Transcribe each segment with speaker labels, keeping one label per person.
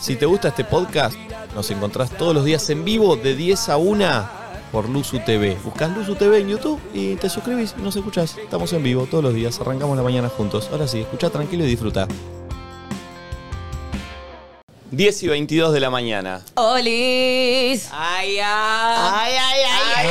Speaker 1: Si te gusta este podcast, nos encontrás todos los días en vivo de 10 a 1 por Luzu TV. Buscás Luzu TV en YouTube y te suscribís y nos escuchás. Estamos en vivo todos los días, arrancamos la mañana juntos. Ahora sí, escucha tranquilo y disfruta. 10 y 22 de la mañana.
Speaker 2: ¡Olis!
Speaker 3: Ay, ay, ay, ay,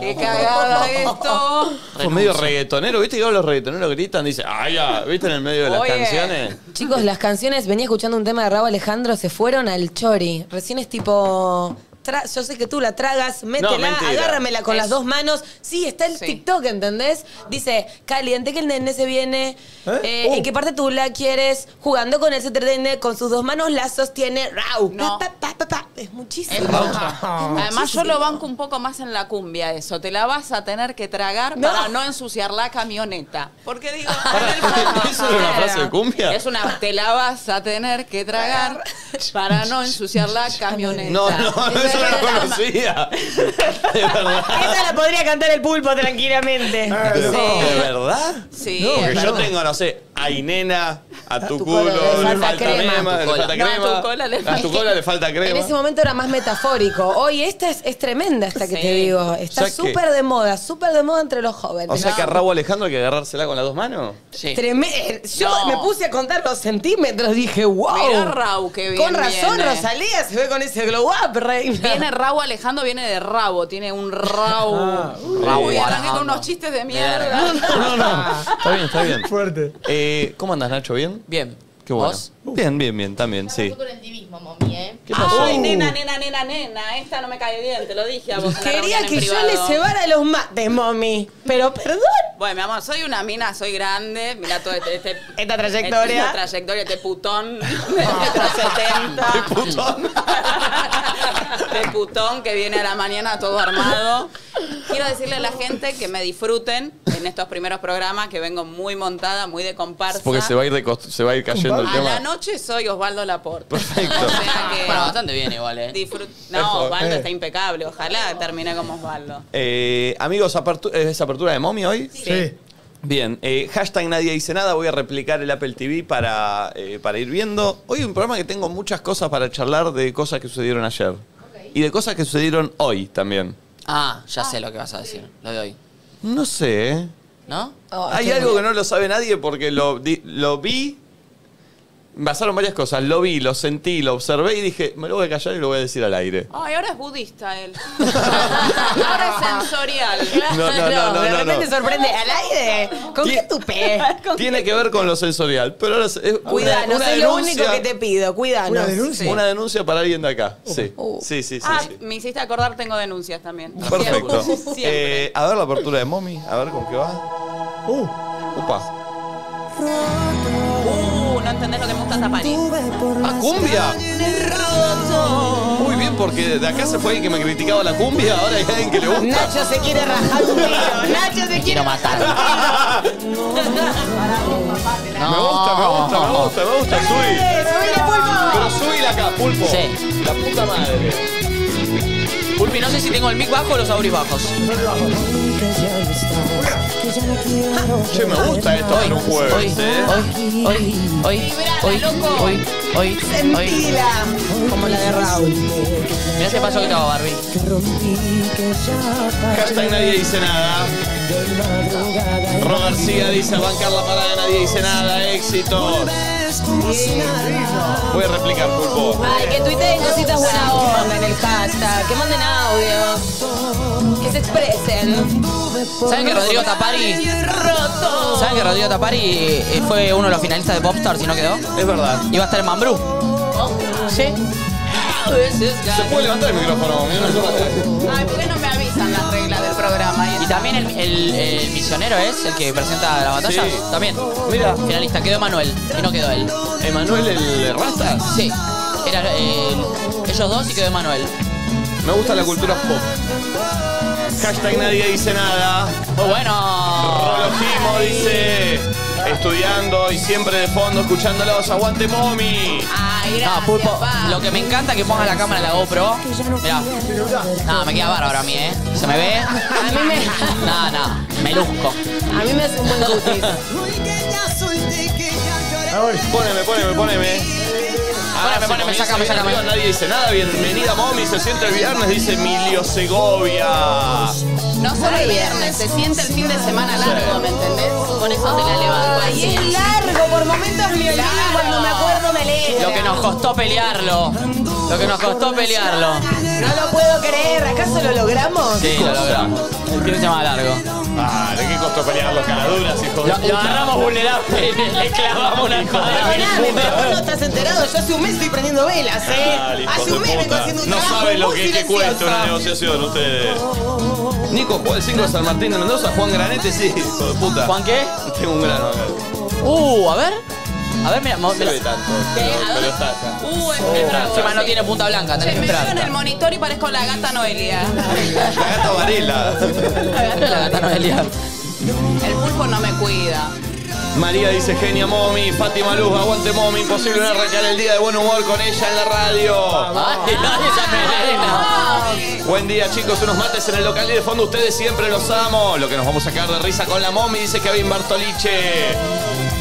Speaker 3: Qué cagada esto.
Speaker 1: Fue medio reggaetonero, ¿viste? Que ahora los reggaetoneros gritan, dice, ¡ay, ya! ¿Viste en el medio de las
Speaker 3: Oye.
Speaker 1: canciones?
Speaker 2: Chicos, las canciones, venía escuchando un tema de Raúl Alejandro, se fueron al chori. Recién es tipo. tra- yo sé que tú la tragas, métela,
Speaker 1: mentira.
Speaker 2: agárramela con
Speaker 3: Es-
Speaker 2: las dos manos. Sí, está el
Speaker 3: Sí.
Speaker 2: TikTok, ¿entendés? Dice, caliente que el nene se viene.
Speaker 1: ¿Eh?
Speaker 2: eh,
Speaker 1: Oh.
Speaker 2: ¿En qué parte tú la quieres? Jugando con el CTRN, con sus dos manos la sostiene Raúl.
Speaker 3: No.
Speaker 2: Pa, pa, pa, pa, pa. Es muchísimo.
Speaker 3: Es mucho. Además, yo lo banco un poco más en la cumbia eso. Te la vas a tener que tragar
Speaker 2: No.
Speaker 3: para no ensuciar la camioneta. Porque digo,
Speaker 1: Pará,
Speaker 3: en el fondo-
Speaker 1: ¿eso era una frase de cumbia?
Speaker 3: Ah, Es una, te la vas a tener que tragar para no ensuciar la camioneta.
Speaker 1: No, no, no, eso no lo conocía. De verdad.
Speaker 2: Esa la podría cantar el pulpo tranquilamente.
Speaker 1: ¿De verdad?
Speaker 3: Sí,
Speaker 1: No,
Speaker 3: es
Speaker 1: que yo
Speaker 3: verdad.
Speaker 1: tengo, no sé, a Inena, a tu,
Speaker 2: tu
Speaker 1: culo,
Speaker 2: cola le
Speaker 1: le
Speaker 2: falta
Speaker 1: falta
Speaker 2: crema.
Speaker 1: crema,
Speaker 3: A tu
Speaker 1: le falta crema.
Speaker 3: cola. No, a tu cola le
Speaker 1: A tu
Speaker 3: falta-
Speaker 1: cola le falta
Speaker 2: En
Speaker 1: crema.
Speaker 2: ese momento era más metafórico. Hoy esta es, es tremenda, esta que
Speaker 3: Sí.
Speaker 2: te digo. Está
Speaker 1: O sea que-
Speaker 2: súper de moda, súper de moda entre los jóvenes.
Speaker 1: O sea que a Rabo Alejandro hay que agarrársela con las dos manos.
Speaker 3: Sí.
Speaker 2: Treme- eh, Yo
Speaker 3: No.
Speaker 2: me puse a contar los centímetros, dije, wow.
Speaker 3: Mirá, Rau, qué bien
Speaker 2: Con razón,
Speaker 3: viene.
Speaker 2: Rosalía se ve con ese glow up, reina.
Speaker 3: Viene Rabo Alejandro, viene de rabo, tiene un rabo.
Speaker 1: uh,
Speaker 3: rabo y arranqué
Speaker 4: Alejandro.
Speaker 3: con unos chistes de
Speaker 1: No,
Speaker 3: mierda.
Speaker 1: no, no, no. Está bien, está bien.
Speaker 5: Fuerte.
Speaker 1: Eh, ¿Cómo andas, Nacho? ¿Bien?
Speaker 4: Bien.
Speaker 1: Qué bueno.
Speaker 4: ¿Vos?
Speaker 1: Bien, bien, bien, también, sí.
Speaker 6: Yo con el divismo, mami, ¿eh?
Speaker 1: ¿Qué pasó?
Speaker 3: Ay, nena, nena, nena, nena, esta no me cae bien, te lo dije a vos. en la reunión
Speaker 2: Quería
Speaker 3: en
Speaker 2: que yo
Speaker 3: privado.
Speaker 2: le cebara los mates, mami. Pero perdón.
Speaker 3: Bueno, mi amor, soy una mina, soy grande. Mirá todo este. este-
Speaker 2: Esta trayectoria.
Speaker 3: Esta trayectoria, este putón. este De los 70.
Speaker 1: Qué putón.
Speaker 3: de putón que viene a la mañana todo armado. Quiero decirle a la gente que me disfruten en estos primeros programas, que vengo muy montada, muy de comparsa.
Speaker 1: Porque se va a ir, de cost- se va a ir cayendo el
Speaker 3: a la
Speaker 1: tema.
Speaker 3: noche soy Osvaldo Laporte.
Speaker 1: Perfecto.
Speaker 3: O sea que
Speaker 4: Bueno, bastante bien igual, ¿eh?
Speaker 3: disfrut- No, Osvaldo está impecable. Ojalá termine como Osvaldo.
Speaker 1: Eh, amigos, apertu- eh, ¿es apertura de mommy hoy?
Speaker 5: Sí.
Speaker 1: Bien, eh, hashtag nadie dice nada, voy a replicar el Apple TV para, eh, para ir viendo. Hoy hay un programa que tengo muchas cosas para charlar de cosas que sucedieron ayer. Y de cosas que sucedieron hoy también.
Speaker 4: Ah, ya sé lo que vas a decir. Lo de hoy.
Speaker 1: No sé, ¿eh?
Speaker 4: ¿No?
Speaker 1: Hay algo que no lo sabe nadie porque lo, di- lo vi. Basaron varias cosas. Lo vi, lo sentí, lo observé y dije, me lo voy a callar y lo voy a decir al aire.
Speaker 3: Ay, ahora es budista él. ahora es sensorial.
Speaker 1: No, no, no, no,
Speaker 2: de
Speaker 1: no,
Speaker 2: repente
Speaker 1: no.
Speaker 2: sorprende Eh. al aire. ¿Con
Speaker 1: Tie-
Speaker 2: qué tupé?
Speaker 1: Tiene que ver con lo sensorial. Pero ahora es es una-
Speaker 2: Cuidanos,
Speaker 1: una
Speaker 2: es lo
Speaker 1: denuncia-
Speaker 2: único que te pido,
Speaker 5: ¿Una
Speaker 2: cuidanos.
Speaker 5: denuncia?
Speaker 1: Una denuncia para alguien de acá. Sí.
Speaker 2: Uh.
Speaker 1: Sí, sí, sí.
Speaker 3: Ah,
Speaker 1: sí.
Speaker 3: me hiciste acordar, tengo denuncias también.
Speaker 1: Perfecto.
Speaker 3: Siempre.
Speaker 1: Eh, a ver la apertura de Mommy, a ver con qué va.
Speaker 5: Uh,
Speaker 1: Opa.
Speaker 3: Uh, no entendés lo que me gusta Tapani.
Speaker 1: ¡Ah, cumbia! Muy bien, porque de acá se fue alguien que me criticaba la cumbia, ahora hay alguien que le gusta.
Speaker 2: Nacho se quiere rajar un tiro. Nacho se quiere
Speaker 4: Quiero matar. No.
Speaker 1: Me gusta, me gusta, me gusta, me gusta. Subí.
Speaker 2: ¡Subile, pulpo!
Speaker 1: Pero subíla acá, pulpo.
Speaker 4: Sí.
Speaker 1: La puta madre.
Speaker 4: Pulpi, no sé si tengo el mic bajo o los auris bajos.
Speaker 1: Che, me gusta esto en un
Speaker 4: Hoy,
Speaker 1: jueves, eh.
Speaker 4: hoy, hoy, hoy, hoy, hoy, hoy, hoy.
Speaker 2: Sentila. Como la de Raúl.
Speaker 4: Mirá ese paso que te hago, Barbie.
Speaker 1: Hashtag nadie dice nada. Ro García dice bancar la parada, nadie dice nada, eh". éxito. Voy a replicar, pulpo.
Speaker 2: Ay, que tuiteen cositas buena onda en el hashtag. Que manden audio. Que se expresen.
Speaker 4: ¿Saben que Rodrigo Tapari? ¿Saben que Rodrigo Tapari eh, fue uno de los finalistas de Popstar si no quedó?
Speaker 1: Es verdad.
Speaker 4: Iba a estar en Mambrú. Sí.
Speaker 1: Se puede levantar el micrófono, mirá, yo la-
Speaker 3: Ay, ¿por qué no me avisan las reglas del programa?
Speaker 4: Y también el, el- el misionero es el que presenta la batalla.
Speaker 1: Sí.
Speaker 4: También.
Speaker 1: Mira.
Speaker 4: Finalista, quedó Manuel y no quedó él.
Speaker 1: ¿Emanuel el Rasta?
Speaker 4: Sí. Era eh, ellos dos y quedó Manuel.
Speaker 1: Me gusta la cultura pop. Hashtag nadie dice nada.
Speaker 4: Muy Oh, bueno.
Speaker 1: Rolo Gimo dice. estudiando y siempre de fondo escuchándolos. ¡Aguante, mommy!
Speaker 3: Ay, gracias,
Speaker 4: No, Pulpo,
Speaker 3: pa.
Speaker 4: lo que me encanta es que pongas la cámara en la GoPro. Mirá. No, me queda bárbaro a mí, ¿eh? ¿Se me ve?
Speaker 2: A mí me,
Speaker 4: No, no, me luzco.
Speaker 2: a mí me hace un buen cutis.
Speaker 1: Ah, Poneme, poneme, poneme. Ah,
Speaker 4: Poneme,
Speaker 1: se
Speaker 4: poneme,
Speaker 1: comienza
Speaker 4: sacame,
Speaker 1: bien
Speaker 4: sacame.
Speaker 1: arriba, Nadie dice nada. Bienvenida, mommy. Se siente el viernes, dice Emilio Segovia.
Speaker 3: No solo el viernes, se siente el fin de semana largo, ¿me entendés? Con eso te la levanto.
Speaker 2: Ay, es largo, por momentos me olvido
Speaker 3: Claro.
Speaker 2: cuando me acuerdo me leo.
Speaker 4: Lo que nos costó pelearlo. Lo que nos costó pelearlo.
Speaker 2: No lo puedo creer, ¿acaso lo logramos?
Speaker 4: Sí, lo logramos. El fin de semana largo.
Speaker 1: Ah, ¿de qué costó pelear los caraduras, hijo de
Speaker 4: Lo, lo agarramos vulnerable, le clavamos una espada.
Speaker 2: Perdóname, pero vos no estás enterado, yo hace un mes estoy prendiendo velas, ¿eh?
Speaker 1: Dale, hijo
Speaker 2: hace
Speaker 1: de
Speaker 2: un mes vengo
Speaker 1: puta.
Speaker 2: haciendo un
Speaker 1: No
Speaker 2: trabajo
Speaker 1: saben lo
Speaker 2: muy
Speaker 1: que, que cuesta
Speaker 2: silencioso.
Speaker 1: una negociación ustedes. Nico, ¿cuál 5 de San Martín de Mendoza? Juan Granete, sí, hijo de puta.
Speaker 4: ¿Juan qué?
Speaker 1: Tengo un grano acá.
Speaker 4: Uh, a ver. A ver, mira, mo- Eh,
Speaker 1: No se ve
Speaker 4: mira.
Speaker 1: tanto, pero, pero está acá.
Speaker 3: Uh, es que trago,
Speaker 4: Encima no
Speaker 3: sí.
Speaker 4: tiene punta blanca,
Speaker 3: Che,
Speaker 4: tenés que
Speaker 3: me veo en el
Speaker 4: esperar.
Speaker 3: monitor y parezco la gata Noelia.
Speaker 1: La gata Varela.
Speaker 4: La gata Noelia.
Speaker 3: El pulpo no me cuida.
Speaker 1: María dice genia momi, Fátima Luz, aguante momi, imposible no arrancar el día de buen humor con ella en la radio.
Speaker 4: Ay, no, esa melena.
Speaker 1: Buen día chicos, unos mates en el local y de fondo ustedes siempre los amo. Lo que nos vamos a sacar de risa con la momi, dice Kevin Bartoliche.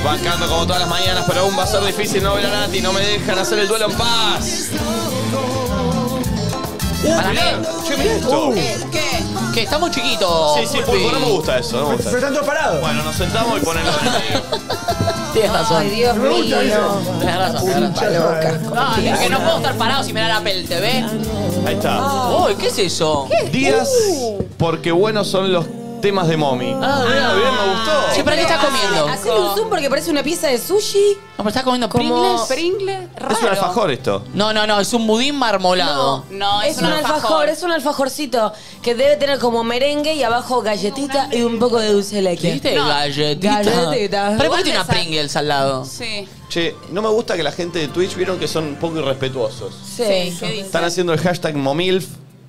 Speaker 1: Bancando como todas las mañanas, pero aún va a ser difícil no ver a Nati, no me dejan hacer el duelo en paz. Uh,
Speaker 4: Para
Speaker 1: mirá,
Speaker 4: mí-
Speaker 1: che, mirá esto.
Speaker 3: ¿Qué?
Speaker 4: Que está muy chiquito.
Speaker 1: Sí, sí, pulpo, no me gusta eso, no me gusta.
Speaker 7: Se están todos parados.
Speaker 1: Bueno, nos sentamos y ponemos
Speaker 4: Tienes razón.
Speaker 2: Ay, Dios
Speaker 7: Me gusta
Speaker 2: mío.
Speaker 7: eso.
Speaker 4: Tienes razón, tenés razón. No, es que no puedo estar parado sin mirar Apple TV.
Speaker 1: Ahí está.
Speaker 4: Uy, ¿qué es eso?
Speaker 1: Días porque buenos son los temas de mommy.
Speaker 4: Ah,
Speaker 1: Ah,
Speaker 4: bien.
Speaker 1: bien, me gustó.
Speaker 4: Sí, ¿para qué estás comiendo? No,
Speaker 2: Hacen un zoom porque parece una pieza de sushi.
Speaker 4: pero estás comiendo
Speaker 2: Como-
Speaker 4: Pringles.
Speaker 3: ¿Pringle? Raro.
Speaker 1: Es un alfajor esto.
Speaker 4: No, no, no, es un budín marmolado.
Speaker 3: No,
Speaker 2: Es un alfajor, es un alfajorcito que debe tener como merengue y abajo galletita y un poco de dulce de
Speaker 4: ¿Qué
Speaker 2: leche.
Speaker 4: dijiste?
Speaker 3: No.
Speaker 4: Galletita.
Speaker 2: Galletita.
Speaker 4: Pero ¿por
Speaker 3: Igual
Speaker 4: qué tiene
Speaker 3: le
Speaker 4: una
Speaker 3: sa-
Speaker 4: Pringles al lado?
Speaker 3: Sí.
Speaker 1: Che, no me gusta que la gente de Twitch vieron que son un poco irrespetuosos.
Speaker 3: Sí,
Speaker 2: Sí.
Speaker 3: ¿qué dice?
Speaker 1: Están haciendo el hashtag momilf.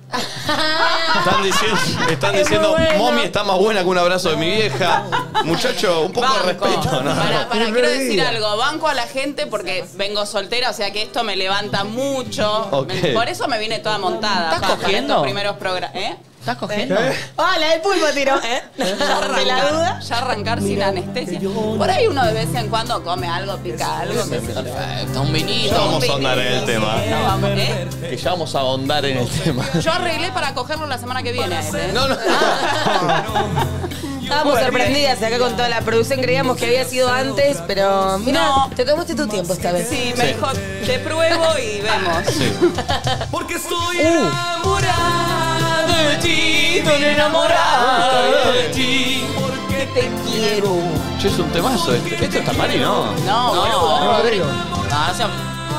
Speaker 1: Están diciendo, están
Speaker 2: Es muy
Speaker 1: diciendo
Speaker 2: bueno.
Speaker 1: mommy está más buena que un abrazo de mi vieja. Muchacho, un poco de
Speaker 3: Banco.
Speaker 1: respeto, ¿no?
Speaker 3: Para, para,
Speaker 7: Qué
Speaker 3: quiero
Speaker 7: rebeldía.
Speaker 3: decir algo. Banco a la gente porque vengo soltera, o sea que esto me levanta mucho.
Speaker 1: Ok.
Speaker 3: Me- Por eso me vine toda montada.
Speaker 4: ¿Estás
Speaker 3: pa- para
Speaker 4: cogiendo?
Speaker 3: estos primeros programas. ¿Eh?
Speaker 4: ¿Estás cogiendo?
Speaker 2: Hola, el pulpo tiró, ¿eh?
Speaker 3: Ya
Speaker 2: ¿De la
Speaker 3: arrancar,
Speaker 2: duda?
Speaker 3: ya arrancar sin anestesia. Por ahí uno de vez en cuando come algo, pica algo. qué sé yo.
Speaker 4: Perfecto, un
Speaker 1: Ya
Speaker 4: vinito.
Speaker 1: vamos a ahondar en el tema.
Speaker 3: No, vamos, ¿eh?
Speaker 1: Que ya vamos a ahondar en el tema.
Speaker 3: Yo arreglé para cogerlo la semana que viene. ¿eh? Ah.
Speaker 1: No, no.
Speaker 2: Estábamos sorprendidas acá con toda la producción, creíamos que había sido antes, pero mira,
Speaker 3: No.
Speaker 2: te tomaste tu tiempo esta vez.
Speaker 3: Sí, me
Speaker 1: Sí.
Speaker 3: dijo, te pruebo y vemos.
Speaker 1: Sí.
Speaker 7: Porque estoy
Speaker 4: Enamorado de ti, estoy enamorado de ti.
Speaker 2: Que te quiero.
Speaker 1: Che, es un temazo este. Esto está mal y no.
Speaker 3: No,
Speaker 4: No,
Speaker 3: boludo.
Speaker 4: Rodrigo. No, no sea...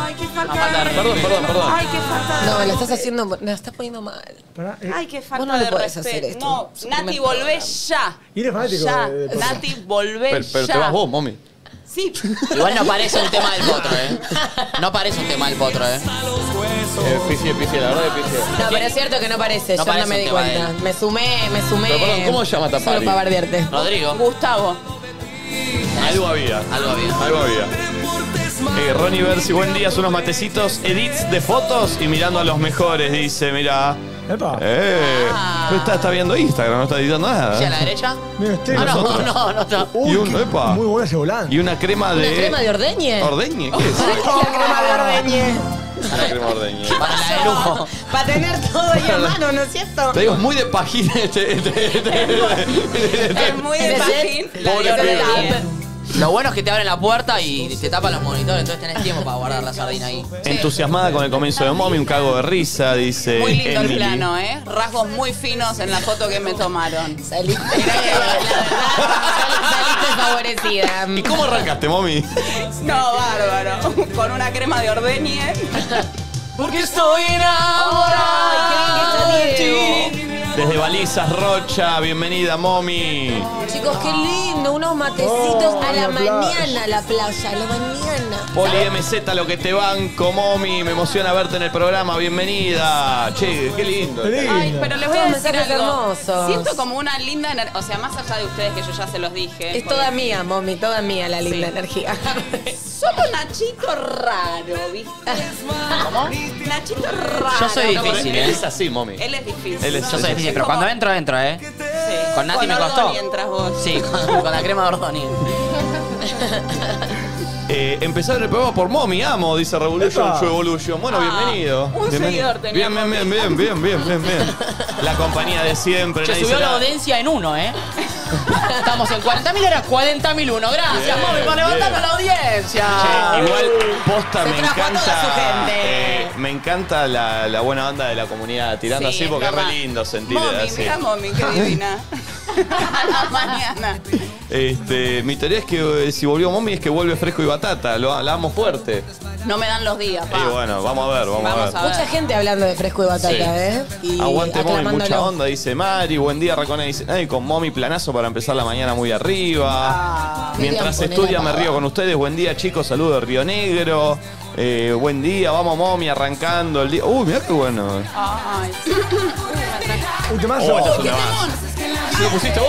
Speaker 8: Ay, qué falta.
Speaker 4: Ah, falta de respeto.
Speaker 1: Perdón, perdón, perdón.
Speaker 8: Ay, qué falta.
Speaker 2: No, la estás haciendo, la estás poniendo mal.
Speaker 7: Pará, eh,
Speaker 8: Ay, qué falta.
Speaker 2: Vos no le
Speaker 8: de
Speaker 2: podés
Speaker 8: respeto.
Speaker 2: hacer esto.
Speaker 3: No,
Speaker 2: Es un
Speaker 3: Nati,
Speaker 2: primer
Speaker 3: volvé
Speaker 2: programa.
Speaker 3: ya.
Speaker 7: Y eres fanático
Speaker 3: Ya,
Speaker 7: de- de-
Speaker 3: Nati, volvé
Speaker 1: Pero, pero
Speaker 3: ya.
Speaker 1: te vas vos, mommy.
Speaker 3: Sí.
Speaker 4: Igual no parece un tema del potro, ¿eh? No parece un tema del potro, ¿eh?
Speaker 1: Eh, pifié, pifié, la verdad que pifié.
Speaker 2: No, pero es cierto que no parece,
Speaker 4: No
Speaker 2: yo
Speaker 4: parece
Speaker 2: no me
Speaker 4: un
Speaker 2: di
Speaker 4: tema
Speaker 2: cuenta.
Speaker 4: de él.
Speaker 2: Me sumé, me sumé.
Speaker 1: Pero, perdón, ¿cómo se llama esta
Speaker 2: Solo
Speaker 1: pari?
Speaker 2: para bardearte.
Speaker 4: Rodrigo,
Speaker 3: Gustavo.
Speaker 1: Algo había.
Speaker 4: algo bien.
Speaker 1: Algo había. Eh, Ronnie Bersi, buen día, unos matecitos, edits de fotos y mirando a los mejores, dice, mira.
Speaker 7: Epa.
Speaker 1: Eh, pero está, está viendo Instagram, no está editando
Speaker 4: ¿Y a la
Speaker 1: nada.
Speaker 4: derecha?
Speaker 7: Mira, este-
Speaker 4: Ah, no,
Speaker 1: Nosotros.
Speaker 4: no, no, no.
Speaker 1: Y un,
Speaker 7: qué-
Speaker 1: epa.
Speaker 7: Muy buena cebolán.
Speaker 1: Y una crema de...
Speaker 2: ¿Una crema de ordeñe?
Speaker 1: ordeñe. ¿Qué
Speaker 2: ¿Para qué es la crema de ordeñe?
Speaker 1: es? Una crema de ordeñe.
Speaker 4: Para la de lujo.
Speaker 2: Para tener todo ahí a mano, ¿no es cierto?
Speaker 1: Te digo, es muy de página este... este- este- este- este-
Speaker 3: Es muy de
Speaker 2: ¿Ese?
Speaker 3: pajín.
Speaker 4: La
Speaker 1: Pobre
Speaker 4: de
Speaker 1: pibe.
Speaker 4: ordeñe. Lo bueno es que te abren la puerta y te tapan los monitores, entonces tenés tiempo para guardar la sardina ahí.
Speaker 1: Entusiasmada con el comienzo de Mommy, un cago de risa, dice
Speaker 3: Muy lindo el
Speaker 1: Emily.
Speaker 3: plano, ¿eh? Rasgos muy finos en la foto que me tomaron.
Speaker 2: Saliste, la
Speaker 3: verdad,
Speaker 2: verdad, saliste favorecida.
Speaker 1: ¿Y cómo arrancaste, Mommy?
Speaker 3: No, bárbaro. Con una crema de ordeñe.
Speaker 4: Porque estoy
Speaker 2: Ay, qué bien que está Diego.
Speaker 1: Desde Balizas Rocha, bienvenida, Momi.
Speaker 2: Chicos, qué lindo, unos matecitos
Speaker 1: Oh,
Speaker 2: a la, mañana, la playa, a la mañana.
Speaker 1: Poli MZ, lo que te banco, Momi. Me emociona verte en el programa, bienvenida. Che, qué lindo.
Speaker 3: Ay, pero les voy a
Speaker 2: Todos
Speaker 3: decir
Speaker 2: mensajes
Speaker 3: algo.
Speaker 2: hermosos.
Speaker 3: Siento como una linda ener- O sea, más allá de ustedes que yo ya se los dije.
Speaker 2: Es toda mía, mami, toda mía la linda
Speaker 3: Sí.
Speaker 2: energía.
Speaker 3: Somos eh, Nachito raro, ¿viste? ¿Cómo? Nachito raro.
Speaker 4: Yo soy
Speaker 3: No,
Speaker 4: difícil,
Speaker 3: porque
Speaker 1: Él
Speaker 4: ¿eh?
Speaker 1: es así, Momi.
Speaker 3: Él es difícil.
Speaker 1: Él es-
Speaker 4: Yo soy difícil, pero
Speaker 3: Como-
Speaker 4: cuando entro, entro, ¿eh?
Speaker 3: Sí.
Speaker 4: Con Nati me costó.
Speaker 3: Ordoni entras vos.
Speaker 4: Sí, con, con la crema de Ordoni.
Speaker 1: Eh, empezaron el programa por Momi, amo, dice Revolution
Speaker 7: Epa.
Speaker 1: su Evolution. Bueno,
Speaker 3: Ah,
Speaker 1: bienvenido.
Speaker 3: un
Speaker 1: Bienvenido.
Speaker 3: seguidor
Speaker 1: Bien, bien,
Speaker 3: teníamos.
Speaker 1: bien, bien, bien, bien, bien, bien. La compañía de siempre.
Speaker 4: Se
Speaker 1: nadie
Speaker 4: subió
Speaker 1: se
Speaker 4: la
Speaker 1: la-
Speaker 4: audiencia en uno, ¿eh? Estamos en 40.000, era 40.000 uno. Gracias,
Speaker 1: Bien,
Speaker 4: móvil, por levantarme
Speaker 1: bien.
Speaker 4: la audiencia.
Speaker 1: Che, igual, posta,
Speaker 4: Se
Speaker 1: me
Speaker 4: trajo a toda
Speaker 1: encanta.
Speaker 4: su gente.
Speaker 1: eh, me encanta la, la buena onda de la comunidad tirando
Speaker 3: Sí,
Speaker 1: así
Speaker 3: es
Speaker 1: porque es re
Speaker 3: verdad.
Speaker 1: lindo sentir
Speaker 3: Momi,
Speaker 1: así.
Speaker 3: mira Momi, qué divina. A la mañana.
Speaker 1: Este, mi teoría es que eh, si volvió Momi es que vuelve fresco y batata. Lo, la amo fuerte.
Speaker 3: No me dan los días, pa.
Speaker 1: Y bueno, vamos a ver, vamos,
Speaker 3: Vamos
Speaker 1: a
Speaker 3: a
Speaker 1: ver.
Speaker 3: ver.
Speaker 2: Mucha gente hablando de fresco y batata,
Speaker 1: Sí.
Speaker 2: ¿eh? Y
Speaker 1: Aguante Momi,
Speaker 2: aclamándolo.
Speaker 1: mucha onda, dice Mari. Buen día, Racona. Dice, ay, con Momi planazo para empezar la mañana muy arriba. Mientras
Speaker 2: Miriam,
Speaker 1: estudia me
Speaker 2: ponela
Speaker 1: río con ustedes. Buen día, chicos. Saludos de Río Negro. Eh, buen día, vamos Momi, arrancando el día. Uy, mira qué bueno.
Speaker 3: Ay,
Speaker 7: Un
Speaker 1: Oh,
Speaker 7: temazo.
Speaker 1: esto es una más. Sí, lo pusiste vos.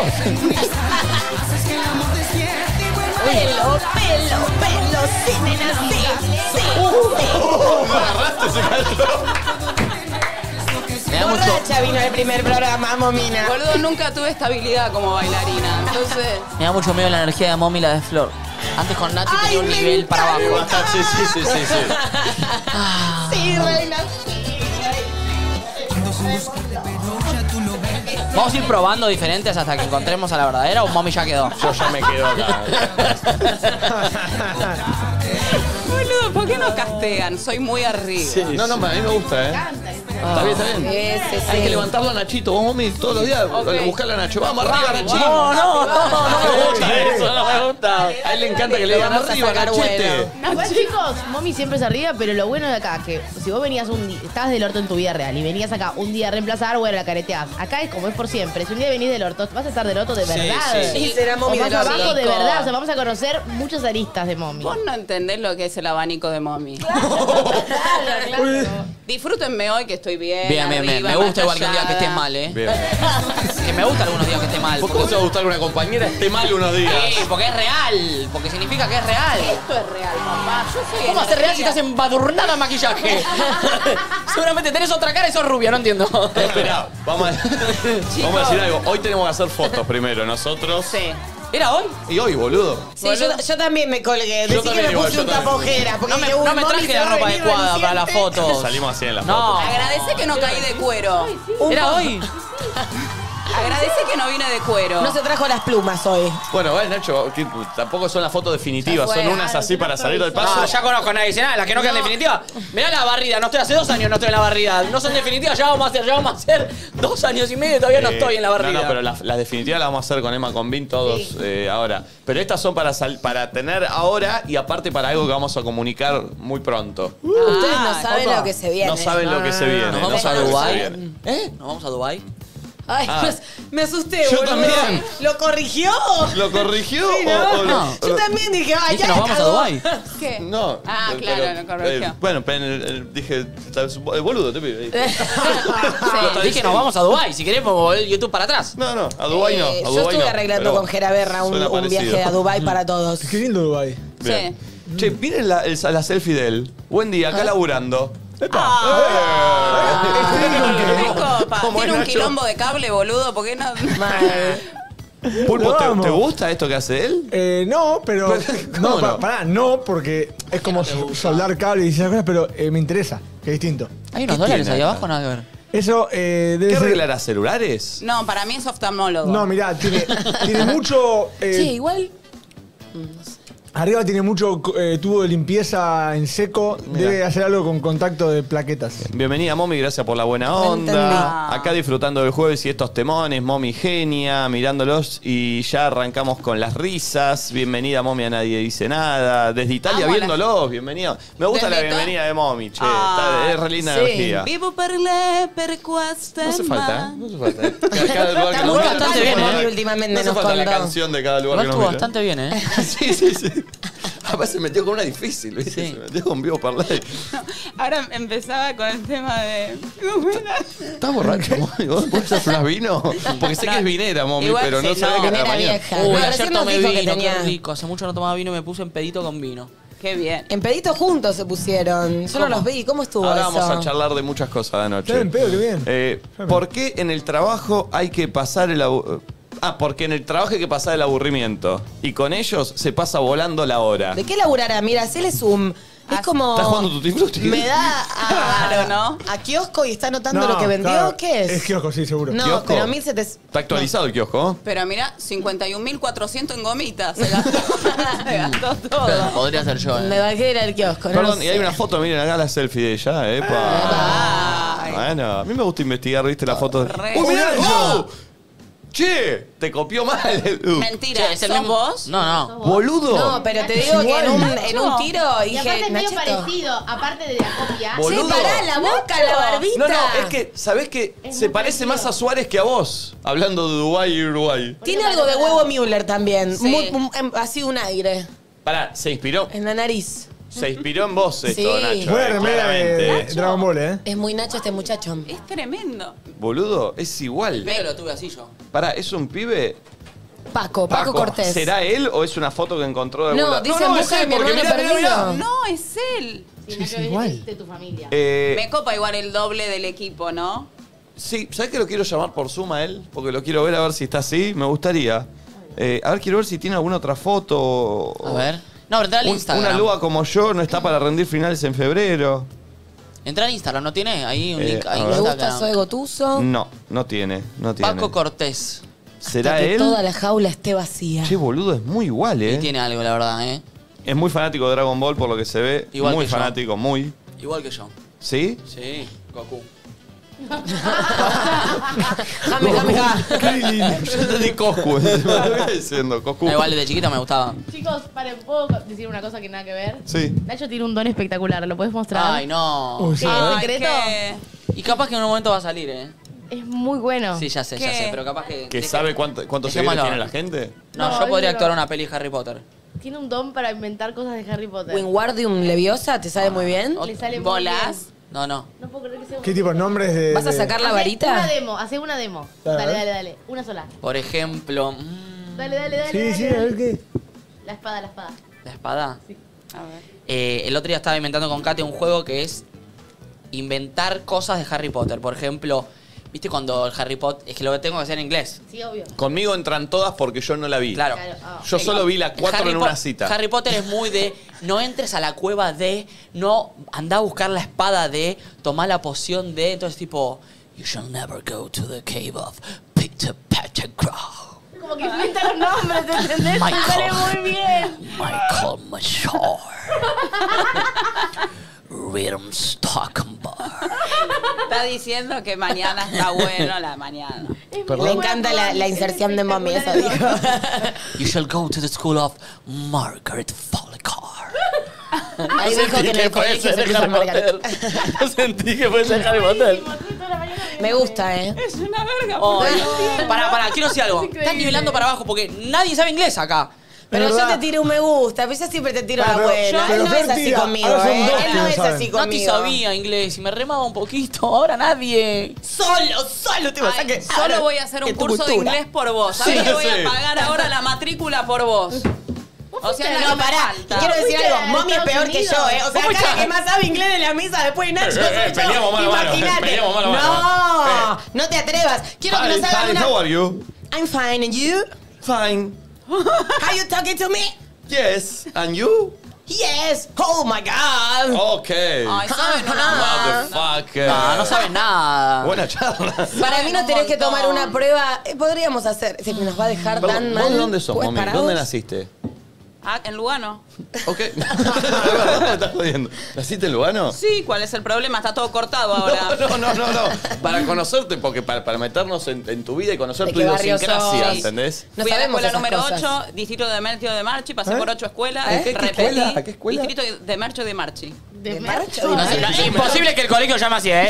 Speaker 2: Pelo, pelo, pelo, sí, nena, sí, sí,
Speaker 1: Lo agarraste, se cayó.
Speaker 4: Me da mucho.
Speaker 2: Borracha vino el primer programa, momina.
Speaker 3: Boludo, nunca tuve estabilidad como bailarina. Entonces,
Speaker 4: Me da mucho miedo la energía de Momi y la de Flor. Antes con Nati
Speaker 2: Ay,
Speaker 4: tenía un
Speaker 2: me
Speaker 4: nivel para abajo.
Speaker 1: Ah, Sí, sí, sí, sí, sí.
Speaker 2: Sí, reina.
Speaker 4: Vamos a ir probando diferentes hasta que encontremos a la verdadera o Momi ya quedó.
Speaker 1: Yo ya me quedo acá.
Speaker 3: boludo, ¿por qué nos castean? Soy muy arriba. Ah.
Speaker 1: No, no, a mí me gusta, ¿eh? Está bien, está bien.
Speaker 2: Ese,
Speaker 1: Hay que
Speaker 2: sí.
Speaker 1: levantarlo a Nachito, vos mami, todos los días.
Speaker 3: Ok.
Speaker 1: Buscarle a Nacho. Vamos arriba,
Speaker 3: Vamos,
Speaker 1: Nachito.
Speaker 4: No, no, no, no.
Speaker 1: me gusta eso, no me gusta. A él le encanta que le digan
Speaker 2: Vamos a
Speaker 1: arriba,
Speaker 2: sacar
Speaker 1: Nachete.
Speaker 2: vuelo.
Speaker 9: Igual, pues, chicos, Momi siempre se ríe, pero lo bueno de acá, que si vos venías un día, estabas del orto en tu vida real y venías acá un día a reemplazar, bueno, la careteás. Acá es como es por siempre. Si un día venís del orto, vas a estar del orto de
Speaker 1: Sí,
Speaker 9: verdad.
Speaker 1: sí.
Speaker 2: Sí, será
Speaker 9: O
Speaker 2: momina
Speaker 9: más abajo de
Speaker 2: chico.
Speaker 9: verdad. O sea, vamos a conocer muchos aristas de Momi.
Speaker 3: Vos no entendés lo que es el abanico de mommy. Disfrútenme hoy que estoy bien.
Speaker 4: Bien, bien, bien.
Speaker 3: arriba,
Speaker 4: Me gusta igual que un
Speaker 3: más
Speaker 4: día que esté
Speaker 3: callada.
Speaker 4: mal, ¿eh?
Speaker 1: Bien.
Speaker 4: Que me gusta algunos días que esté mal.
Speaker 1: ¿Vos cómo
Speaker 4: Porque,
Speaker 1: te va a gustar que una compañera este esté mal unos días?
Speaker 4: Sí, porque es real. Porque significa que es real.
Speaker 3: Esto es real, papá. Yo soy
Speaker 4: ¿Cómo hacer real si
Speaker 3: energía.
Speaker 4: estás embadurnada en maquillaje? Seguramente tenés otra cara y sos rubia, no entiendo.
Speaker 1: Esperá, vamos a, vamos a decir algo. Hoy tenemos que hacer fotos primero nosotros.
Speaker 3: Sí.
Speaker 4: ¿Era hoy?
Speaker 1: Y hoy, boludo.
Speaker 2: Sí, yo, yo también me colgué.
Speaker 1: Yo
Speaker 2: Decí que
Speaker 1: también
Speaker 2: me
Speaker 1: igual,
Speaker 2: puse
Speaker 1: yo
Speaker 2: un
Speaker 1: también.
Speaker 2: tapojera. Porque
Speaker 4: No me,
Speaker 2: dije, uy,
Speaker 4: no me
Speaker 2: mami,
Speaker 4: traje
Speaker 2: se
Speaker 4: la
Speaker 2: va a
Speaker 4: ropa
Speaker 2: venir
Speaker 4: adecuada para las
Speaker 2: reluciente.
Speaker 4: fotos.
Speaker 1: Salimos así en las fotos.
Speaker 4: No.
Speaker 3: Agradece que no caí de cuero.
Speaker 4: ¿Era hoy?
Speaker 3: Agradece que no vine de cuero.
Speaker 2: No se trajo las plumas hoy.
Speaker 1: Bueno, vale, Nacho, que tampoco son las fotos definitivas,
Speaker 3: Ya fue,
Speaker 1: son unas
Speaker 9: claro,
Speaker 1: así
Speaker 9: que
Speaker 1: para
Speaker 9: no
Speaker 1: salir del paso.
Speaker 4: No, ya conozco a nadie. Dice nada, las que no quedan definitivas. Mirá la barrida, no estoy hace dos años, no estoy en la barrida. No son definitivas, ya vamos a hacer, ya vamos a hacer dos años y medio y todavía no
Speaker 1: Eh,
Speaker 4: estoy en la barrida.
Speaker 1: No, no, pero las, las definitivas las vamos a hacer con Emma Convin todos eh, ahora. Pero estas son para, sal- para tener ahora y aparte para algo que vamos a comunicar muy pronto.
Speaker 2: Uh, Ustedes no saben
Speaker 4: opa.
Speaker 2: lo que se viene.
Speaker 1: no saben lo que se viene.
Speaker 4: Ah, Nos
Speaker 1: no
Speaker 4: vamos a
Speaker 1: saben lo que se
Speaker 4: Dubái.
Speaker 1: viene.
Speaker 4: ¿Eh? Nos vamos a Dubái.
Speaker 2: Ay,
Speaker 1: Ah.
Speaker 2: me asusté,
Speaker 1: Yo
Speaker 2: boludo.
Speaker 1: también.
Speaker 2: ¿Lo corrigió?
Speaker 1: ¿Lo corrigió
Speaker 2: Sí,
Speaker 1: o, o
Speaker 2: ¿no?
Speaker 1: lo-
Speaker 2: Yo también dije, ay,
Speaker 4: Dije,
Speaker 2: ya
Speaker 4: Oh, nos vamos
Speaker 2: la
Speaker 4: a
Speaker 2: cagó.
Speaker 4: Dubái.
Speaker 3: ¿Qué?
Speaker 1: No.
Speaker 3: Ah,
Speaker 1: pero-
Speaker 3: claro, lo corrigió.
Speaker 1: eh, bueno, pero el- el- dije, tal vez, eh, boludo, te pido. eh.
Speaker 4: Dije, nos vamos a Dubái. Si querés, podemos volver YouTube para atrás.
Speaker 1: No, no, a Dubái no.
Speaker 2: Eh,
Speaker 1: a
Speaker 2: yo
Speaker 1: Dubái
Speaker 2: estuve
Speaker 1: no,
Speaker 2: arreglando
Speaker 1: pero
Speaker 2: con Jera Berra un,
Speaker 1: suena
Speaker 2: un
Speaker 1: parecido.
Speaker 2: viaje a Dubai para todos.
Speaker 7: Qué lindo Dubai.
Speaker 1: Bien. Che, miren la, el- la selfie de él. Buen día,
Speaker 2: Ah.
Speaker 1: acá laburando.
Speaker 3: Qué copa.
Speaker 1: ¿Cómo
Speaker 3: Tiene
Speaker 1: es,
Speaker 3: un
Speaker 1: Nacho?
Speaker 3: quilombo de cable, boludo, porque no.
Speaker 2: Mal.
Speaker 1: Pulpo,
Speaker 7: Lo
Speaker 1: ¿te,
Speaker 7: amo.
Speaker 1: te gusta esto que hace él?
Speaker 7: Eh, no, pero.
Speaker 1: Pero, ¿cómo
Speaker 7: No,
Speaker 1: no?
Speaker 7: pa- pará, no, porque es como so- soldar cable y esas cosas, pero eh, me interesa, que es distinto.
Speaker 4: Hay unos
Speaker 1: ¿Qué
Speaker 4: dólares
Speaker 1: tiene
Speaker 4: ahí
Speaker 1: acá?
Speaker 4: abajo, nada que ver.
Speaker 7: Eso eh, debe
Speaker 1: ¿Qué
Speaker 7: ser-
Speaker 1: arreglará celulares?
Speaker 3: No, para mí es oftalmólogo.
Speaker 7: No, mirá, tiene, tiene mucho. eh,
Speaker 2: Che, igual
Speaker 7: Arriba tiene mucho eh, tubo de limpieza en seco. Debe hacer algo con contacto de plaquetas.
Speaker 1: Bienvenida, Momi, gracias por la buena
Speaker 2: entendí.
Speaker 1: onda. Acá disfrutando del jueves y estos temones, Momi genia, mirándolos y ya arrancamos con las risas. Bienvenida, Momi, a nadie dice nada. Desde Italia
Speaker 3: Vamos a la-
Speaker 1: viéndolos, bienvenido. Me gusta
Speaker 3: Desde
Speaker 1: la
Speaker 3: Ita-
Speaker 1: bienvenida de Momi, che,
Speaker 3: Ah,
Speaker 1: está- es re linda
Speaker 9: sí.
Speaker 1: energía.
Speaker 3: Vivo per le per queste
Speaker 1: No hace falta, ¿eh?
Speaker 3: man.
Speaker 1: No hace falta. ¿eh? Cada- cada lugar que
Speaker 2: Está
Speaker 1: nos
Speaker 2: muy
Speaker 1: mira,
Speaker 2: bastante
Speaker 1: no hace
Speaker 2: bien,
Speaker 1: falta,
Speaker 2: ¿eh?
Speaker 1: ¿eh?
Speaker 2: Últimamente
Speaker 1: No hace
Speaker 2: nos
Speaker 1: falta la
Speaker 2: contó.
Speaker 1: canción de cada lugar
Speaker 4: Igual
Speaker 1: que nos
Speaker 4: estuvo
Speaker 1: mira.
Speaker 4: bastante bien, ¿eh?
Speaker 1: Sí, sí, sí. Aparte se metió con una difícil, ¿viste?
Speaker 4: Sí.
Speaker 1: Se metió con vivo parlay. ¿eh?
Speaker 3: Ahora empezaba con el tema de. uh,
Speaker 1: ¿Estás borracho, Momi? ¿Vos podés hacer unas vino? Porque sé que es vinera, Momi,
Speaker 3: Igual
Speaker 1: pero no
Speaker 3: sí,
Speaker 1: sabés
Speaker 3: no.
Speaker 1: que es la
Speaker 2: Vinera
Speaker 1: mañana.
Speaker 2: vieja.
Speaker 4: Uy,
Speaker 2: No,
Speaker 4: ayer
Speaker 2: recién nos
Speaker 4: tomé
Speaker 2: dijo
Speaker 4: vino,
Speaker 2: que tenía-
Speaker 4: qué rico. Hace mucho no tomaba vino y me puse en pedito con vino.
Speaker 3: Qué bien.
Speaker 2: En pedito juntos se pusieron. Yo no los vi. ¿Cómo estuvo
Speaker 1: Ahora
Speaker 2: eso?
Speaker 1: vamos a charlar de muchas cosas de anoche.
Speaker 7: Está bien, pedo, qué bien.
Speaker 1: Eh, ¿Por qué en el trabajo hay que pasar el abu- Ah, porque en el trabajo hay que pasar el aburrimiento. Y con ellos se pasa volando la hora.
Speaker 2: ¿De qué laburará? Mira, hacele zoom. Es como...
Speaker 1: ¿Estás jugando tu Frutti?
Speaker 10: Me da a,
Speaker 3: Claro, ¿no?
Speaker 10: a kiosco y está anotando
Speaker 7: No,
Speaker 10: lo que vendió.
Speaker 7: claro,
Speaker 10: ¿Qué es?
Speaker 7: Es kiosco, sí, seguro.
Speaker 10: No,
Speaker 1: ¿Kiosco?
Speaker 10: pero 1700.
Speaker 1: Está actualizado el kiosco.
Speaker 3: Pero mira, 51.400 en gomitas. Se gastó, se gastó todo.
Speaker 4: Podría ser yo,
Speaker 10: Me
Speaker 4: ¿eh?
Speaker 10: bajé a ir al kiosco. no
Speaker 1: Perdón,
Speaker 10: lo
Speaker 1: y hay
Speaker 10: sé.
Speaker 1: una foto, miren acá la selfie de ella. Epa.
Speaker 3: Ay.
Speaker 1: Bueno, a mí me gusta investigar, ¿viste? La foto.
Speaker 3: Re.
Speaker 1: ¡Uy, mirá!
Speaker 3: Uy,
Speaker 1: ¡Wow! che, te copió mal. Uh.
Speaker 3: Mentira,
Speaker 4: Che,
Speaker 3: ¿es el mismo vos?
Speaker 4: No, no.
Speaker 1: Boludo.
Speaker 2: No, pero te digo que en un, en un tiro
Speaker 9: Y
Speaker 2: dije,
Speaker 9: aparte es medio
Speaker 2: Nachito.
Speaker 9: parecido, aparte de la copia.
Speaker 1: Bol-
Speaker 2: Che,
Speaker 1: Boludo.
Speaker 2: pará, la boca, la barbita.
Speaker 1: No, no, es que, ¿sabés que
Speaker 9: Es
Speaker 1: Se
Speaker 9: muy
Speaker 1: parece
Speaker 9: parecido.
Speaker 1: más a Suárez que a vos, hablando de Uruguay y Uruguay.
Speaker 2: Tiene algo de huevo Müller también.
Speaker 3: Sí.
Speaker 2: Muy- muy- em, así un aire
Speaker 1: Pará, se inspiró,
Speaker 2: en la nariz.
Speaker 1: se inspiró en vos esto,
Speaker 2: Sí.
Speaker 1: Nacho.
Speaker 7: Buena
Speaker 1: eh,
Speaker 7: remera de
Speaker 1: claramente.
Speaker 7: Dragon Ball, ¿eh?
Speaker 2: Es muy Nacho este muchacho.
Speaker 3: Es tremendo.
Speaker 1: Boludo, es igual.
Speaker 4: Medio lo tuve así yo.
Speaker 1: Pará, ¿es un pibe?
Speaker 2: Paco, Paco, Cortés.
Speaker 1: ¿Será él o es una foto que encontró de
Speaker 2: No,
Speaker 1: algún lado?
Speaker 2: dice en
Speaker 1: es
Speaker 2: busca de
Speaker 1: él,
Speaker 2: mi
Speaker 1: porque
Speaker 2: hermano
Speaker 1: mirá, mirá, mirá.
Speaker 2: perdido.
Speaker 3: No, es él.
Speaker 9: Sí, no, que
Speaker 7: igual.
Speaker 9: De tu familia.
Speaker 1: Eh,
Speaker 3: Me copa igual el doble del equipo, ¿no?
Speaker 1: Sí, ¿sabés que lo quiero llamar por Zoom a él? Porque lo quiero ver a ver si está así. Me gustaría. Eh, a ver, quiero ver si tiene alguna otra foto. o-
Speaker 4: A ver. No, entra al
Speaker 1: Un-
Speaker 4: Instagram.
Speaker 1: una lúa como yo no está para rendir finales en febrero.
Speaker 4: Entra al Instagram, ¿no tiene? Ahí un
Speaker 1: Eh,
Speaker 4: link.
Speaker 1: a
Speaker 4: Ahí
Speaker 1: ver. Mm.
Speaker 2: Me
Speaker 4: Instagram.
Speaker 2: gusta Soy Gotuso.
Speaker 1: No, no tiene. No tiene.
Speaker 4: Paco Cortés.
Speaker 1: ¿Será
Speaker 2: que
Speaker 1: él?
Speaker 2: toda la jaula esté vacía.
Speaker 1: Che, boludo, es muy igual,
Speaker 4: Y
Speaker 1: ¿eh?
Speaker 4: tiene algo, la verdad, ¿eh?
Speaker 1: Es muy fanático de Dragon Ball por lo que se ve.
Speaker 4: Igual
Speaker 1: muy
Speaker 4: que yo.
Speaker 1: fanático, muy.
Speaker 4: Igual que yo.
Speaker 1: ¿Sí?
Speaker 4: Sí, Goku.
Speaker 2: Jame, jame, jame.
Speaker 1: yo entendí Coscu. encima, ¿Qué está diciendo? Coscu.
Speaker 4: Ah, igual desde chiquito me gustaba.
Speaker 9: Chicos, paren, ¿puedo decir una cosa que nada que ver?
Speaker 1: Sí.
Speaker 9: Nacho tiene un don espectacular, ¿lo puedes mostrar?
Speaker 4: Ay, no.
Speaker 7: Uy,
Speaker 9: ¿Qué,
Speaker 7: sí.
Speaker 9: ¿Es
Speaker 3: Ay,
Speaker 9: secreto?
Speaker 3: qué-
Speaker 4: Oh, Y capaz que en un momento va a salir, ¿eh?
Speaker 9: Es muy bueno.
Speaker 4: Sí, ya sé, ya
Speaker 3: ¿Qué?
Speaker 4: sé, pero capaz que.
Speaker 1: ¿Que sabe cuánto, cuántos
Speaker 4: Dejémoslo.
Speaker 1: seguidores tiene la gente?
Speaker 4: No,
Speaker 9: No,
Speaker 4: yo podría
Speaker 9: no.
Speaker 4: actuar una peli de Harry Potter.
Speaker 9: Tiene un don para inventar cosas de Harry Potter.
Speaker 2: Wingardium Leviosa, ¿te
Speaker 1: Ah,
Speaker 2: sabe muy bien?
Speaker 9: Le sale muy
Speaker 3: ¿Volás?
Speaker 9: bien.
Speaker 4: No, no.
Speaker 9: No puedo creer que sea un-
Speaker 7: ¿Qué tipo de nombres de.?
Speaker 2: ¿Vas a
Speaker 7: de-
Speaker 2: sacar la
Speaker 9: Hacé Una
Speaker 2: varita?
Speaker 9: demo, hace una demo.
Speaker 7: Dale,
Speaker 9: Dale,
Speaker 7: a ver.
Speaker 9: dale, dale. Una sola.
Speaker 4: Por ejemplo. mm,
Speaker 9: Dale, dale, dale.
Speaker 7: Sí,
Speaker 9: dale,
Speaker 7: sí, a
Speaker 9: dale.
Speaker 7: ver qué.
Speaker 9: La espada, la espada.
Speaker 4: La espada.
Speaker 3: A ver.
Speaker 4: Eh, el otro día estaba inventando con Kate un juego que es inventar cosas de Harry Potter. Por ejemplo, ¿viste cuando el Harry Potter. Es que lo tengo que hacer en inglés.
Speaker 9: Sí, obvio.
Speaker 1: Conmigo entran todas porque yo no la vi.
Speaker 4: Claro.
Speaker 9: Claro, ah.
Speaker 1: Yo solo vi la 4
Speaker 4: Harry
Speaker 1: en
Speaker 4: Po-
Speaker 1: una cita.
Speaker 4: Harry Potter es muy de no entres a la cueva de, no anda a buscar la espada de, toma la poción de, entonces tipo you shall never go to the cave of Peter Pettigrew.
Speaker 9: Como que inventa los nombres, ¿entendés? Me
Speaker 4: Michael.
Speaker 9: sale muy bien.
Speaker 4: Michael Mashar. Rhythm Stockenbar.
Speaker 3: Está diciendo que mañana está bueno la mañana.
Speaker 9: Es muy
Speaker 2: Le encanta la, la
Speaker 9: Es
Speaker 2: inserción de mami, eso
Speaker 9: espectacular.
Speaker 2: dijo.
Speaker 4: You shall go to the school of Margaret Follicar.
Speaker 2: Ahí dijo que en el colegio se puso Margarita.
Speaker 4: Yo sentí que puede ser Harry Potter.
Speaker 9: Buenísimo, estoy toda la mañana viendo.
Speaker 2: Me gusta, ¿eh?
Speaker 3: Es una verga.
Speaker 4: Ay,
Speaker 3: porque-
Speaker 4: Pará, pará, quiero decir algo.
Speaker 9: increíble.
Speaker 4: Están nivelando para abajo porque nadie sabe inglés acá.
Speaker 2: Pero yo
Speaker 7: verdad.
Speaker 2: te tiro un me gusta, pero yo siempre te tiro
Speaker 7: Ah,
Speaker 2: la
Speaker 7: pero
Speaker 2: buena.
Speaker 7: yo-
Speaker 2: Él no
Speaker 7: pero
Speaker 2: es así
Speaker 7: mentira,
Speaker 2: conmigo,
Speaker 7: ahora son
Speaker 2: ¿eh?
Speaker 7: dos
Speaker 2: Él
Speaker 7: que
Speaker 2: no
Speaker 7: lo
Speaker 2: es
Speaker 7: saben.
Speaker 2: así conmigo.
Speaker 4: Nati sabía inglés y me remaba un poquito, ahora nadie. Solo, solo te
Speaker 3: Ay,
Speaker 4: vas a que.
Speaker 3: solo voy a hacer un curso de inglés por vos.
Speaker 1: Sí,
Speaker 3: ¿Sabés que voy
Speaker 1: sí.
Speaker 3: a pagar ahora la matrícula por vos? O sea, no,
Speaker 2: No,
Speaker 3: me
Speaker 2: pará.
Speaker 3: falta.
Speaker 2: Quiero decir
Speaker 9: Fuiste
Speaker 2: algo.
Speaker 9: a
Speaker 2: Mommy es
Speaker 9: Estados
Speaker 2: peor que
Speaker 9: Unidos.
Speaker 2: yo, ¿eh? O sea,
Speaker 4: ¿Cómo
Speaker 2: acá
Speaker 4: está?
Speaker 2: el que más sabe inglés de la misa después de Nacho.
Speaker 1: Eh, eh,
Speaker 2: soy
Speaker 1: peleamos
Speaker 2: yo.
Speaker 1: mano a mano, eh,
Speaker 2: Imagínate.
Speaker 1: peleamos mano a mano.
Speaker 2: No, no te atrevas. Quiero que
Speaker 1: Hi,
Speaker 2: nos hagan
Speaker 1: hi,
Speaker 2: una.
Speaker 1: how are you?
Speaker 2: I'm fine, and you?
Speaker 1: Fine.
Speaker 2: How you talking to me?
Speaker 1: Yes. And you?
Speaker 2: Yes. Oh my God.
Speaker 1: Okay.
Speaker 3: Ay, saben una banda.
Speaker 1: Ah. Motherfucker.
Speaker 4: No, no sabes nada.
Speaker 1: Buena charla.
Speaker 2: Para mí no
Speaker 3: un
Speaker 2: tenés que
Speaker 3: montón.
Speaker 2: tomar una prueba. Eh, Podríamos hacer. Se nos va a dejar
Speaker 1: Perdón,
Speaker 2: tan
Speaker 1: ¿vos
Speaker 2: mal.
Speaker 1: de dónde sos,
Speaker 2: Pues,
Speaker 1: mami?
Speaker 2: para
Speaker 1: ¿Dónde
Speaker 2: vos.
Speaker 1: naciste?
Speaker 3: Ah, en Lugano.
Speaker 1: Ok. me estás jodiendo. ¿Naciste en Lugano?
Speaker 3: Sí, ¿cuál es el problema? Está todo cortado ahora.
Speaker 1: No, no, no, no. Para conocerte, porque para, para meternos en, en tu vida y conocer
Speaker 2: ¿De
Speaker 1: tu
Speaker 2: qué barrio
Speaker 1: idiosincrasia,
Speaker 2: sos?
Speaker 1: ¿entendés?
Speaker 2: No
Speaker 3: Fui a la
Speaker 2: sabemos
Speaker 3: escuela
Speaker 2: esas
Speaker 3: número
Speaker 2: cosas.
Speaker 3: 8, distrito de Mercio de Marchi, pasé por 8 escuelas,
Speaker 1: ¿Eh? ¿Qué- qué
Speaker 3: repetí.
Speaker 1: escuela? ¿A qué escuela?
Speaker 3: Distrito de Mercio de Marchi.
Speaker 9: De
Speaker 11: Marcho.
Speaker 9: Mercho.
Speaker 4: No, sí, no, es imposible que el colegio llame así, ¿eh?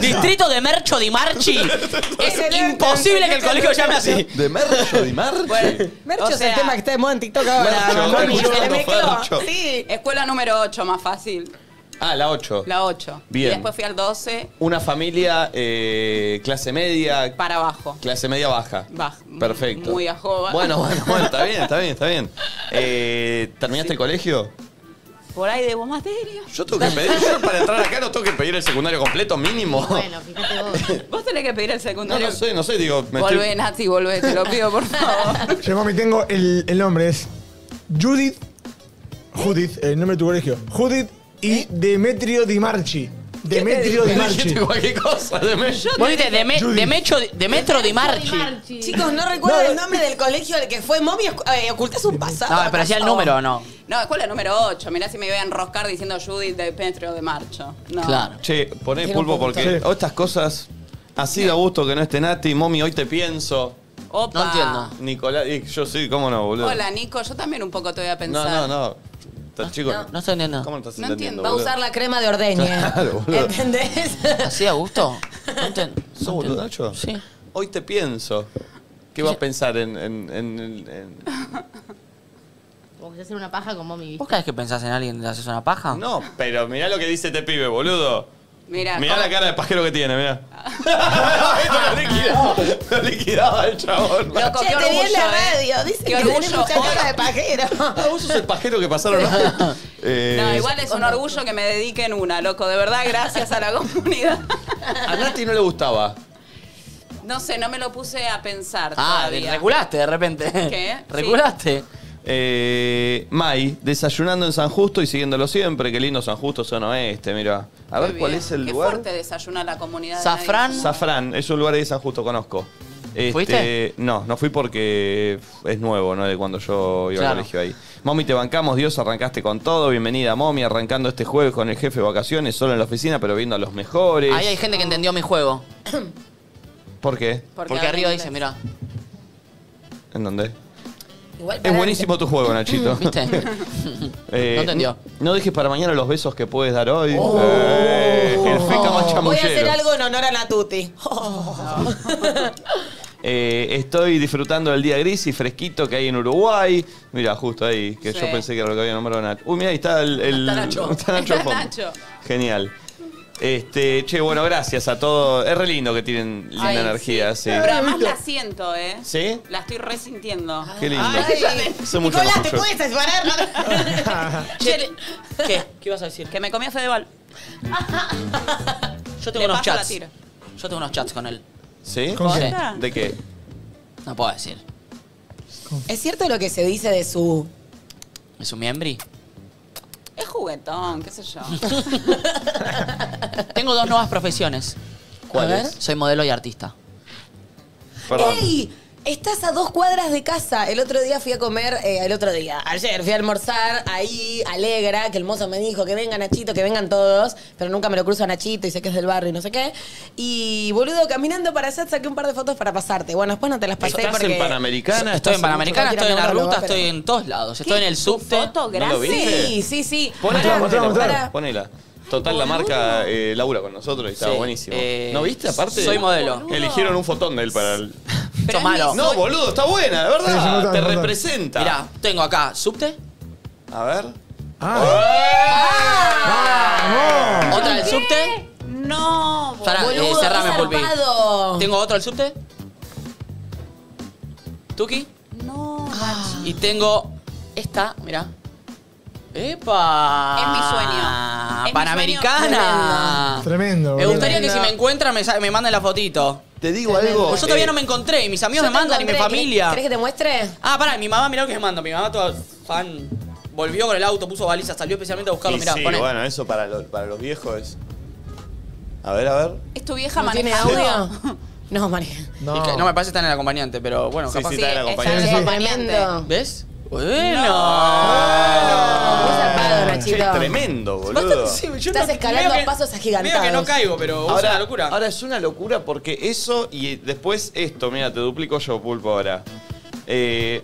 Speaker 4: Distrito de Mercho Di Marchi. Es imposible que el colegio llame así.
Speaker 1: ¿De Mercho, Di Marchi?
Speaker 3: Bueno,
Speaker 11: Mercho
Speaker 3: o
Speaker 11: es el
Speaker 3: sea,
Speaker 11: tema que está de moda en TikTok ahora.
Speaker 1: Mercho,
Speaker 11: mamá mía.
Speaker 1: escuchando
Speaker 11: Se me quedó.
Speaker 1: Fercho.
Speaker 11: Sí.
Speaker 3: Escuela número 8, más fácil.
Speaker 1: Ah, la 8.
Speaker 3: La 8.
Speaker 1: Bien.
Speaker 3: Y después fui al 12
Speaker 1: Una familia eh, clase media,
Speaker 3: para abajo.
Speaker 1: clase media baja.
Speaker 3: Baja.
Speaker 1: Perfecto.
Speaker 3: Muy a jova.
Speaker 1: Bueno, bueno, bueno, está bien, está bien, está bien. Eh, ¿Terminaste el colegio?
Speaker 3: Por ahí debo materia.
Speaker 1: Yo tengo que pedir, yo para entrar acá no tengo que pedir el secundario completo mínimo.
Speaker 9: Bueno, fíjate vos.
Speaker 3: Vos tenés que pedir el
Speaker 1: No,
Speaker 3: secundario.
Speaker 1: no sé, no sé, digo, me
Speaker 3: volvé,
Speaker 1: estoy...
Speaker 3: Nati, volvé, te lo pido, por favor.
Speaker 7: Yo, mami, tengo el, el nombre, es Judith. Judith, el nombre de tu colegio. Judith y Demetrio Di Marchi. Demetrio Di Marchi.
Speaker 1: Dijiste cualquier cosa de Mello.
Speaker 4: Vos dijiste de, me-
Speaker 7: Judy.
Speaker 4: de Mecho- de Metro Di Marchi.
Speaker 11: Chicos, no recuerdo
Speaker 1: eh,
Speaker 7: No,
Speaker 11: el nombre del colegio al que fue Momi. eh, ocultás un pasado.
Speaker 4: No, pero hacía el
Speaker 11: ¿acaso?
Speaker 4: número o no.
Speaker 3: No, escuela número 8. Mirá si me iba a enroscar diciendo Judith de Petro de Marcho. No.
Speaker 4: Claro.
Speaker 1: Che, poné
Speaker 2: Tiene
Speaker 1: pulpo
Speaker 2: un punto.
Speaker 1: porque
Speaker 7: Sí.
Speaker 1: o estas cosas, así da gusto que no esté Nati, Momi, hoy te pienso.
Speaker 3: Opa.
Speaker 4: No entiendo.
Speaker 1: Nicolás, y yo sí, cómo no, boludo.
Speaker 3: Hola, Nico. Yo también un poco te voy a
Speaker 1: No,
Speaker 3: pensar.
Speaker 1: no, no. Estás chico.
Speaker 4: No estoy entendiendo.
Speaker 1: ¿Cómo no estás
Speaker 3: No
Speaker 1: entendiendo?
Speaker 3: entiendo.
Speaker 2: Va a usar la crema de ordeña.
Speaker 1: Claro, boludo.
Speaker 2: ¿Entendés?
Speaker 4: ¿Así a gusto? No entiendo.
Speaker 1: ¿Sos boludo, Nacho?
Speaker 4: Sí.
Speaker 1: Hoy te pienso. ¿Qué va a pensar en. en, en, en-
Speaker 9: Como que se hacen una paja con mommy,
Speaker 4: ¿Vos
Speaker 9: ¿viste?
Speaker 4: cada vez que pensás en alguien te haces una paja?
Speaker 1: No, pero mirá lo que dice este pibe, boludo.
Speaker 3: Mirá,
Speaker 1: Mirá
Speaker 3: ¿cómo? Ah.
Speaker 1: la cara de pajero que tiene, mirá. Esto lo liquidaba. Lo liquidaba el chabón.
Speaker 3: Loco,
Speaker 11: Che,
Speaker 3: qué
Speaker 11: te vi en la
Speaker 3: orgullo, ¿eh?
Speaker 11: radio. Dicen
Speaker 3: Qué
Speaker 11: que tenés
Speaker 3: orgullo.
Speaker 11: mucha cara de pajero.
Speaker 1: Ah, vos sos el pajero que pasaron. ¿no? Eh,
Speaker 3: No, igual es un orgullo que me dediquen una, loco. De verdad, gracias a la comunidad.
Speaker 1: A Nati no le gustaba.
Speaker 3: No sé, no me lo puse a pensar
Speaker 4: Ah,
Speaker 3: todavía.
Speaker 4: reculaste de repente.
Speaker 3: ¿Qué?
Speaker 4: Reculaste.
Speaker 1: Eh, Mai, desayunando en San Justo y siguiéndolo siempre. Qué lindo San Justo, zona oeste, mira. A ver
Speaker 3: Muy
Speaker 1: cuál
Speaker 3: bien.
Speaker 1: es el
Speaker 3: Qué
Speaker 1: lugar.
Speaker 3: fuerte desayuna la comunidad. de
Speaker 4: Safrán.
Speaker 3: Nadie.
Speaker 1: Safrán, es un lugar ahí de San Justo, conozco. Este,
Speaker 4: ¿Fuiste?
Speaker 1: No, no fui porque es nuevo, ¿no? De cuando yo iba al
Speaker 4: Claro.
Speaker 1: colegio ahí. Mami, te bancamos, Dios, arrancaste con todo. Bienvenida, Mami, arrancando este jueves con el jefe de vacaciones, solo en la oficina, pero viendo a los mejores.
Speaker 4: Ahí hay gente que entendió mi juego.
Speaker 1: ¿Por qué?
Speaker 3: Porque
Speaker 4: Porque
Speaker 3: habla
Speaker 4: arriba
Speaker 3: inglés.
Speaker 4: dice, mira,
Speaker 1: ¿En dónde?
Speaker 2: Igual,
Speaker 1: Es
Speaker 2: pará,
Speaker 1: buenísimo tu juego, Nachito.
Speaker 4: ¿viste?
Speaker 1: Eh,
Speaker 4: No entendió.
Speaker 1: No dejes para mañana los besos que puedes dar hoy. Eh, el feca más chamullero.
Speaker 11: Voy a hacer algo en honor a Natuti.
Speaker 1: Eh, estoy disfrutando del día gris y fresquito que hay en Uruguay. Mira, justo ahí, que
Speaker 3: Sí.
Speaker 1: yo pensé que era lo que había nombrado Nacho. Uy, mira, ahí está el. el-
Speaker 3: Está Nacho.
Speaker 1: al
Speaker 3: Está
Speaker 1: fondo.
Speaker 3: Nacho.
Speaker 1: Genial. Este, che, bueno, gracias a todos. Es re lindo que tienen linda
Speaker 3: Ay,
Speaker 1: energía, sí.
Speaker 3: Pero además la siento, ¿eh?
Speaker 1: ¿Sí?
Speaker 3: La estoy resintiendo.
Speaker 1: Qué lindo. Hace mucho
Speaker 11: Nicolás,
Speaker 1: no
Speaker 11: ¿te
Speaker 1: escucho.
Speaker 11: puedes separar?
Speaker 4: Che, ¿Qué? ¿Qué ibas a decir?
Speaker 3: Que me comí a Fedeval.
Speaker 4: Yo
Speaker 3: Le
Speaker 4: tengo unos
Speaker 3: paso la
Speaker 4: chats.
Speaker 3: tira.
Speaker 4: Yo tengo unos chats con él.
Speaker 1: ¿Sí?
Speaker 7: ¿Con
Speaker 4: Sí.
Speaker 7: quién?
Speaker 3: Ah.
Speaker 1: ¿De qué?
Speaker 4: No puedo decir.
Speaker 2: ¿Es cierto lo que se dice de su
Speaker 4: ¿Es un miembri?
Speaker 3: Es juguetón, qué sé yo.
Speaker 4: Tengo dos nuevas profesiones.
Speaker 1: ¿Cuáles?
Speaker 4: Soy modelo y artista.
Speaker 1: Perdón.
Speaker 2: ¡Ey! Estás a dos cuadras de casa. El otro día fui a comer, eh, el otro día, ayer fui a almorzar ahí, alegra, que el mozo me dijo que venga Nachito, que vengan todos, pero nunca me lo cruzo a Nachito y sé que es del barrio y no sé qué. Y boludo, caminando para allá saqué un par de fotos para pasarte. Bueno, después no te las pasé
Speaker 1: ¿Estás
Speaker 2: porque.
Speaker 1: en Panamericana?
Speaker 4: Estoy en Panamericana,
Speaker 2: mucho,
Speaker 4: estoy en la
Speaker 2: cualquiera
Speaker 4: ruta,
Speaker 2: neuróloga,
Speaker 4: estoy
Speaker 2: pero-
Speaker 4: en todos lados. Estoy en el subte.
Speaker 1: ¿No lo
Speaker 3: Foto, gracias.
Speaker 1: viste?
Speaker 2: Sí, sí, sí.
Speaker 1: Ponela,
Speaker 2: Pará,
Speaker 1: ponela,
Speaker 2: pará.
Speaker 1: ponela, ponela. Total, la marca eh, labura con nosotros y estaba
Speaker 4: Sí.
Speaker 1: buenísimo.
Speaker 4: Eh,
Speaker 1: ¿No viste? Aparte.
Speaker 4: soy modelo.
Speaker 3: Boludo.
Speaker 1: Eligieron un fotón de él para el.
Speaker 3: Pero es
Speaker 4: malo.
Speaker 3: mi-
Speaker 1: No, boludo, está buena, de
Speaker 7: Sí, se nota,
Speaker 1: verdad. Te
Speaker 7: se nota.
Speaker 1: representa.
Speaker 4: Mirá, tengo acá subte,
Speaker 1: A ver.
Speaker 7: Ah,
Speaker 4: otra del subte.
Speaker 3: No,
Speaker 4: Pará, eh,
Speaker 2: Boludo,
Speaker 4: cerrame,
Speaker 2: qué
Speaker 4: Pulpi.
Speaker 2: zarpado.
Speaker 4: Tengo otro del subte. Tuki. Ah,
Speaker 3: no. Nacho.
Speaker 4: Y tengo esta, mirá. ¡Epa!
Speaker 3: Es mi sueño. Es
Speaker 4: Ah,
Speaker 3: mi
Speaker 4: Panamericana.
Speaker 7: tremendo.
Speaker 4: Me
Speaker 7: boludo.
Speaker 4: gustaría que si me encuentran me, sa- me manden la fotito.
Speaker 1: Te digo algo.
Speaker 4: Porque yo todavía
Speaker 1: eh,
Speaker 4: no me encontré y mis
Speaker 2: Yo
Speaker 4: amigos
Speaker 2: te
Speaker 4: me mandan y mi
Speaker 2: encontré.
Speaker 4: familia.
Speaker 2: ¿Querés que te muestre?
Speaker 4: Ah, pará, mi mamá, mirá lo que me manda. Mi mamá toda fan. Volvió con el auto, puso baliza, salió especialmente a buscarlo.
Speaker 1: y
Speaker 4: Mirá,
Speaker 1: sí,
Speaker 4: poné.
Speaker 1: bueno, eso para, lo- para los viejos es. A ver, a ver.
Speaker 3: ¿Es tu vieja
Speaker 2: ¿No tiene
Speaker 3: manejando?
Speaker 2: audio? No, María.
Speaker 4: Y que-
Speaker 7: No.
Speaker 4: no me parece tan el acompañante, pero bueno,
Speaker 1: Sí,
Speaker 4: capaz.
Speaker 1: sí, está en
Speaker 3: Sí,
Speaker 1: la
Speaker 3: está
Speaker 1: compañía.
Speaker 3: en
Speaker 7: Sí, sí.
Speaker 3: acompañante.
Speaker 2: Tremendo.
Speaker 4: ¿Ves? Bueno.
Speaker 2: Muy zarpado,
Speaker 1: Ah, Che,
Speaker 2: Nachito.
Speaker 1: tremendo, boludo.
Speaker 4: Basta- sí, yo
Speaker 2: Estás escalando
Speaker 4: medio
Speaker 2: a pasos agigantados.
Speaker 4: medio que no caigo, pero es una locura.
Speaker 1: ahora es una locura porque eso y después esto, mira, te duplico yo, Pulpo, ahora. Eh,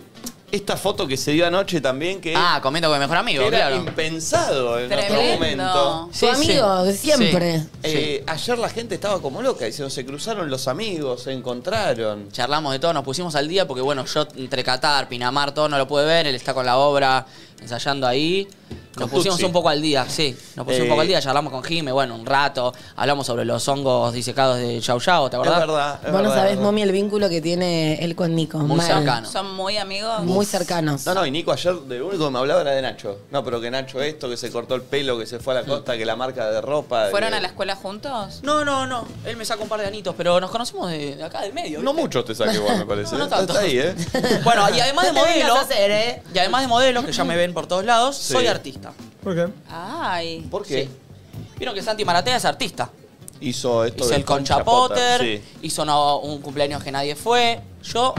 Speaker 1: esta foto que se dio anoche también que,
Speaker 4: ah, comiendo con mi mejor
Speaker 1: que
Speaker 4: amigo,
Speaker 1: era
Speaker 4: claro.
Speaker 1: impensado en
Speaker 3: Tremendo.
Speaker 1: otro momento.
Speaker 2: Tu amigo, de siempre.
Speaker 4: Sí.
Speaker 1: Eh, Ayer la gente estaba como loca, diciendo, se cruzaron los amigos, se encontraron.
Speaker 4: Charlamos de todo, nos pusimos al día porque, bueno, yo entre Qatar, Pinamar, todo no lo pude ver, él está con la obra ensayando ahí.
Speaker 1: Con
Speaker 4: Nos pusimos
Speaker 1: Tutsi.
Speaker 4: un poco al día, sí. Nos pusimos
Speaker 1: Eh.
Speaker 4: un poco al día, charlamos con Jime, bueno, un rato. Hablamos sobre los hongos disecados de Yao Yao, ¿te acordás?
Speaker 1: Es verdad. es
Speaker 2: Vos no
Speaker 1: verdad,
Speaker 2: sabés,
Speaker 1: es verdad.
Speaker 2: Momi, el vínculo que tiene él con Nico.
Speaker 4: Muy
Speaker 2: Mal.
Speaker 4: cercano.
Speaker 3: Son muy amigos.
Speaker 2: Muy cercanos.
Speaker 1: No, no, y Nico ayer de lo único que me hablaba era de Nacho. No, pero que Nacho esto, que se cortó el pelo, que se fue
Speaker 4: Mm.
Speaker 1: a la costa, que la marca de ropa.
Speaker 3: ¿Fueron
Speaker 1: que-
Speaker 3: a la escuela juntos?
Speaker 4: No, no, no. Él me saca un par de anitos, pero nos conocemos de, de acá, del medio.
Speaker 1: No
Speaker 4: ¿viste?
Speaker 1: mucho te saqué vos, me parece.
Speaker 4: No, no tanto.
Speaker 1: Está ahí, ¿eh?
Speaker 4: Bueno, y además de
Speaker 2: No te vengas
Speaker 4: modelo,
Speaker 2: a hacer, ¿eh?
Speaker 4: y además de modelo, que ya me ven por todos lados,
Speaker 1: Sí.
Speaker 4: soy artista.
Speaker 7: ¿Por qué?
Speaker 3: Ay.
Speaker 1: ¿Por qué?
Speaker 4: Vieron que Santi Maratea es artista.
Speaker 1: Hizo esto
Speaker 4: Hizo
Speaker 1: del
Speaker 4: el Concha Potter,
Speaker 1: Sí.
Speaker 4: hizo una- un cumpleaños que nadie fue. Yo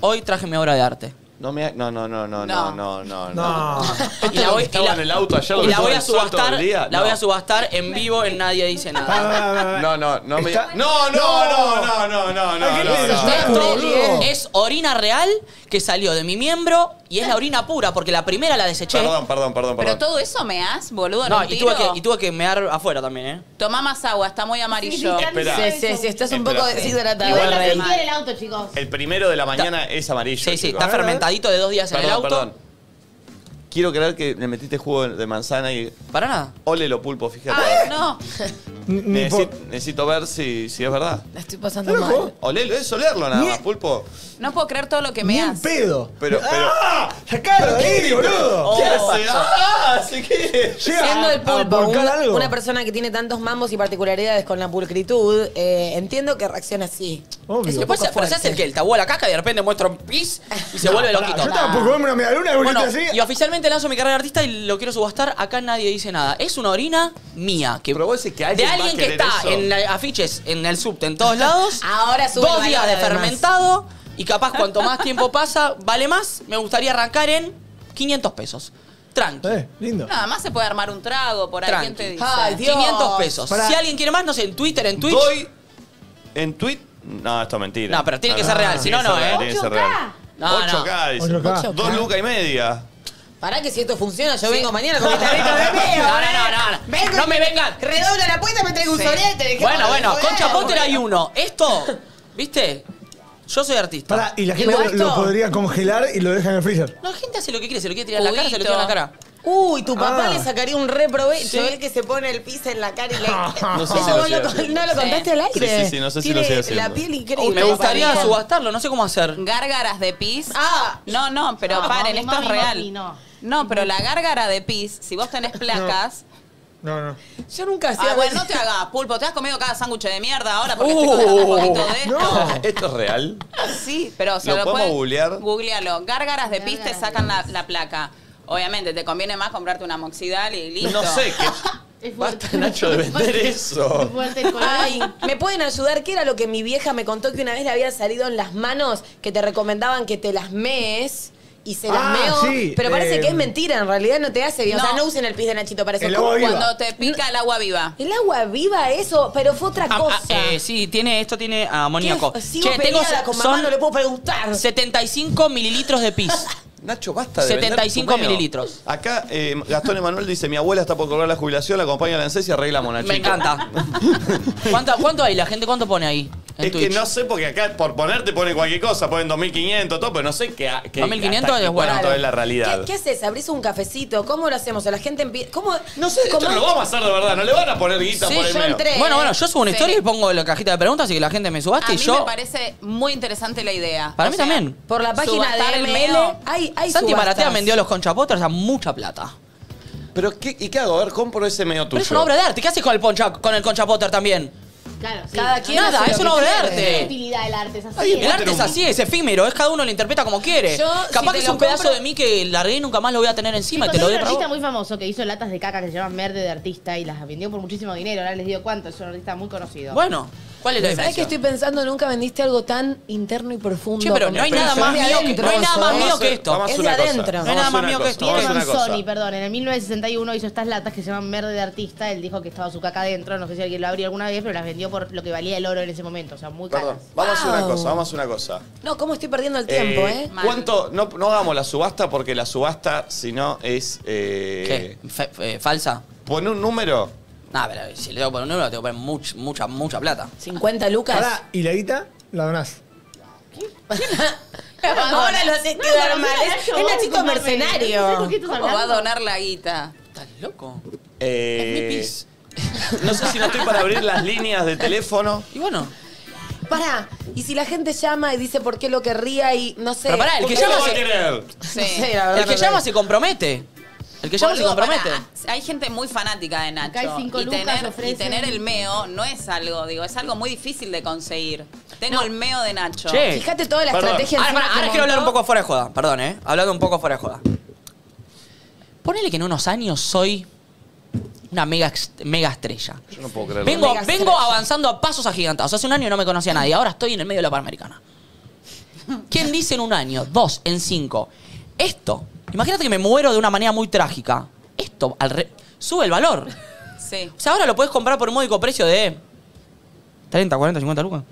Speaker 4: hoy traje mi obra de arte.
Speaker 1: No, me ha- no, no, no, no, no, no,
Speaker 3: No.
Speaker 1: no.
Speaker 7: No.
Speaker 4: Y la voy, y
Speaker 1: Estaba
Speaker 4: la-
Speaker 1: en el auto ayer, lo
Speaker 4: y
Speaker 1: que
Speaker 4: la
Speaker 1: estuvo
Speaker 4: voy a
Speaker 1: en el sol todo
Speaker 4: subastar,
Speaker 1: el día.
Speaker 4: la voy a
Speaker 1: No.
Speaker 4: subastar en vivo en Nadie Dice Nada.
Speaker 7: Ah,
Speaker 1: No, no, no me.
Speaker 7: Está-
Speaker 1: No, no, no, no, no, no, no,
Speaker 7: Ay, ¿qué
Speaker 1: no,
Speaker 7: dices?
Speaker 1: no.
Speaker 7: Está-
Speaker 4: Esto
Speaker 7: boludo.
Speaker 4: es orina real que salió de mi miembro y es la orina pura porque la primera la deseché.
Speaker 1: Perdón, perdón, perdón,
Speaker 3: Pero
Speaker 1: perdón.
Speaker 3: todo eso me has, boludo.
Speaker 4: No,
Speaker 3: No,
Speaker 4: y tuve, que, y tuve que mear afuera también, ¿eh?
Speaker 3: Tomá más agua, está muy amarillo.
Speaker 9: Sí,
Speaker 1: Espera.
Speaker 2: Sí, sí, sí, estás un
Speaker 1: Espera.
Speaker 2: poco deshidratado.
Speaker 9: Igual no
Speaker 2: Rey.
Speaker 9: se limpió en el auto, chicos.
Speaker 1: El primero de la mañana es amarillo.
Speaker 4: Sí, sí,
Speaker 1: chicos.
Speaker 4: está fermentadito de dos días en el
Speaker 1: Perdón,
Speaker 4: auto.
Speaker 1: perdón. Quiero creer que le metiste jugo de manzana y.
Speaker 4: Para nada.
Speaker 1: Ole lo pulpo, fíjate.
Speaker 3: Ay, no.
Speaker 7: Ni- Ah, ni
Speaker 1: Necesi-
Speaker 7: por-
Speaker 1: necesito ver si, si es verdad.
Speaker 2: La estoy pasando
Speaker 7: ¿Estás loco?
Speaker 2: mal.
Speaker 1: Olelo, es olerlo nada más, pulpo.
Speaker 3: No puedo creer todo lo que
Speaker 7: ni
Speaker 3: me
Speaker 7: en
Speaker 3: has.
Speaker 7: pedo.
Speaker 1: Pero, pero.
Speaker 7: ¡Ah! ¡Sacalo de ahí, boludo!
Speaker 1: ¿Qué hace? ¡Ah! ¿Se qué?
Speaker 7: Llega
Speaker 2: Oh. Siendo
Speaker 7: a-
Speaker 2: el
Speaker 7: a
Speaker 2: pulpo
Speaker 7: porcar
Speaker 2: un-
Speaker 7: algo.
Speaker 2: una persona que tiene tantos mambos y particularidades con la pulcritud, eh, entiendo que reacciona así.
Speaker 7: Obvio.
Speaker 2: Es un
Speaker 4: Después
Speaker 2: poco
Speaker 4: se, pero se hace
Speaker 2: fuerte.
Speaker 4: el que el tabú a la caca y de repente muestra un pis y se vuelve
Speaker 7: Pará,
Speaker 4: loquito.
Speaker 7: Yo estaba por comerme una medialuna, algún
Speaker 4: Bueno,
Speaker 7: así.
Speaker 4: y oficialmente lanzo mi carrera de artista y lo quiero subastar. Acá nadie dice nada. Es una orina mía. Que,
Speaker 1: Pero vos decís que alguien
Speaker 4: de
Speaker 1: va a
Speaker 4: alguien que
Speaker 1: querer
Speaker 4: está
Speaker 1: eso.
Speaker 4: en la- afiches, en el subte, en todos lados.
Speaker 2: Ahora sube el
Speaker 4: Dos
Speaker 2: valor,
Speaker 4: días de
Speaker 2: además.
Speaker 4: fermentado. Y capaz cuanto más tiempo pasa, vale más. Me gustaría arrancar en 500 pesos. Tranqui.
Speaker 7: Eh, lindo.
Speaker 3: Nada más se puede armar un trago por ahí.
Speaker 4: Tranqui.
Speaker 3: ¿Quién te dice?
Speaker 2: Ay, Dios.
Speaker 4: 500 pesos.
Speaker 7: Pará.
Speaker 4: Si alguien quiere más, no sé, en Twitter, en Twitch.
Speaker 1: Doy en tweet. No, esto es mentira.
Speaker 4: No, pero tiene que ser real, si no, no, ¿eh?
Speaker 1: Tiene que ser real.
Speaker 4: No,
Speaker 1: 8K, dice.
Speaker 7: 8K.
Speaker 1: 2 lucas y media.
Speaker 2: Pará que si esto funciona, yo
Speaker 4: Sí.
Speaker 2: vengo mañana con mi tarrito de
Speaker 4: No,
Speaker 2: mío.
Speaker 4: no, no, no.
Speaker 2: Vengo
Speaker 4: No
Speaker 2: y
Speaker 4: me vengan.
Speaker 2: Redoblo la puerta y me traigo un sorete. dejemos
Speaker 4: Bueno,
Speaker 2: de
Speaker 4: bueno,
Speaker 2: joder.
Speaker 4: Concha Potter hay uno. Esto, ¿viste? Yo soy artista.
Speaker 7: Pará, y la gente
Speaker 2: Igual
Speaker 7: lo,
Speaker 2: esto-
Speaker 7: lo podría congelar y lo deja en el freezer.
Speaker 4: No, la gente hace lo que quiere, se lo quiere tirar en la cara, se lo
Speaker 3: Juguito.
Speaker 4: tira en la cara.
Speaker 2: Uy, tu papá
Speaker 7: Ah.
Speaker 2: le sacaría un reprovecho.
Speaker 4: Sí.
Speaker 2: Él que se pone el pis en la cara y le.
Speaker 1: No sé
Speaker 2: Eso
Speaker 1: si lo
Speaker 2: vos
Speaker 1: sigue
Speaker 2: lo, con-
Speaker 1: haciendo.
Speaker 2: no lo contaste al aire.
Speaker 1: Sí, sí, sí, no sé si lo
Speaker 2: Tiene
Speaker 1: sigue haciendo.
Speaker 2: La piel increíble.
Speaker 4: Uy, me gustaría
Speaker 2: Pará.
Speaker 4: subastarlo, no sé cómo hacer.
Speaker 3: Oh, Gárgaras de pis.
Speaker 2: Ah.
Speaker 3: No, no, pero
Speaker 9: No,
Speaker 3: paren,
Speaker 9: mami,
Speaker 3: esto es
Speaker 9: mami,
Speaker 3: real.
Speaker 9: mami,
Speaker 3: no.
Speaker 9: no.
Speaker 3: pero la gárgara de pis, si vos tenés placas.
Speaker 7: No, no.
Speaker 2: Yo nunca hacía.
Speaker 3: Ah, bueno, no te hagas pulpo, te has comido cada sándwich de mierda ahora porque estoy contando un poquito de esto.
Speaker 1: Uh, ¿Esto es real?
Speaker 3: Sí, pero se
Speaker 1: ¿Lo
Speaker 3: lo,
Speaker 1: podemos
Speaker 3: pueden-
Speaker 1: googlear?
Speaker 3: Googlealo. Gárgaras de pis te
Speaker 9: Gárgaras
Speaker 3: sacan la, la placa. Obviamente, te conviene más comprarte una moxidal y
Speaker 1: No
Speaker 3: listo.
Speaker 1: sé qué.
Speaker 9: Es fuerte.
Speaker 1: Basta, Nacho, de vender
Speaker 9: Es
Speaker 1: eso.
Speaker 9: fuerte el color.
Speaker 2: Ay, ¿me pueden ayudar? ¿Qué era lo que mi vieja me contó que una vez le había salido en las manos que te recomendaban que te las mees? Y se las
Speaker 7: Ah,
Speaker 2: meo,
Speaker 7: sí,
Speaker 2: pero parece
Speaker 7: eh,
Speaker 2: que es mentira, en realidad no te hace bien. O sea,
Speaker 3: No.
Speaker 2: no usen el pis de Nachito para eso.
Speaker 7: El agua viva.
Speaker 3: Cuando te pica el agua viva.
Speaker 2: El agua viva, eso, pero fue otra
Speaker 4: Ah,
Speaker 2: cosa.
Speaker 4: ah, eh, sí, tiene, esto tiene amoníaco.
Speaker 2: ¿Qué? Sigo peleada con mamá,
Speaker 4: son
Speaker 2: no le puedo preguntar.
Speaker 4: 75 mililitros de pis.
Speaker 1: Nacho, basta de vender
Speaker 4: 75
Speaker 1: tu meo.
Speaker 4: mililitros.
Speaker 1: Acá eh, Gastón Emanuel dice: Mi abuela está por cobrar la jubilación, la acompaña a la ANSES y arregla monachito.
Speaker 4: Me encanta. ¿Cuánto, cuánto hay? ¿La gente cuánto pone ahí? En
Speaker 1: Es
Speaker 4: Twitch.
Speaker 1: que no sé, porque acá por ponerte pone cualquier cosa, ponen 2500, todo, pero no sé qué. qué
Speaker 4: 2500
Speaker 1: hasta
Speaker 4: es
Speaker 1: qué
Speaker 4: bueno.
Speaker 1: punto
Speaker 2: Claro.
Speaker 1: es la realidad.
Speaker 2: ¿Qué, qué haces? ¿Abrís un cafecito? ¿Cómo lo hacemos? ¿O la gente empieza.? ¿Cómo.?
Speaker 1: No sé, esto
Speaker 2: ¿cómo-
Speaker 1: no lo vamos a hacer de verdad, no le van a poner guita
Speaker 4: Sí,
Speaker 1: por el
Speaker 2: yo
Speaker 1: medio.
Speaker 2: entré.
Speaker 4: Bueno, bueno, yo subo una
Speaker 3: Sí.
Speaker 4: historia y pongo la cajita de preguntas y que la gente me
Speaker 3: A
Speaker 4: subaste y
Speaker 3: mí
Speaker 4: yo.
Speaker 3: me parece muy interesante la idea.
Speaker 4: Para
Speaker 3: O
Speaker 4: mí
Speaker 3: sea,
Speaker 4: también.
Speaker 2: Por la página
Speaker 3: Subastar
Speaker 2: de
Speaker 3: el
Speaker 2: ML.
Speaker 3: meo.
Speaker 2: Hay, hay
Speaker 4: Santi
Speaker 2: subastas.
Speaker 4: Maratea vendió los conchapotters a mucha plata.
Speaker 1: Pero ¿qué, ¿y qué hago? A ver, compro ese medio
Speaker 4: Pero
Speaker 1: tuyo.
Speaker 4: es una obra de arte. ¿Qué haces con el, poncha, con el Concha Potter también?
Speaker 9: Claro, sí.
Speaker 2: Cada quien
Speaker 4: Nada,
Speaker 2: hace
Speaker 4: es
Speaker 2: lo
Speaker 4: una
Speaker 2: que
Speaker 4: obra de
Speaker 2: quiere.
Speaker 9: ¿Qué
Speaker 4: arte.
Speaker 9: utilidad el arte? Es así.
Speaker 1: Ahí
Speaker 4: El arte es así, es efímero, es cada uno lo interpreta como quiere.
Speaker 2: Yo, si
Speaker 4: Capaz
Speaker 2: te
Speaker 4: que es
Speaker 2: lo
Speaker 4: un pedazo
Speaker 2: compro-
Speaker 4: de mí que largué y nunca más lo voy a tener encima y te
Speaker 9: Chicos,
Speaker 4: lo
Speaker 9: hay
Speaker 4: doy
Speaker 9: un
Speaker 4: para vos.
Speaker 9: artista muy famoso que hizo latas de caca que se llaman Merde de Artista y las vendió por muchísimo dinero. Ahora les digo cuánto. Es un artista muy conocido.
Speaker 4: Bueno, ¿Cuál es la
Speaker 2: ¿Sabes que
Speaker 4: diferencia?
Speaker 2: estoy pensando? Nunca vendiste algo tan interno y profundo.
Speaker 4: Che, pero
Speaker 2: como
Speaker 4: no hay
Speaker 2: esto.
Speaker 4: nada más
Speaker 2: Es de
Speaker 4: mío que-
Speaker 2: adentro,
Speaker 4: no hay nada
Speaker 2: eso,
Speaker 4: más
Speaker 2: ¿eh?
Speaker 4: mío que esto.
Speaker 2: Es de adentro.
Speaker 4: No hay nada más mío que esto.
Speaker 1: Vamos a hacer
Speaker 9: Pierre
Speaker 1: una cosa.
Speaker 9: Manzoni, perdón, en el 1961 hizo estas latas que se llaman Merde de Artista. Él dijo que estaba su caca adentro. No sé si alguien lo abrió alguna vez, pero las vendió por lo que valía el oro en ese momento. O sea, muy
Speaker 1: Perdón,
Speaker 9: caras.
Speaker 1: vamos a hacer una
Speaker 2: Wow.
Speaker 1: cosa, vamos a hacer una cosa.
Speaker 2: No, ¿cómo estoy perdiendo el tiempo, eh?
Speaker 3: Mal.
Speaker 1: ¿Cuánto? No, no hagamos la subasta porque la subasta, si no, es. Eh,
Speaker 4: ¿Qué? Fe- eh, ¿Falsa?
Speaker 1: Pon un número.
Speaker 4: No, pero si le tengo que poner un número, le tengo que poner much- mucha, mucha plata.
Speaker 2: ¿50 lucas?
Speaker 7: Pará, y la guita la donás.
Speaker 2: Ahora lo haces quedar mal. Es, es Nachito mercenario.
Speaker 3: ¿Cómo va a donar la guita?
Speaker 4: ¿Estás loco? Es mi
Speaker 1: Eh,
Speaker 4: pis.
Speaker 1: no sé si no estoy para abrir las líneas de teléfono.
Speaker 4: Y bueno,
Speaker 2: Pará, y si la gente llama y dice por qué lo querría y no sé.
Speaker 4: Pero pará, el
Speaker 1: ¿Por
Speaker 4: que
Speaker 1: qué
Speaker 4: llama
Speaker 1: lo va a
Speaker 4: se-
Speaker 1: querer?
Speaker 3: Sí.
Speaker 2: No sé, la verdad,
Speaker 4: el que
Speaker 2: no sé.
Speaker 4: llama se compromete. El que llama se
Speaker 3: Boludo,
Speaker 4: compromete.
Speaker 3: pará. Hay gente muy fanática de Nacho.
Speaker 9: Acá hay cinco
Speaker 3: y,
Speaker 9: lucas,
Speaker 3: tener, y
Speaker 9: ofrecen.
Speaker 3: tener el meo no es algo, digo, es algo muy difícil de conseguir. Tengo el meo de Nacho.
Speaker 4: Che.
Speaker 2: Fíjate toda la
Speaker 1: Perdón.
Speaker 2: estrategia.
Speaker 4: Ahora,
Speaker 2: encima
Speaker 4: pará,
Speaker 2: que
Speaker 4: ahora quiero hablar un
Speaker 2: montó.
Speaker 4: poco fuera de joda. Perdón, ¿eh? Hablando un poco fuera de joda. Ponele que en unos años soy una mega, ex- mega estrella.
Speaker 1: Yo no puedo creerlo.
Speaker 4: Vengo,
Speaker 2: Mega
Speaker 4: vengo
Speaker 2: estrella.
Speaker 4: avanzando a pasos agigantados. Hace un año no me conocía a nadie. Ahora estoy en el medio de la Panamericana. ¿Quién dice en un año? Dos, en cinco. Esto, imagínate que me muero de una manera muy trágica. Esto al re- sube el valor.
Speaker 3: Sí.
Speaker 4: O sea, ahora lo puedes comprar por un módico precio de 30, 40, 50 lucas.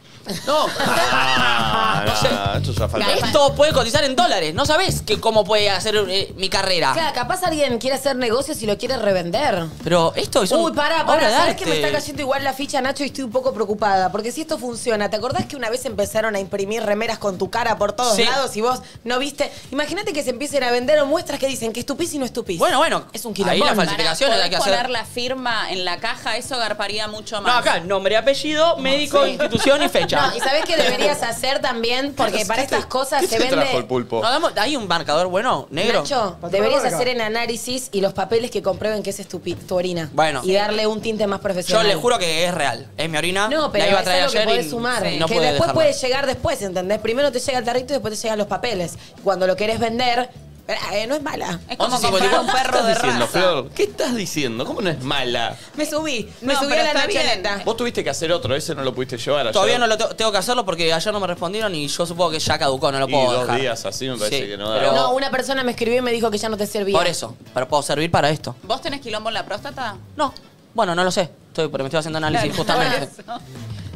Speaker 4: No,
Speaker 1: Ah,
Speaker 4: No sé.
Speaker 1: no, esto es una falta. de-
Speaker 4: esto puede cotizar en dólares. No sabes que cómo puede hacer eh, mi carrera.
Speaker 2: Claro, capaz alguien quiere hacer negocios y lo quiere revender.
Speaker 4: Pero esto es un
Speaker 2: Uy, pará,
Speaker 4: obra
Speaker 2: pará.
Speaker 4: de
Speaker 2: Sabés que me
Speaker 4: arte.
Speaker 2: está cayendo igual la ficha, Nacho, y estoy un poco preocupada. Porque si esto funciona, ¿te acordás que una vez empezaron a imprimir remeras con tu cara por todos
Speaker 4: Sí.
Speaker 2: lados y vos no viste? Imagínate que se empiecen a vender o muestras que dicen que estupís y no estupís.
Speaker 4: Bueno, bueno.
Speaker 2: Es un
Speaker 4: Ahí
Speaker 2: quilombón.
Speaker 4: la
Speaker 3: Pará,
Speaker 4: falsificación la
Speaker 3: ¿podés
Speaker 4: hay que
Speaker 3: poner
Speaker 4: hacer.
Speaker 3: la firma en la caja, eso garparía mucho
Speaker 4: No,
Speaker 3: más.
Speaker 4: acá, nombre, apellido, médico, institución y fecha.
Speaker 2: No, y sabés que deberías hacer también, porque para estas cosas
Speaker 1: ¿Qué
Speaker 2: se
Speaker 1: te trajo el
Speaker 2: vende.
Speaker 1: pulpo?
Speaker 4: No, damos- ¿Hay un marcador bueno, negro?
Speaker 2: Nacho,
Speaker 7: Para
Speaker 2: deberías
Speaker 7: tomar acá.
Speaker 2: hacer en análisis y los papeles que comprueben que esa es tu, pi- tu orina.
Speaker 4: Bueno.
Speaker 2: Y darle un tinte más
Speaker 4: Yo
Speaker 2: profesional.
Speaker 4: le juro que es real. Es mi orina.
Speaker 2: No, pero
Speaker 4: la iba a
Speaker 2: es
Speaker 4: traer
Speaker 2: algo que
Speaker 4: ayer
Speaker 2: podés
Speaker 4: y
Speaker 2: sumar.
Speaker 4: no
Speaker 2: que
Speaker 4: pude
Speaker 2: después
Speaker 4: dejarla.
Speaker 2: puede llegar después, ¿entendés? Primero te llega el tarrito y después te llegan los papeles. Cuando lo querés vender, eh, no es mala.
Speaker 3: Es como
Speaker 4: 11.54.
Speaker 3: comprar un perro
Speaker 1: ¿Qué
Speaker 3: de
Speaker 1: estás diciendo,
Speaker 3: raza.
Speaker 1: Flor? ¿Qué estás diciendo? ¿Cómo no es mala?
Speaker 2: Me subí, me
Speaker 3: No,
Speaker 2: subí
Speaker 3: pero
Speaker 2: a la
Speaker 3: está bien.
Speaker 2: nacholeta.
Speaker 1: Vos tuviste que hacer otro, ese no lo pudiste llevar ayer.
Speaker 4: Todavía no lo tengo, tengo que hacerlo porque ayer no me respondieron y yo supongo que ya caducó, no lo
Speaker 1: Y
Speaker 4: puedo
Speaker 1: dos
Speaker 4: dejar.
Speaker 1: días así me parece que no da.
Speaker 4: pero-
Speaker 2: No, una persona me escribió y me dijo que ya no te servía.
Speaker 4: Por eso, pero puedo servir para esto.
Speaker 3: ¿Vos tenés quilombo en la próstata?
Speaker 4: No, bueno, no lo sé. Estoy, pero me estoy haciendo análisis Ah, justamente.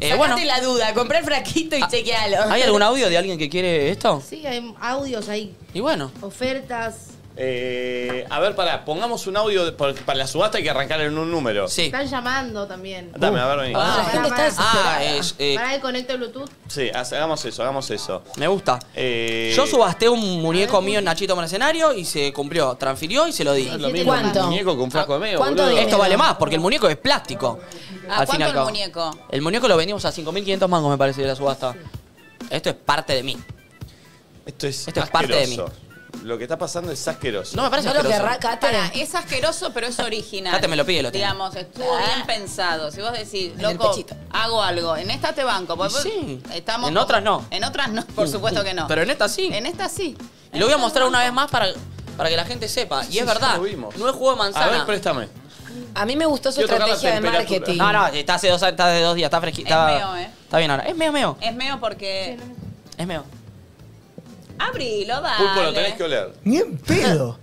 Speaker 4: Eh,
Speaker 2: Sacate
Speaker 4: bueno,
Speaker 2: la duda, compré el fraquito y
Speaker 4: Ah,
Speaker 2: chequealo.
Speaker 4: ¿hay algún audio de alguien que quiere esto?
Speaker 9: Sí, hay audios, hay
Speaker 4: Y bueno,
Speaker 9: ofertas.
Speaker 1: Eh, a ver, pará, pongamos un audio. de- por- para la subasta hay que arrancar en un número.
Speaker 4: sí.
Speaker 9: Están llamando también.
Speaker 1: Dame, a ver, vení.
Speaker 2: Ah, la
Speaker 9: Pará,
Speaker 2: gente está
Speaker 9: pará.
Speaker 2: desesperada.
Speaker 4: Ah, es- eh,
Speaker 9: Para el conector Bluetooth.
Speaker 1: Sí, ha- hagamos eso, hagamos eso.
Speaker 4: me gusta.
Speaker 1: Eh,
Speaker 4: Yo subasté un muñeco mío en Nachito Mercenario y se cumplió. Transfirió y se lo di.
Speaker 9: Sí.
Speaker 1: Lo mismo
Speaker 2: ¿Cuánto?
Speaker 1: que un muñeco con un frasco de meo,
Speaker 2: ¿Cuánto
Speaker 1: boludo.
Speaker 2: dinero?
Speaker 4: Esto vale más porque el muñeco es plástico.
Speaker 3: ¿A
Speaker 4: al
Speaker 3: cuánto
Speaker 4: fin y al
Speaker 3: el
Speaker 4: cabo.
Speaker 3: muñeco?
Speaker 4: El muñeco lo vendimos a 5.500 mangos, me parece, de la subasta. Esto es parte de mí.
Speaker 1: Esto es,
Speaker 4: Esto es parte de mí.
Speaker 1: asqueroso. Lo que está pasando es asqueroso.
Speaker 4: No me parece
Speaker 2: No lo
Speaker 4: asqueroso.
Speaker 2: querrá, Cate.
Speaker 3: Para, es asqueroso, pero es original.
Speaker 4: Cate me lo pide, lo tengo.
Speaker 3: Digamos, estuvo bien pensado. Si vos decís,
Speaker 2: Ah. el
Speaker 3: loco,
Speaker 2: pechito.
Speaker 3: hago algo, en esta te banco. porque vos-
Speaker 4: Sí.
Speaker 3: estamos
Speaker 4: En
Speaker 3: como-
Speaker 4: otras no. Mm.
Speaker 3: En otras no, por supuesto que no.
Speaker 4: Pero en esta sí.
Speaker 3: En esta sí.
Speaker 4: Y lo voy a mostrar una vez más para, para que la gente sepa. Y
Speaker 1: Sí,
Speaker 4: es
Speaker 1: ya
Speaker 4: verdad,
Speaker 1: lo vimos.
Speaker 4: no es juego de
Speaker 1: A
Speaker 4: manzana.
Speaker 1: ver, préstame.
Speaker 2: A mí me gustó su
Speaker 1: Quiero tocar la
Speaker 2: estrategia de
Speaker 1: temperatura.
Speaker 2: marketing.
Speaker 4: no, no, está hace dos, está hace dos días, está
Speaker 3: Es
Speaker 4: fresquita.
Speaker 3: meo, eh.
Speaker 4: Está bien ahora. Es meo, meo.
Speaker 3: Es meo porque...
Speaker 4: Es meo.
Speaker 3: Abrilo, dale.
Speaker 1: Pulpo, lo tenés que oler.
Speaker 7: Ni en pedo.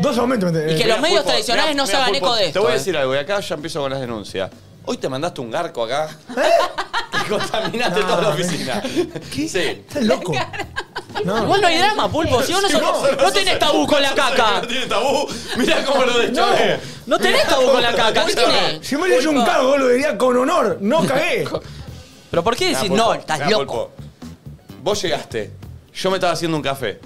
Speaker 7: Dos aumentos. me-
Speaker 4: Y que
Speaker 7: eh,
Speaker 4: los
Speaker 1: Mirá,
Speaker 4: medios
Speaker 1: Pulpo,
Speaker 4: tradicionales
Speaker 1: mirá,
Speaker 4: no se
Speaker 1: mirá,
Speaker 4: hagan
Speaker 1: Pulpo,
Speaker 4: eco de esto.
Speaker 1: Te voy a
Speaker 4: eh.
Speaker 1: decir algo, y acá ya empiezo con las denuncias. Hoy te mandaste un garco acá. Y contaminaste
Speaker 7: No,
Speaker 1: toda la
Speaker 7: me-
Speaker 1: oficina.
Speaker 7: ¿Eh? Ah, ¿Qué?
Speaker 1: Sí.
Speaker 7: Estás loco. No.
Speaker 4: Igual Ah, no hay drama, pulpo. Si vos no, sos- no tenés tabú con la caca.
Speaker 1: No tiene tabú. Mirá cómo lo destrozé.
Speaker 4: No tenés tabú con la caca. ¿Qué tiene?
Speaker 7: Si me hubiera hecho un cargo, lo diría con honor. No cagué.
Speaker 4: Pero ¿por qué
Speaker 1: Nah,
Speaker 4: decís
Speaker 1: Pulpo,
Speaker 4: no? Estás
Speaker 1: nah,
Speaker 4: loco.
Speaker 1: Pulpo. Vos llegaste. Yo me estaba haciendo un café.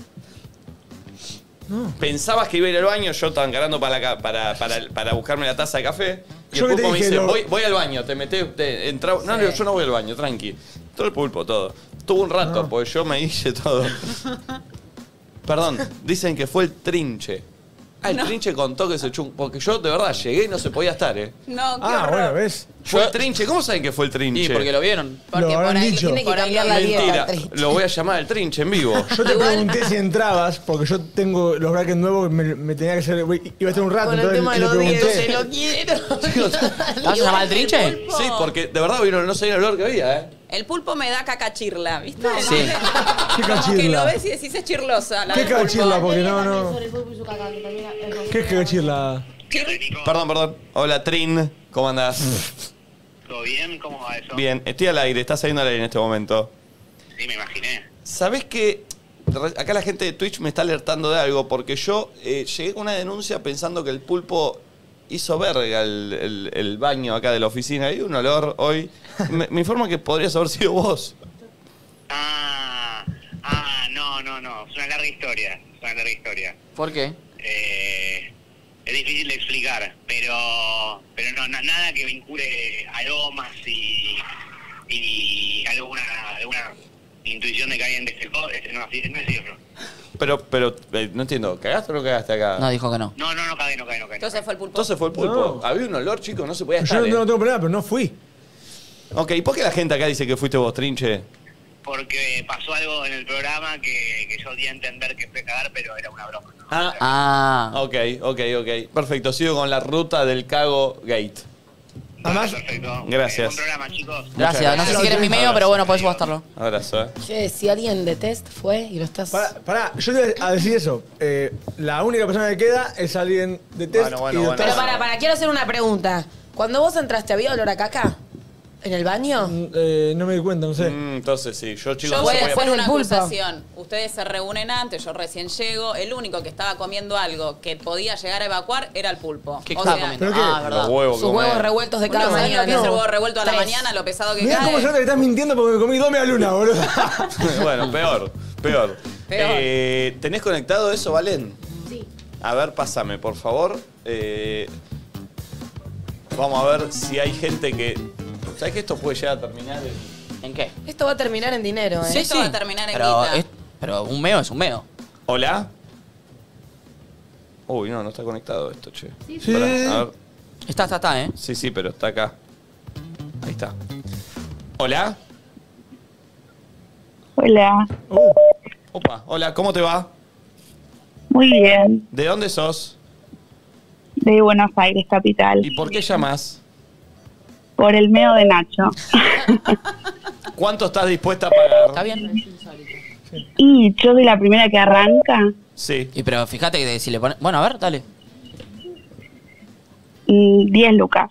Speaker 1: Pensabas que iba a ir al baño, yo estaba encarando para, la ca- para, para, para buscarme la taza de café. Y
Speaker 7: Yo
Speaker 1: el
Speaker 7: que te
Speaker 1: pulpo me
Speaker 7: dije,
Speaker 1: dice,
Speaker 7: lo-
Speaker 1: voy, voy al baño, te metés, te entra- No, no, yo no voy al baño, tranqui. Todo el pulpo, todo. Tuvo un rato, porque yo me hice todo. Perdón, dicen que fue el trinche. Ah, el trinche contó que se echó un- Porque yo de verdad llegué y no se podía estar, ¿eh?
Speaker 3: No, qué
Speaker 7: Ah,
Speaker 3: horror.
Speaker 7: bueno, ¿ves?
Speaker 1: Fue el trinche. ¿Cómo saben que fue el trinche?
Speaker 4: Y porque lo vieron.
Speaker 7: Lo
Speaker 11: Porque por
Speaker 7: habrán
Speaker 11: ahí
Speaker 7: dicho.
Speaker 11: tiene que
Speaker 3: Por ahí
Speaker 11: cambiar la
Speaker 3: la
Speaker 11: dieta.
Speaker 1: Mentira.
Speaker 11: Trini.
Speaker 1: Lo voy a llamar al trinche en vivo.
Speaker 7: Yo te pregunté si entrabas, porque yo tengo los brackets nuevos, me, me tenía que hacer. Iba a estar un rato,
Speaker 11: Con el tema de
Speaker 7: entonces le
Speaker 11: los dientes,
Speaker 7: pregunté.
Speaker 11: lo quiero.
Speaker 4: ¿Te vas a llamar al trinche?
Speaker 1: Sí, porque de verdad vieron, no sabía el olor que había, ¿eh?
Speaker 3: El pulpo me da cacachirla, ¿viste?
Speaker 4: Sí.
Speaker 7: Qué
Speaker 3: Como que lo
Speaker 7: cachirla.
Speaker 3: ves y decís es chirlosa. La
Speaker 7: Qué
Speaker 3: del pulpo.
Speaker 7: cachirla, porque no,
Speaker 9: También
Speaker 7: no.
Speaker 9: sobre el pulpo y su caca, que también es-
Speaker 7: Qué cachirla.
Speaker 1: Perdón, perdón. Hola, Trin. ¿Cómo andás?
Speaker 12: ¿Todo bien? ¿Cómo va eso?
Speaker 1: Bien, estoy al aire, estás saliendo al aire en este momento.
Speaker 12: Sí, me imaginé.
Speaker 1: ¿Sabés que Acá la gente de Twitch me está alertando de algo, porque yo eh, llegué con una denuncia pensando que el pulpo hizo verga el, el- el baño acá de la oficina. Hay un olor hoy. Me, me informa que podrías haber sido vos.
Speaker 12: Ah, ah, no, no, no. Es una larga historia. Es una larga historia.
Speaker 4: ¿Por qué?
Speaker 12: Eh, es difícil de explicar, pero, pero no, na- nada que vincule aromas y, y alguna, alguna intuición de que alguien defecó. Ese No, así- no es cierto.
Speaker 1: Pero, pero, eh, no entiendo, ¿cagaste o no cagaste acá?
Speaker 4: No, dijo que no.
Speaker 12: No, no, no cagué, no cagué, no cagué. no
Speaker 3: Entonces fue el pulpo.
Speaker 1: Entonces fue el pulpo. Había un olor, chicos, no se podía
Speaker 7: Yo
Speaker 1: estar.
Speaker 7: no tengo
Speaker 1: ¿eh?
Speaker 7: problema, pero no fui.
Speaker 1: Ok, ¿y por qué la gente acá dice que fuiste vos, trinche?
Speaker 12: cagué. Porque pasó algo en el programa que, que yo di a entender que fue cagar, pero era una broma. ¿no?
Speaker 1: Ah,
Speaker 4: Ah.
Speaker 1: Ok, ok, ok. Perfecto, sigo con la ruta del Cago Gate.
Speaker 7: Además-
Speaker 12: perfecto.
Speaker 1: Gracias.
Speaker 12: Eh, buen programa, chicos.
Speaker 4: Gracias. No sé si quieres mi medio, pero bueno, podés gastarlo.
Speaker 1: Abrazo, eh.
Speaker 2: Che, si alguien de test fue y lo estás...
Speaker 7: Pará, pará, yo te voy a decir eso. Eh, la única persona que queda es alguien de test.
Speaker 1: Bueno, bueno,
Speaker 7: y de
Speaker 1: bueno.
Speaker 2: Pero
Speaker 7: test,
Speaker 2: para, para, quiero hacer una pregunta. Cuando vos entraste, ¿había olor a caca? ¿En el baño?
Speaker 7: mm, eh, no me di cuenta, no sé.
Speaker 1: Mm, entonces sí, yo chicos
Speaker 3: Yo
Speaker 1: no
Speaker 3: voy
Speaker 1: se podía-
Speaker 3: a hacer
Speaker 2: Después
Speaker 3: una
Speaker 2: del pulpo.
Speaker 3: acusación. Ustedes se reúnen antes, yo recién llego. El único que estaba comiendo algo que podía llegar a evacuar era el pulpo.
Speaker 4: ¿Qué
Speaker 3: O
Speaker 4: estaba
Speaker 3: sea,
Speaker 4: comiendo?
Speaker 7: ¿Pero qué?
Speaker 4: Ah,
Speaker 1: Los
Speaker 4: verdad.
Speaker 1: huevos
Speaker 2: Sus
Speaker 1: que
Speaker 2: huevos
Speaker 1: comés.
Speaker 2: revueltos de
Speaker 3: ¿No
Speaker 2: cada
Speaker 3: sabes
Speaker 2: mañana.
Speaker 3: lo que es el
Speaker 2: No.
Speaker 3: huevo revuelto a la
Speaker 2: Tres.
Speaker 3: mañana? Lo pesado que
Speaker 7: Mirá
Speaker 3: cae.
Speaker 7: cómo yo te estás mintiendo porque me comí dos medialunas, boludo.
Speaker 1: bueno, peor, peor.
Speaker 3: Peor.
Speaker 1: Eh, ¿Tenés conectado eso, Valen?
Speaker 9: Sí.
Speaker 1: A ver, pásame, por favor. Eh, vamos a ver si hay gente que. ¿Sabes que esto puede llegar a terminar? en-
Speaker 4: ¿En qué?
Speaker 2: Esto va a terminar en dinero, ¿eh?
Speaker 3: Esto va a terminar en
Speaker 4: Pero,
Speaker 3: guita.
Speaker 4: es- pero un meo es un meo.
Speaker 1: ¿Hola? Uy, no, no está conectado esto, che.
Speaker 7: sí,
Speaker 1: Pará,
Speaker 7: sí, sí.
Speaker 1: a ver.
Speaker 4: Está, está, está, ¿eh?
Speaker 1: Sí, sí, pero está acá. Ahí está. ¿Hola?
Speaker 13: Hola,
Speaker 7: Uh,
Speaker 1: Opa, hola, ¿cómo te va?
Speaker 13: muy bien,
Speaker 1: ¿De dónde sos?
Speaker 13: de Buenos Aires capital,
Speaker 1: ¿Y por qué llamas?
Speaker 13: por el meo de Nacho.
Speaker 1: ¿Cuánto estás dispuesta a pagar?
Speaker 4: Está bien.
Speaker 13: y yo soy la primera que arranca,
Speaker 1: Sí.
Speaker 4: Y pero fíjate que si le pones. Bueno, a ver, dale.
Speaker 13: mm, 10 lucas.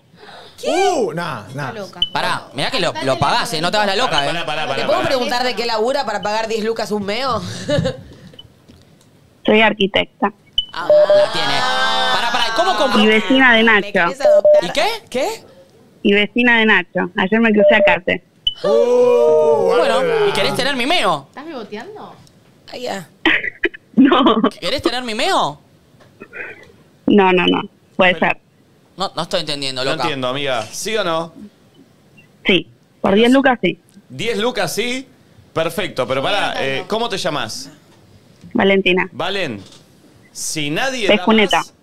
Speaker 7: uh, nah, nah.
Speaker 4: Pará, mirá que lo, lo pagás, ¿eh? No te hagas la loca,
Speaker 1: Pará,
Speaker 4: ¿eh?
Speaker 1: pará,
Speaker 2: ¿Te
Speaker 1: pará,
Speaker 2: puedo
Speaker 1: pará.
Speaker 2: preguntar de qué labura para pagar 10 lucas un meo?
Speaker 13: Soy arquitecta
Speaker 4: Ah, La tiene. Pará, pará, ¿cómo
Speaker 13: y
Speaker 4: compró?
Speaker 13: vecina de
Speaker 2: ¿Me querés
Speaker 13: Nacho.
Speaker 2: adoptar?
Speaker 4: ¿Y qué? ¿Qué?
Speaker 13: Y vecina de Nacho. Ayer me crucé a Cate.
Speaker 7: Uh,
Speaker 4: Bueno, ¿y querés tener mi meo?
Speaker 9: ¿Estás beboteando?
Speaker 2: Ah, ya.
Speaker 13: No,
Speaker 4: ¿Querés tener mi meo?
Speaker 13: no, no, no. Puede ser.
Speaker 4: No, no estoy entendiendo,
Speaker 1: No
Speaker 4: loca.
Speaker 1: entiendo, amiga. ¿Sí o no?
Speaker 13: Sí, por 10 lucas sí.
Speaker 1: 10 lucas, sí. Perfecto, pero pará, eh, ¿cómo te llamas?
Speaker 13: Valentina.
Speaker 1: Valen. Si nadie. da
Speaker 13: Pescuneta.
Speaker 1: más-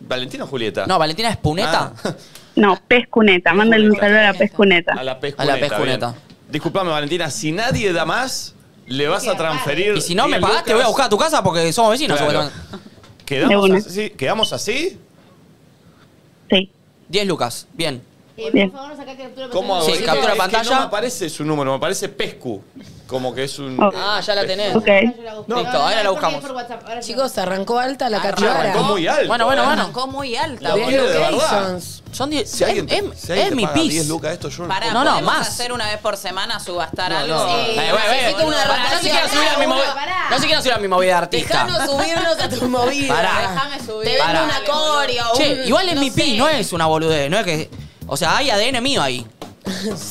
Speaker 1: ¿Valentina o Julieta?
Speaker 4: No, Valentina es puneta.
Speaker 1: Ah,
Speaker 13: No, Pescuneta. Mándale un saludo a la Pescuneta.
Speaker 1: a la pescuneta.
Speaker 4: A la pescuneta.
Speaker 1: bien. Disculpame, Valentina, si nadie da más, le vas a transferir.
Speaker 4: Y si no me
Speaker 1: 10
Speaker 4: pagaste,
Speaker 1: lucas.
Speaker 4: voy a buscar a tu casa Ah, porque somos vecinos.
Speaker 1: Claro.
Speaker 4: seguramente.
Speaker 13: De
Speaker 1: ¿Quedamos
Speaker 13: una.
Speaker 1: así? ¿Quedamos así?
Speaker 13: Sí.
Speaker 4: 10 lucas, bien.
Speaker 9: Eh,
Speaker 13: Bien.
Speaker 9: Por favor, no sacá captura.
Speaker 1: ¿Cómo hago?
Speaker 4: Sí,
Speaker 1: esto?
Speaker 4: captura
Speaker 1: Es que
Speaker 4: pantalla.
Speaker 1: No me aparece su número, me aparece Pescu. Como que es un.
Speaker 13: Ok.
Speaker 4: Ah, ya la tenés.
Speaker 13: Oh. Ok.
Speaker 7: No.
Speaker 4: Listo, ahora la buscamos.
Speaker 2: Chicos, arrancó alta la
Speaker 3: Arrancó.
Speaker 2: cachorra.
Speaker 1: Arrancó muy alto.
Speaker 4: Bueno, bueno,
Speaker 1: ¿eh?
Speaker 4: bueno.
Speaker 3: Arrancó muy alta.
Speaker 1: La
Speaker 3: Bien.
Speaker 1: quiero de verdad.
Speaker 2: Jasons.
Speaker 4: Son 10.
Speaker 1: Si alguien,
Speaker 4: es
Speaker 1: si alguien
Speaker 4: es
Speaker 1: te
Speaker 4: mi
Speaker 1: paga 10
Speaker 4: pis.
Speaker 1: lucas esto, yo no-
Speaker 3: Pará,
Speaker 4: No, no,
Speaker 3: ¿podemos
Speaker 4: más.
Speaker 3: hacer una vez por semana subastar algo?
Speaker 4: Eh, bueno, bueno.
Speaker 2: una
Speaker 4: Pará, No se
Speaker 2: rotación.
Speaker 4: quiera subir a mi movida.
Speaker 9: Pará.
Speaker 4: No se quiera subir a mi movida de artista.
Speaker 2: Dejanos subirnos a tu movida.
Speaker 4: Pará.
Speaker 3: Déjame subir.
Speaker 2: Te vendo
Speaker 4: Pará.
Speaker 2: una coreo.
Speaker 4: Che,
Speaker 2: un-
Speaker 4: igual es
Speaker 2: no
Speaker 4: mi
Speaker 2: sé.
Speaker 4: pi, no es una boludez, no es que. O sea, hay ADN mío ahí.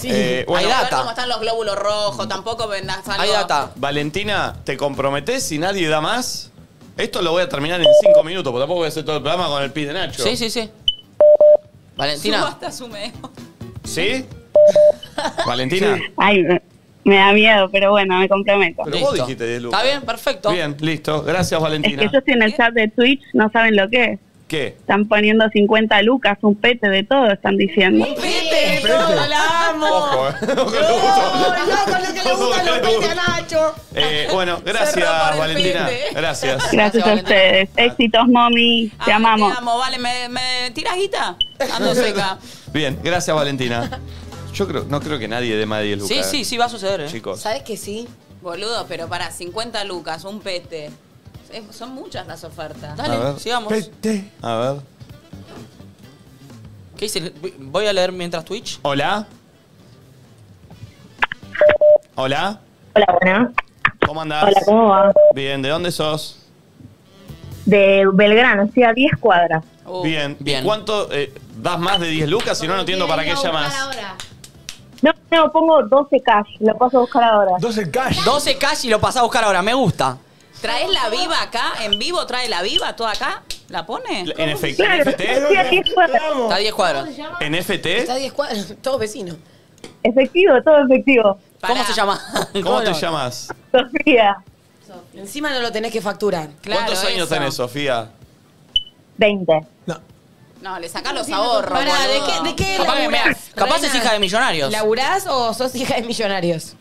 Speaker 1: Eh, bueno,
Speaker 4: Hay
Speaker 3: A ver
Speaker 4: data.
Speaker 3: cómo están los glóbulos rojos, tampoco vendas algo.
Speaker 4: Hay data.
Speaker 1: Valentina, ¿te comprometés si nadie da más? Esto lo voy a terminar en 5 minutos, porque tampoco voy a hacer todo el programa con el pis de Nacho.
Speaker 4: Sí, sí, sí. Valentina.
Speaker 3: Subasta su meo.
Speaker 1: ¿Sí? Valentina,
Speaker 13: Ay, me- Me da miedo, pero bueno, me comprometo.
Speaker 1: Pero vos dijiste 10 lucas.
Speaker 4: Está bien, perfecto.
Speaker 1: Bien, listo. Gracias,
Speaker 13: Es
Speaker 1: Valentina.
Speaker 13: que yo estoy en el chat de Twitch, no saben lo que es.
Speaker 1: ¿Qué?
Speaker 13: Están poniendo 50 lucas, un pete de todo, están diciendo.
Speaker 2: Pete, no, la amo.
Speaker 1: Ojo, eh. Ojo, le
Speaker 2: No,
Speaker 1: gustó.
Speaker 2: no, con lo que le gusta los pete a Nacho.
Speaker 1: Eh, bueno,
Speaker 2: Cerró por
Speaker 1: gracias,
Speaker 2: el ¿eh?
Speaker 1: Valentina.
Speaker 2: pinte.
Speaker 1: Gracias.
Speaker 13: Gracias a ustedes. Éxitos, mommy. Te
Speaker 3: Ah,
Speaker 13: amamos.
Speaker 3: Te amo, vale. ¿Me, me tiras Eh, guita? Ando seca.
Speaker 1: Bien, gracias, Valentina. Yo creo, no creo que nadie dé más de 10
Speaker 4: Sí,
Speaker 1: lucas.
Speaker 4: sí, sí, va a suceder, ¿eh?
Speaker 1: Chicos.
Speaker 2: ¿Sabes que sí?
Speaker 3: Boludo, pero para 50 lucas, un pete. Es- son muchas las ofertas.
Speaker 1: A ver.
Speaker 4: Dale, sigamos.
Speaker 7: Pete.
Speaker 1: A ver.
Speaker 4: ¿Qué dice? Voy a leer mientras Twitch.
Speaker 1: Hola. Hola.
Speaker 8: Hola, buena.
Speaker 1: ¿Cómo andás?
Speaker 8: Hola, ¿cómo va?
Speaker 1: Bien, ¿de dónde sos?
Speaker 8: De Belgrano, estoy a 10 cuadras.
Speaker 3: Uh,
Speaker 1: bien. ¿Y
Speaker 4: bien.
Speaker 1: ¿Cuánto eh, das más de 10 lucas? Si no, no entiendo para qué llamas.
Speaker 8: No, no, pongo 12 cash, lo paso a buscar ahora.
Speaker 7: 12 cash.
Speaker 4: 12 cash y lo pasás a buscar ahora, me gusta.
Speaker 3: ¿Traes la viva acá? ¿En vivo trae la viva? ¿Tú acá? ¿La pone?
Speaker 1: ¿En efectivo?
Speaker 8: Claro, estoy a 10 cuadras.
Speaker 4: Está a 10 cuadros.
Speaker 1: ¿En
Speaker 2: Está a
Speaker 1: FT?
Speaker 2: 10 cuadros, todos vecinos.
Speaker 8: Efectivo, todo efectivo.
Speaker 4: ¿Cómo
Speaker 3: Pará.
Speaker 4: se llama?
Speaker 1: ¿Cómo te
Speaker 4: lo-
Speaker 1: llamas?
Speaker 8: Sofía,
Speaker 2: Encima no lo tenés que facturar.
Speaker 3: Claro,
Speaker 1: ¿Cuántos años
Speaker 3: eso.
Speaker 1: tenés, Sofía?
Speaker 8: 20.
Speaker 3: No, le sacás los ahorros,
Speaker 2: Pará, ¿de
Speaker 3: boludo.
Speaker 2: qué, de qué
Speaker 4: Capaz, que me-
Speaker 2: laburás?
Speaker 4: capaz es
Speaker 2: Reina?
Speaker 4: hija de millonarios.
Speaker 2: ¿Laburás o sos hija de millonarios?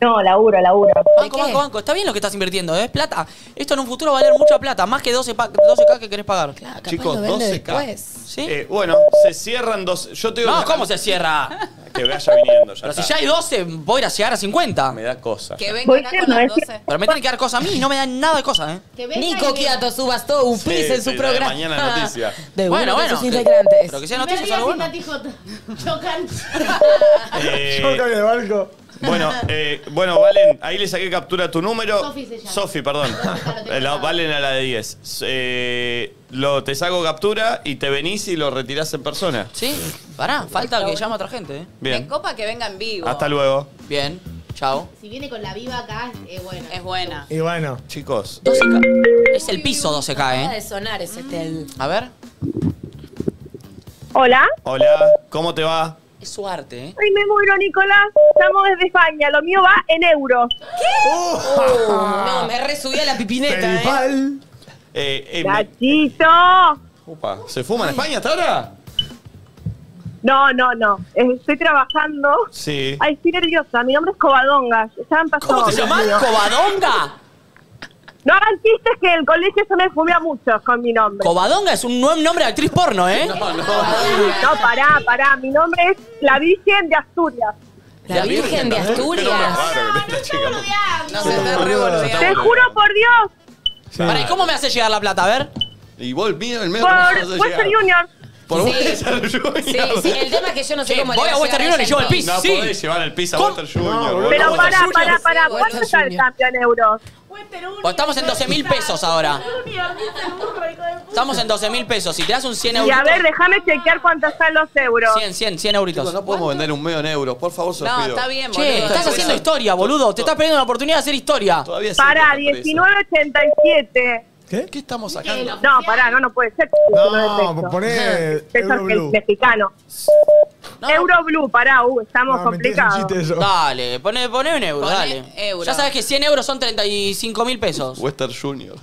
Speaker 8: No, laburo, laburo.
Speaker 4: Banco,
Speaker 2: qué?
Speaker 4: banco, banco. Está bien lo que estás invirtiendo, ¿eh? Plata. Esto en un futuro va a valer mucha plata. Más que 12 pa- 12K que querés pagar.
Speaker 2: Claro, capaz
Speaker 1: Chicos,
Speaker 2: lo vende
Speaker 1: 12K.
Speaker 2: después.
Speaker 4: ¿Sí?
Speaker 1: Eh, bueno, se cierran dos. Yo te digo
Speaker 4: no,
Speaker 1: que-
Speaker 4: ¿cómo se cierra?
Speaker 1: Que vaya viniendo. Ya
Speaker 4: Pero si
Speaker 1: está.
Speaker 4: ya hay 12, voy a ir a llegar a 50.
Speaker 1: Me da cosa.
Speaker 3: Que venga
Speaker 8: Voy
Speaker 3: acá con
Speaker 8: siendo,
Speaker 3: las
Speaker 8: es
Speaker 3: 12.
Speaker 4: Pero me tienen que dar cosas a mí, no me dan nada de cosas, ¿eh?
Speaker 9: Que venga
Speaker 2: Nico
Speaker 9: y-
Speaker 2: Quiato subastó un
Speaker 1: Sí,
Speaker 2: pis en su
Speaker 1: sí, la de
Speaker 2: programa.
Speaker 1: mañana noticia.
Speaker 2: De
Speaker 4: bueno,
Speaker 2: uno de
Speaker 4: bueno.
Speaker 2: sus integrantes.
Speaker 4: Pero que sea
Speaker 9: Primer
Speaker 4: noticia, es
Speaker 9: día
Speaker 4: algo
Speaker 9: sin
Speaker 4: bueno.
Speaker 9: Nati Jota. Chocan.
Speaker 1: Eh,
Speaker 7: Yo cambio de barco.
Speaker 1: bueno, eh, bueno, Valen, ahí le saqué captura a tu número.
Speaker 9: Sofi se llama.
Speaker 1: Sofi, perdón. Eh, la- Valen a la de 10. Eh, lo, te saco captura y te venís y lo retirás en persona.
Speaker 4: Sí, pará, falta que llame a otra gente, ¿eh?
Speaker 3: Me
Speaker 1: Bien.
Speaker 3: copa que venga en vivo.
Speaker 1: Hasta luego.
Speaker 4: Bien, chao.
Speaker 9: Si viene con la viva acá, es bueno.
Speaker 3: Es buena.
Speaker 7: Y bueno.
Speaker 1: Chicos,
Speaker 4: 12K. Es el piso 12K,
Speaker 2: Acaba de
Speaker 4: ¿eh?
Speaker 2: sonar ese tel.
Speaker 4: A ver.
Speaker 8: Hola.
Speaker 1: hola, ¿cómo te va?
Speaker 4: Es su arte, ¿eh?
Speaker 8: Ay, me muero, Nicolás. Estamos desde España. Lo mío va en euros.
Speaker 2: Oh, No, me resubí a la pipineta, ¿eh?
Speaker 7: Peripal.
Speaker 1: Eh, eh, me-
Speaker 8: Gachito.
Speaker 1: Upa, ¿Se fuma en España hasta ahora?
Speaker 8: No, no, no. Eh, Estoy trabajando.
Speaker 1: Sí.
Speaker 8: Ay, estoy nerviosa. Mi nombre es Covadongas. Estaban pasando.
Speaker 4: ¿Cómo te llamas? ¿Covadonga?
Speaker 8: No hagan chistes que el colegio se me fumea mucho con mi nombre.
Speaker 4: Covadonga es un nuevo nombre de actriz porno, ¿eh?
Speaker 8: No, pará, pará. Mi nombre es la Virgen de Asturias.
Speaker 2: La Virgen de
Speaker 1: Qué nombre
Speaker 2: Asturias.
Speaker 1: raro que me está llegando.
Speaker 3: No se está revolviendo.
Speaker 8: Te juro por Dios.
Speaker 4: Pará, ¿y cómo me hace llegar la plata? A ver.
Speaker 1: Y vos, mío, el medio que me vas a
Speaker 8: Por Western
Speaker 1: llegar.
Speaker 8: Junior.
Speaker 1: Por
Speaker 2: Sí.
Speaker 1: Western Junior.
Speaker 2: Sí, sí, el tema es que yo no sé
Speaker 4: Che,
Speaker 2: cómo le
Speaker 4: voy a
Speaker 2: llegar
Speaker 4: Western Union y
Speaker 2: ella
Speaker 4: llevo el
Speaker 2: todo.
Speaker 4: pis.
Speaker 1: No
Speaker 4: Sí.
Speaker 1: podés llevar el pizza a
Speaker 4: ¿Cómo?
Speaker 1: Western Junior. boludo.
Speaker 8: Pero
Speaker 4: Western
Speaker 8: pará,
Speaker 4: Junior,
Speaker 8: pará,
Speaker 2: sí,
Speaker 8: pará.
Speaker 2: Western
Speaker 8: ¿Cuánto está el
Speaker 2: Junior.
Speaker 8: campeón en euros?
Speaker 4: Pues estamos en 12 mil pesos ahora. Estamos en 12 mil pesos. Si te das un 100
Speaker 8: Y a
Speaker 4: euritos.
Speaker 8: ver, déjame chequear cuánto están los euros.
Speaker 4: 100, 100, 100
Speaker 1: Chicos,
Speaker 4: euritos.
Speaker 1: no podemos vender un medio en euros, por favor, se los
Speaker 3: No,
Speaker 1: pido.
Speaker 3: está bien, boludo.
Speaker 4: Che, estás
Speaker 3: Está
Speaker 4: haciendo
Speaker 3: bien.
Speaker 4: historia, boludo. Te estás perdiendo la oportunidad de hacer historia.
Speaker 1: Todavía siento
Speaker 8: Pará,
Speaker 1: esta pereza.
Speaker 8: 19.87.
Speaker 7: ¿Qué?
Speaker 1: ¿Qué estamos sacando?
Speaker 8: No, pará, no, no puede ser.
Speaker 7: No, pues
Speaker 8: pesos.
Speaker 7: poné
Speaker 8: Pesos
Speaker 7: Euroblue.
Speaker 8: mexicano. Euroblue, pará, uh, estamos
Speaker 7: No, mentira, es un
Speaker 8: complicados.
Speaker 7: chiste eso.
Speaker 4: Dale, poné, poné un euro,
Speaker 3: Poné
Speaker 4: dale.
Speaker 3: euro.
Speaker 4: Ya sabes que 100 euros son 35 mil pesos.
Speaker 1: Western Junior.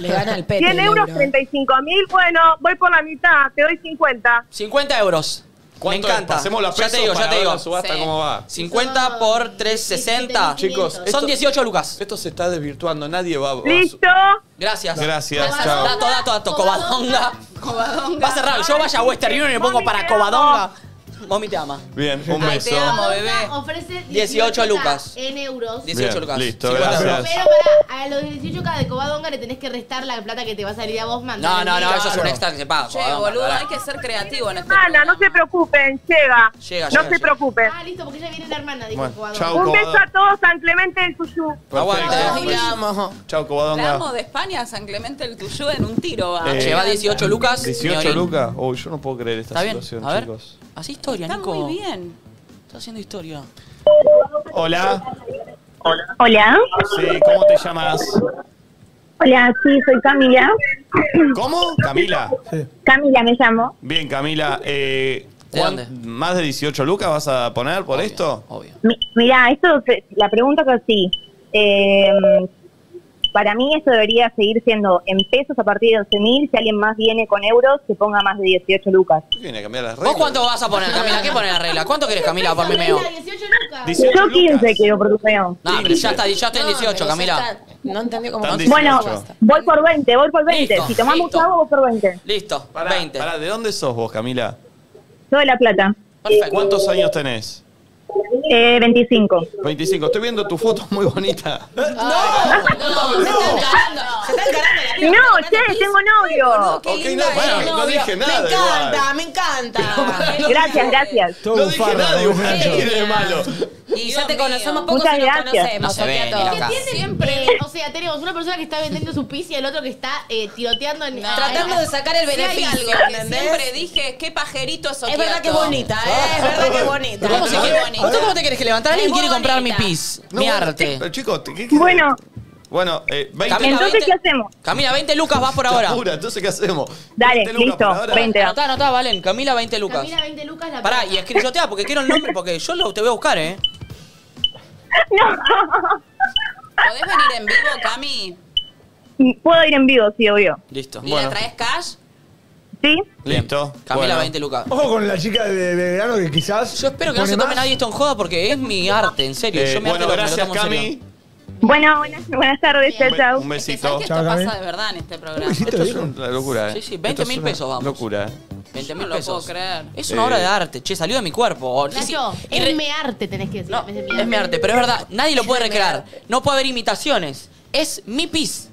Speaker 2: Le gana el pete.
Speaker 8: 100
Speaker 2: el
Speaker 8: euros,
Speaker 2: euro.
Speaker 8: 35 mil. Bueno, voy por la mitad, te doy 50.
Speaker 4: 50 euros. Me
Speaker 1: ¿Cuánto
Speaker 4: encanta.
Speaker 1: es? Hacemos la
Speaker 4: ya
Speaker 1: pesos
Speaker 4: te digo,
Speaker 1: para
Speaker 4: ya te
Speaker 1: ver
Speaker 4: digo.
Speaker 1: la subasta
Speaker 3: Sí.
Speaker 1: cómo va.
Speaker 4: 50 por 360.
Speaker 9: Chicos,
Speaker 4: son
Speaker 1: esto-
Speaker 4: 18 lucas.
Speaker 1: Esto se está desvirtuando, nadie va. va a su-
Speaker 8: Listo.
Speaker 4: Gracias.
Speaker 1: Gracias, chao.
Speaker 4: Dato, dato, dato. Covadonga. Va a cerrar. Yo vaya a Western Union y me pongo para Covadonga. Mami te ama.
Speaker 1: Bien, un
Speaker 3: Ay,
Speaker 1: beso.
Speaker 3: te amo, bebé.
Speaker 9: Ofrece
Speaker 4: 18
Speaker 9: 18K
Speaker 4: lucas.
Speaker 9: En euros.
Speaker 4: 18
Speaker 1: Bien,
Speaker 4: lucas.
Speaker 1: listo,
Speaker 4: 50 euros.
Speaker 7: gracias.
Speaker 9: Pero para a los 18K de Covadonga le tenés que restar la plata que te va a salir a vos
Speaker 4: No,
Speaker 9: mandar.
Speaker 4: no, no, eso es un
Speaker 7: Claro.
Speaker 4: extra que se paga.
Speaker 3: Che,
Speaker 4: Covadonga,
Speaker 3: boludo,
Speaker 4: pará.
Speaker 3: hay que ser creativo en este
Speaker 8: Ana, no se
Speaker 3: programa.
Speaker 8: preocupen, llega.
Speaker 4: Llega,
Speaker 8: no
Speaker 4: llega,
Speaker 8: se
Speaker 4: llega.
Speaker 8: preocupen.
Speaker 9: Ah, listo, porque ya viene la hermana, dijo
Speaker 1: Bueno,
Speaker 9: Covadonga.
Speaker 1: chau,
Speaker 8: Un beso a
Speaker 1: Covadonga.
Speaker 8: todos, San Clemente del Tuyú.
Speaker 2: Todos
Speaker 1: Perfecto.
Speaker 2: digamos.
Speaker 1: Chao,
Speaker 3: La amo
Speaker 1: Covadonga.
Speaker 3: de España a San Clemente el Tuyú en un tiro, va.
Speaker 1: Eh,
Speaker 4: Ah, Lleva 18 lucas.
Speaker 1: 18
Speaker 4: Neorín.
Speaker 1: lucas. Uy, yo no puedo creer esta
Speaker 4: Está bien.
Speaker 1: situación,
Speaker 4: A ver.
Speaker 1: chicos.
Speaker 4: Haz historia,
Speaker 3: Está
Speaker 4: Nico.
Speaker 3: muy bien.
Speaker 4: Estás haciendo historia.
Speaker 1: Hola.
Speaker 13: Hola.
Speaker 1: Sí, ¿cómo te llamas?
Speaker 13: Hola, sí, soy Camila.
Speaker 1: ¿Cómo? Camila.
Speaker 13: Camila me llamo.
Speaker 1: Bien, Camila. eh, ¿Cuán- ¿Más de 18 lucas vas a poner por esto?
Speaker 4: Obvio.
Speaker 8: Mi- Mirá, esto, se- la pregunta es así. Eh, para mí eso debería seguir siendo en pesos a partir de 11.000. Si alguien más viene con euros, que ponga más de 18 lucas.
Speaker 1: Viene a cambiar las
Speaker 4: ¿Vos cuánto vas a poner, Camila? ¿Qué pone la regla? ¿Cuánto querés, Camila, por mi meo?
Speaker 8: Yo 15 quiero por tu feo.
Speaker 4: No, pero ya está, ya está en 18, Camila.
Speaker 2: No entendió cómo
Speaker 1: Están
Speaker 8: Bueno,
Speaker 1: 18.
Speaker 8: voy por 20, voy por 20. si tomamos agua, voy por 20.
Speaker 4: Listo,
Speaker 1: 20. ¿De dónde sos vos, Camila?
Speaker 8: Yo de La Plata.
Speaker 1: ¿Cuántos años tenés?
Speaker 8: Eh, 25.
Speaker 1: 25. Estoy viendo tu foto muy bonita.
Speaker 8: No, che, tengo novio.
Speaker 1: Ok, no, bueno, no dije nada.
Speaker 11: Me encanta,
Speaker 1: igual.
Speaker 11: me encanta.
Speaker 8: Gracias, gracias.
Speaker 1: No dije nada igual. ¿Qué tiene de malo?
Speaker 11: Y ya te conocemos poco
Speaker 8: Muchas
Speaker 11: si nos
Speaker 8: gracias.
Speaker 11: conocemos.
Speaker 4: No se ve
Speaker 11: Sofiato.
Speaker 4: ni la cara.
Speaker 9: Siempre. o sea, tenemos una persona que está vendiendo su pis y el otro que está eh, tiroteando en.
Speaker 2: Tratando de sacar el
Speaker 9: Sí hay
Speaker 2: beneficio,
Speaker 9: algo.
Speaker 3: Que
Speaker 2: ¿entendés?
Speaker 3: siempre dije, qué pajerito eso.
Speaker 2: Es verdad que es bonita, ¿eh? Es verdad que es bonita.
Speaker 4: ¿Cómo se quiere? ¿Usted cómo te querés que levantar? Alguien
Speaker 2: Muy
Speaker 4: quiere comprar mi
Speaker 2: bonita.
Speaker 4: pis,
Speaker 1: No,
Speaker 4: mi
Speaker 1: bueno,
Speaker 4: arte.
Speaker 1: Pero chicos, ¿qué, qué-
Speaker 8: Bueno,
Speaker 1: Bueno, eh, 20
Speaker 4: Camila,
Speaker 8: entonces,
Speaker 4: 20,
Speaker 8: ¿qué hacemos?
Speaker 4: Camila, 20 lucas vas por ahora.
Speaker 1: Pura, entonces, ¿qué hacemos?
Speaker 8: Dale,
Speaker 1: 20 lucas
Speaker 8: listo,
Speaker 1: por ahora.
Speaker 8: 20.
Speaker 4: Anotá, anotá, Valen. Camila, 20 lucas.
Speaker 9: Camila 20 lucas la
Speaker 4: Pará,
Speaker 9: plata.
Speaker 4: y escrillotea porque quiero el nombre, porque yo lo te voy a buscar, ¿eh?
Speaker 3: ¿Podés venir en vivo, Cami?
Speaker 8: No, Mm, puedo ir en vivo, sí, obvio.
Speaker 4: Listo.
Speaker 3: ¿Y
Speaker 1: Bueno.
Speaker 3: la traes cash?
Speaker 8: ¿Sí?
Speaker 1: Listo.
Speaker 4: Camila,
Speaker 1: Bueno.
Speaker 4: 20 lucas.
Speaker 7: Ojo con la chica de, de verano que quizás.
Speaker 4: Yo espero que no
Speaker 7: pone
Speaker 4: se tome
Speaker 7: más.
Speaker 4: nadie esto en joda porque es mi arte, en serio.
Speaker 1: Eh,
Speaker 4: yo me
Speaker 1: bueno,
Speaker 4: arte lo- me lo
Speaker 1: gracias,
Speaker 4: tomo en serio.
Speaker 1: Cami.
Speaker 8: Bueno, buenas, buenas tardes, chao,
Speaker 1: Un be- Un
Speaker 8: chao.
Speaker 3: Es que
Speaker 1: besito.
Speaker 3: sabes que
Speaker 7: Chao,
Speaker 3: esto pasa
Speaker 7: Cami.
Speaker 3: de verdad en este programa.
Speaker 7: Uy, sí.
Speaker 1: Esto es una locura, ¿eh?
Speaker 4: Sí, sí,
Speaker 1: Esto
Speaker 4: 20.000
Speaker 1: es una
Speaker 4: pesos, vamos.
Speaker 1: Locura, ¿eh?
Speaker 4: 20
Speaker 3: No
Speaker 4: mil
Speaker 3: lo puedo
Speaker 4: pesos.
Speaker 3: creer.
Speaker 4: Es una
Speaker 1: Eh.
Speaker 4: obra de arte, che, salió de mi cuerpo. Oh, sí, sí.
Speaker 9: Nacho,
Speaker 4: Y re-
Speaker 9: es mi arte, tenés que decir.
Speaker 4: No,
Speaker 9: en vez de
Speaker 4: es mi arte, pero es verdad, nadie lo puede
Speaker 2: Es mi
Speaker 4: recrear.
Speaker 2: arte.
Speaker 4: No puede haber imitaciones. Es mi pis.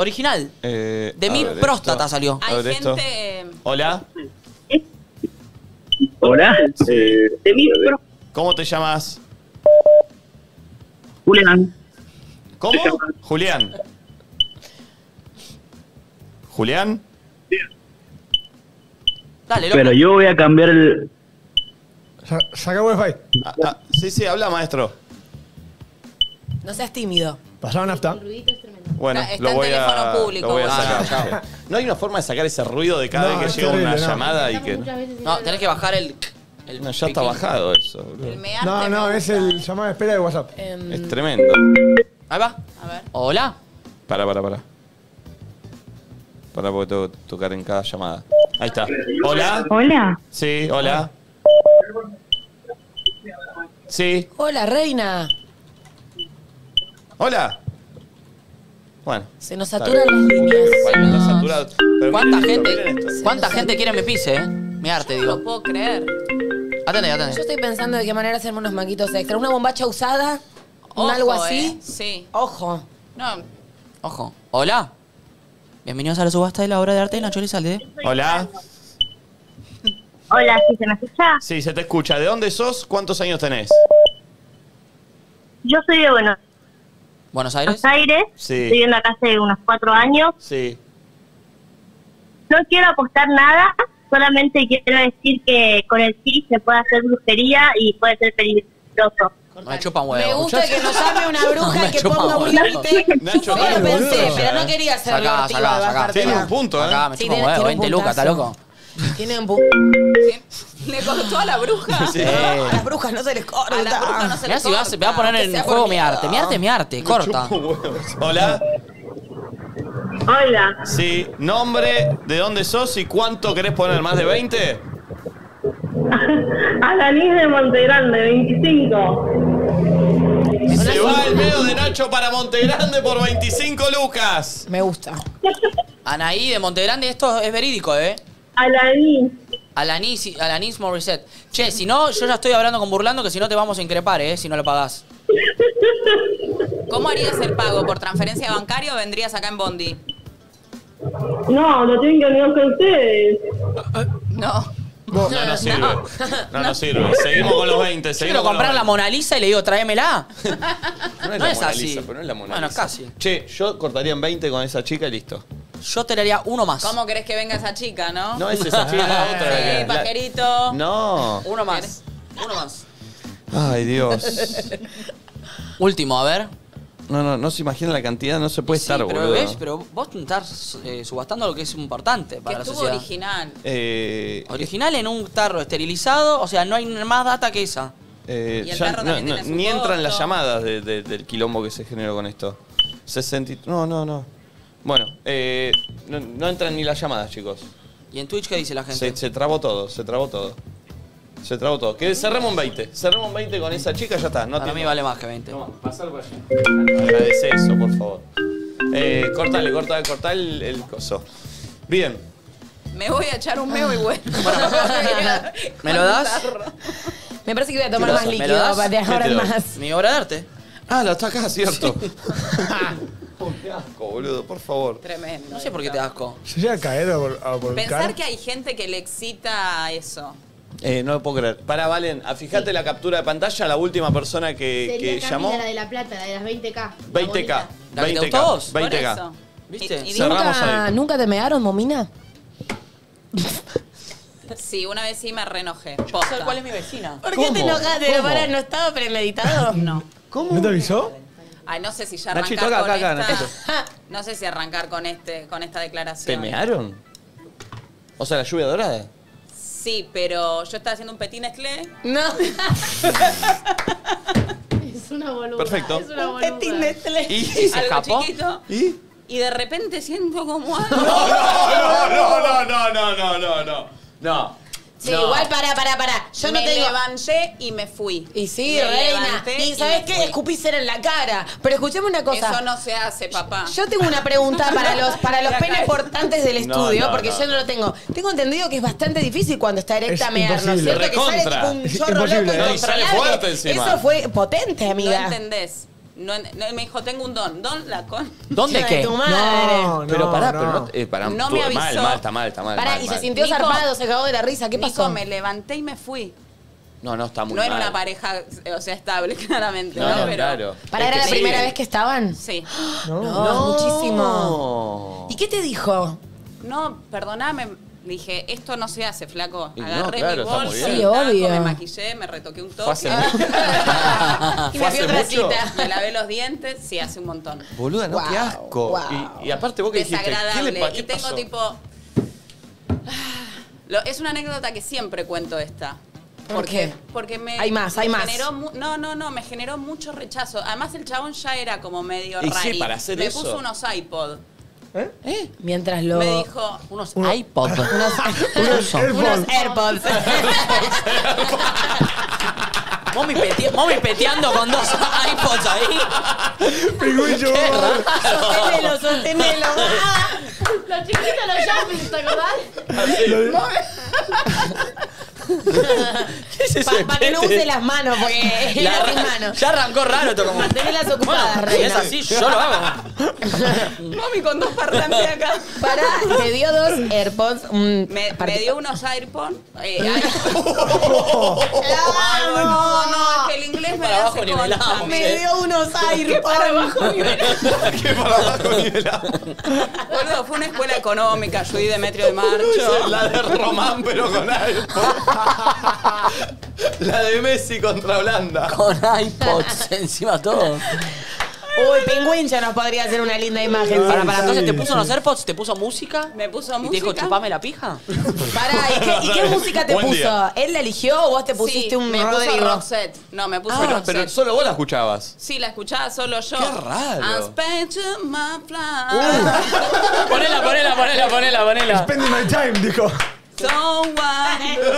Speaker 4: Original.
Speaker 1: Eh,
Speaker 4: De
Speaker 1: a
Speaker 4: mi
Speaker 1: ver esto.
Speaker 4: próstata salió.
Speaker 1: A
Speaker 3: Hay
Speaker 1: ver esto.
Speaker 3: gente.
Speaker 1: Hola,
Speaker 12: Hola, eh, de mí, pero-
Speaker 1: ¿cómo te llamas?
Speaker 12: Julián.
Speaker 1: ¿Cómo? Julián. Julián,
Speaker 4: Dale, loco.
Speaker 12: Pero yo voy a cambiar el.
Speaker 7: Sa- Saca wifi.
Speaker 1: Ah, ah, sí, sí, habla maestro.
Speaker 2: No seas tímido.
Speaker 7: Pasaba nafta.
Speaker 1: Bueno,
Speaker 3: Está- está
Speaker 1: lo
Speaker 3: en
Speaker 1: voy a,
Speaker 3: teléfono público,
Speaker 1: lo voy a
Speaker 4: bueno.
Speaker 1: sacar. No hay una forma de sacar ese ruido de cada
Speaker 7: No,
Speaker 1: vez
Speaker 7: es
Speaker 1: que llega una
Speaker 7: terrible, no.
Speaker 1: llamada y que.
Speaker 4: No, tenés que bajar el. el
Speaker 1: No, ya está
Speaker 4: piquín.
Speaker 1: bajado eso. boludo.
Speaker 3: Me arte
Speaker 7: No,
Speaker 3: me
Speaker 7: no,
Speaker 3: gusta.
Speaker 7: es el llamado de espera de WhatsApp.
Speaker 1: Es tremendo.
Speaker 4: Ahí va.
Speaker 3: A ver.
Speaker 4: Hola.
Speaker 1: Para, para, para. Para porque tengo que tocar en cada llamada. Ahí está. Hola.
Speaker 8: Hola.
Speaker 1: Sí, hola. Sí,
Speaker 2: Hola, reina.
Speaker 1: hola. Bueno.
Speaker 2: Se nos
Speaker 1: está
Speaker 2: saturan las
Speaker 1: bien.
Speaker 2: líneas.
Speaker 1: Bueno, está saturado. Pero
Speaker 4: ¿Cuánta
Speaker 1: miren esto,
Speaker 4: gente,
Speaker 1: miren esto.
Speaker 4: cuánta gente quiere mi pis, eh? Mi arte,
Speaker 3: No lo
Speaker 4: digo.
Speaker 3: puedo creer.
Speaker 4: Atende,
Speaker 2: Yo
Speaker 4: atende.
Speaker 2: estoy pensando de qué manera hacerme unos maquitos extra. Una bombacha usada, un
Speaker 3: Ojo,
Speaker 2: algo
Speaker 3: eh.
Speaker 2: así.
Speaker 3: Sí.
Speaker 2: Ojo.
Speaker 3: No,
Speaker 4: Ojo. Hola. Bienvenidos a la subasta de la obra de arte de Nacho Elizalde.
Speaker 1: Hola.
Speaker 8: Hola, ¿sí se me escucha?
Speaker 1: Sí, se te escucha. ¿De dónde sos? ¿Cuántos años tenés?
Speaker 8: Yo soy de Buenos
Speaker 4: Buenos Aires.
Speaker 8: Aires.
Speaker 1: Sí.
Speaker 8: Estoy viviendo acá hace unos cuatro años.
Speaker 1: Sí.
Speaker 8: No quiero apostar nada. Solamente quiero decir que con el sí se puede hacer brujería y puede ser peligroso.
Speaker 4: Me chupa un
Speaker 2: Me
Speaker 4: huevo.
Speaker 2: gusta que nos llame una bruja
Speaker 4: Me
Speaker 2: y que
Speaker 4: chupa
Speaker 2: ponga
Speaker 4: huevo.
Speaker 2: un límite.
Speaker 1: Nacho,
Speaker 2: Yo lo
Speaker 1: dale,
Speaker 2: pensé,
Speaker 1: boludo.
Speaker 2: pero no quería ser
Speaker 4: Sacá,
Speaker 2: revertida
Speaker 4: sacá,
Speaker 2: de
Speaker 4: sacá.
Speaker 2: bajártela.
Speaker 1: Tiene un punto, ¿eh?
Speaker 4: Acá, me
Speaker 2: Sí,
Speaker 4: chupa un
Speaker 2: tiene-
Speaker 4: huevo.
Speaker 2: tiene un
Speaker 4: 20 lucas, ¿está
Speaker 2: puntazo.
Speaker 4: loco?
Speaker 2: Tiene un pu-
Speaker 3: le cortó a la bruja.
Speaker 1: Sí.
Speaker 2: A las brujas no se les corta.
Speaker 3: A la bruja no se
Speaker 4: Mirá
Speaker 3: le
Speaker 4: si vas, voy a poner
Speaker 3: corta.
Speaker 4: en juego mi arte. Mi arte es mi arte. Corta.
Speaker 1: Hola.
Speaker 8: Hola,
Speaker 1: Sí. Nombre, ¿de dónde sos y cuánto querés poner? ¿Más de 20?
Speaker 8: Alanis de Montegrande, 25.
Speaker 1: Se va el medio de Nacho para Montegrande por 25 lucas.
Speaker 2: Me gusta.
Speaker 4: Anaí de Montegrande, esto es verídico, ¿eh?
Speaker 8: Alanis.
Speaker 4: Alanis, Alanis Morissette. Che, si no, yo ya estoy hablando con Burlando que si no te vamos a increpar, ¿eh? Si no lo pagás.
Speaker 3: ¿Cómo harías el pago? ¿Por transferencia bancaria o vendrías acá en Bondi?
Speaker 8: No, lo tienen que hablar con ustedes.
Speaker 3: No.
Speaker 1: No, no sirve. No, no sirve. Seguimos con los 20.
Speaker 4: Yo
Speaker 1: Seguimos
Speaker 4: quiero
Speaker 1: con los
Speaker 4: comprar la
Speaker 1: 20.
Speaker 4: Mona Lisa y le digo, tráemela.
Speaker 1: No es
Speaker 4: no
Speaker 1: la
Speaker 4: es
Speaker 1: Mona
Speaker 4: así.
Speaker 1: Lisa, pero no es la Mona
Speaker 4: Bueno,
Speaker 1: Lisa.
Speaker 4: casi.
Speaker 1: Che, yo cortaría en 20 con esa chica y listo.
Speaker 4: Yo te le haría uno más.
Speaker 3: ¿Cómo querés que venga esa chica, no?
Speaker 1: No es esa chica, es la otra.
Speaker 3: Sí,
Speaker 1: la-
Speaker 3: pajerito.
Speaker 1: No.
Speaker 4: Uno más. Uno más.
Speaker 1: Ay, Dios.
Speaker 4: Último, a ver.
Speaker 1: No, no, no se imagina la cantidad, no se puede estar,
Speaker 4: pero,
Speaker 1: boludo.
Speaker 4: ¿ves? pero vos estás eh, subastando lo que es importante para la
Speaker 3: Estuvo
Speaker 4: sociedad.
Speaker 3: original.
Speaker 1: Eh,
Speaker 4: Original en un tarro esterilizado, o sea, no hay más data que esa.
Speaker 1: eh,
Speaker 4: Y el
Speaker 1: ya
Speaker 4: perro
Speaker 1: no-
Speaker 4: también
Speaker 1: no-
Speaker 4: tiene su
Speaker 1: ni entran las
Speaker 4: costo.
Speaker 1: llamadas de- de- del quilombo que se generó con esto. 60 y- No, no, no. Bueno, eh, no, no entran ni las llamadas, chicos.
Speaker 4: ¿Y en Twitch qué dice la gente?
Speaker 1: Se, se trabó todo, se trabó todo. Se trabó todo. Que cerremos un 20. Cerremos un 20 con esa chica, ya está. No
Speaker 4: Para mí vale más que 20.
Speaker 1: Agradece eso, por favor. Eh, cortale, cortale, cortale el, el coso. Bien.
Speaker 3: Me voy a echar un meo y vuelvo.
Speaker 4: ¿Me lo das?
Speaker 2: Me parece que voy a tomar más líquido para de
Speaker 1: Este
Speaker 2: ahora en más.
Speaker 4: Mi obra de arte.
Speaker 1: Ah, lo está acá, cierto. Qué asco, boludo, por favor.
Speaker 3: Tremendo.
Speaker 4: No sé por qué te da asco.
Speaker 7: ¿Se llega a caer a, vol- a volcar?
Speaker 3: Pensar que hay gente que le excita eso.
Speaker 1: Eh, no lo puedo creer. Para, Valen, ah, fíjate la captura de pantalla, la última persona que,
Speaker 9: Sería
Speaker 1: Eh, que
Speaker 9: Camila,
Speaker 1: llamó.
Speaker 9: la de la plata, la de las 20K.
Speaker 1: 20K.
Speaker 4: ¿La que te
Speaker 1: 20K.
Speaker 4: gustó a vos?
Speaker 1: 20K.
Speaker 4: ¿Viste?
Speaker 3: Y- y
Speaker 1: Cerramos
Speaker 2: ¿Nunca,
Speaker 1: ahí.
Speaker 2: ¿Nunca te mearon, momina?
Speaker 3: Sí, una vez sí me renojé. Posta.
Speaker 4: ¿Cuál es mi vecina?
Speaker 2: ¿Por qué te enojaste? Pero para, ¿no estaba premeditado? No.
Speaker 7: ¿Cómo? ¿No te avisó?
Speaker 3: Ay, no sé si ya arrancar
Speaker 1: Nachito, acá,
Speaker 3: con
Speaker 1: acá, acá,
Speaker 3: esta.
Speaker 1: Nachito.
Speaker 3: No sé si arrancar con este, con esta
Speaker 1: ¿Te
Speaker 3: declaración.
Speaker 1: mearon? O sea, la lluvia dorada.
Speaker 3: Sí, pero yo estaba haciendo un petit Nestlé.
Speaker 2: No.
Speaker 9: Es una boluda.
Speaker 1: Perfecto.
Speaker 9: Es una
Speaker 3: Un
Speaker 9: boluda.
Speaker 3: petit Nestlé.
Speaker 1: ¿Y? ¿Se
Speaker 3: Algo
Speaker 4: escapó?
Speaker 3: chiquito.
Speaker 1: ¿Y?
Speaker 3: Y de repente siento como algo.
Speaker 1: No, no, no, no, no, no, no, no. No.
Speaker 2: Sí,
Speaker 1: No.
Speaker 2: igual, para, para, para. Yo no
Speaker 3: me
Speaker 2: tengo...
Speaker 3: levanté y me fui.
Speaker 2: Y sí,
Speaker 3: Me
Speaker 2: reina.
Speaker 3: levanté
Speaker 2: Y ¿sabes
Speaker 3: me
Speaker 2: qué?
Speaker 3: fui.
Speaker 2: Escupí cera en la cara. Pero escuchame una cosa.
Speaker 3: Eso no se hace, papá.
Speaker 2: Yo tengo una pregunta para los, para los
Speaker 3: La
Speaker 2: penes
Speaker 3: cara.
Speaker 2: portantes del
Speaker 1: No,
Speaker 2: estudio,
Speaker 1: no,
Speaker 2: porque
Speaker 1: no.
Speaker 2: yo no lo tengo. Tengo entendido que es bastante difícil cuando está erecta
Speaker 7: Es
Speaker 2: mear, ¿no es
Speaker 7: imposible.
Speaker 2: cierto? Que sale
Speaker 1: Recontra.
Speaker 2: tipo un
Speaker 7: Es
Speaker 2: chorro
Speaker 7: imposible. ¿eh?
Speaker 2: loco
Speaker 1: No, y sale
Speaker 2: incontrolable.
Speaker 1: fuerte encima.
Speaker 2: Eso fue potente,
Speaker 3: No
Speaker 2: amiga.
Speaker 3: entendés. No en- no, me dijo, tengo un don. Don la con.
Speaker 4: ¿Dónde
Speaker 2: Hija de
Speaker 4: qué?
Speaker 2: tu madre.
Speaker 7: No, no,
Speaker 1: pero pará,
Speaker 7: no.
Speaker 1: pero no. eh, pará,
Speaker 3: No
Speaker 1: tú-
Speaker 3: me
Speaker 1: Mal,
Speaker 3: avisó.
Speaker 1: mal, está mal, está mal.
Speaker 2: Pará,
Speaker 1: mal,
Speaker 2: y se
Speaker 1: mal.
Speaker 2: sintió
Speaker 3: Nico,
Speaker 2: zarpado, se cagó de la risa. ¿Qué pasó?
Speaker 3: Nico, me levanté y me fui.
Speaker 1: No, no, está muy
Speaker 3: no
Speaker 1: mal.
Speaker 3: era una pareja, eh, o sea, estable, claramente.
Speaker 1: No,
Speaker 3: No,
Speaker 1: no,
Speaker 3: pero.
Speaker 1: claro.
Speaker 2: ¿Para
Speaker 1: Es
Speaker 2: era
Speaker 1: que
Speaker 2: la
Speaker 1: sí.
Speaker 2: primera vez que estaban?
Speaker 3: Sí.
Speaker 7: No.
Speaker 2: No, es muchísimo.
Speaker 1: No.
Speaker 2: ¿Y qué te dijo?
Speaker 3: No, perdoname. Dije, esto no se hace, flaco.
Speaker 1: Y no,
Speaker 3: Agarré
Speaker 1: claro,
Speaker 3: mi
Speaker 1: está muy
Speaker 3: bolso,
Speaker 1: bien.
Speaker 2: Sí,
Speaker 3: un taco,
Speaker 2: obvio.
Speaker 3: me maquillé, me retoqué un
Speaker 1: Fue hace
Speaker 3: toque.
Speaker 1: mucho.
Speaker 2: Y
Speaker 1: Fue
Speaker 2: me fui
Speaker 1: hace
Speaker 2: a otra
Speaker 1: mucho.
Speaker 2: cita.
Speaker 3: me lavé los dientes, sí, hace un montón.
Speaker 1: Boluda, no, qué
Speaker 2: Guau,
Speaker 1: asco.
Speaker 2: guau.
Speaker 1: Y, y aparte vos que dijiste, ¿qué
Speaker 3: Desagradable.
Speaker 1: le pa- qué
Speaker 3: y tengo
Speaker 1: pasó?
Speaker 3: tipo. ah, Lo- es una anécdota que siempre cuento esta.
Speaker 2: ¿Por
Speaker 3: Porque-
Speaker 2: qué?
Speaker 3: Porque me.
Speaker 2: Hay más,
Speaker 3: me
Speaker 2: hay más.
Speaker 3: generó mu- no, no, no, me generó mucho rechazo. Además, el chabón ya era como medio
Speaker 1: Y sí,
Speaker 3: rari.
Speaker 1: para hacer
Speaker 3: me
Speaker 1: eso.
Speaker 3: puso unos iPod.
Speaker 2: Mientras ¿Eh? lo...
Speaker 3: Me dijo.
Speaker 4: Unos iPod. Unos
Speaker 7: Airpods.
Speaker 2: Unos AirPods.
Speaker 4: Mommy, pete- mommy peteando con dos iPods ahí.
Speaker 7: Pingüillo.
Speaker 2: Sostenelo, sostenelo.
Speaker 9: Los chiquitos, los jumpings, ¿te acordás?
Speaker 4: ¿Qué es ese
Speaker 2: Para que no
Speaker 4: pete?
Speaker 2: use las manos, porque
Speaker 4: La-
Speaker 2: era sin manos.
Speaker 4: Ya arrancó raro esto como.
Speaker 2: Manténlas ocupadas,
Speaker 4: Bueno, si
Speaker 2: reina.
Speaker 4: es así, yo lo hago.
Speaker 3: Mami, con dos parlantes acá.
Speaker 2: Pará, te dio dos AirPods. mm,
Speaker 3: Me,
Speaker 2: para-
Speaker 3: me dio unos AirPods. Eh, ay,
Speaker 2: ¡La
Speaker 3: ay, no,
Speaker 2: amo!
Speaker 3: no, es que el inglés me
Speaker 4: Para
Speaker 3: lo
Speaker 4: abajo
Speaker 3: hace
Speaker 4: nivelamos.
Speaker 3: concha.
Speaker 2: Me dio unos AirPods.
Speaker 1: ¿Qué para abajo nivelado?
Speaker 3: Boludo, fue una escuela económica, yo di Demetrio de Marcho.
Speaker 1: Yo, La de Román, pero con iPod. La de Messi contra Holanda.
Speaker 4: Con iPods encima todo.
Speaker 2: Uy, Pingüincha nos podría hacer una linda imagen.
Speaker 4: Para, para,
Speaker 7: sí,
Speaker 4: entonces te puso
Speaker 7: sí.
Speaker 4: unos AirPods, te puso música.
Speaker 3: Me puso
Speaker 4: Y te dijo,
Speaker 3: música.
Speaker 4: chupame la pija.
Speaker 2: Pará, ¿y qué, y qué música te
Speaker 1: Buen
Speaker 2: puso?
Speaker 1: día.
Speaker 2: ¿Él la eligió o vos te pusiste
Speaker 3: Sí,
Speaker 2: un
Speaker 3: me puso
Speaker 2: Rodrigo?
Speaker 3: Roxette. No, me puso
Speaker 1: Pero,
Speaker 3: Roxette.
Speaker 1: Ah, pero solo vos la escuchabas.
Speaker 3: Sí, la escuchaba solo yo.
Speaker 1: Qué raro.
Speaker 3: I'm special, my fly.
Speaker 4: Ponela, ponela, ponela, ponela, ponela.
Speaker 7: Spending my time, dijo.
Speaker 3: So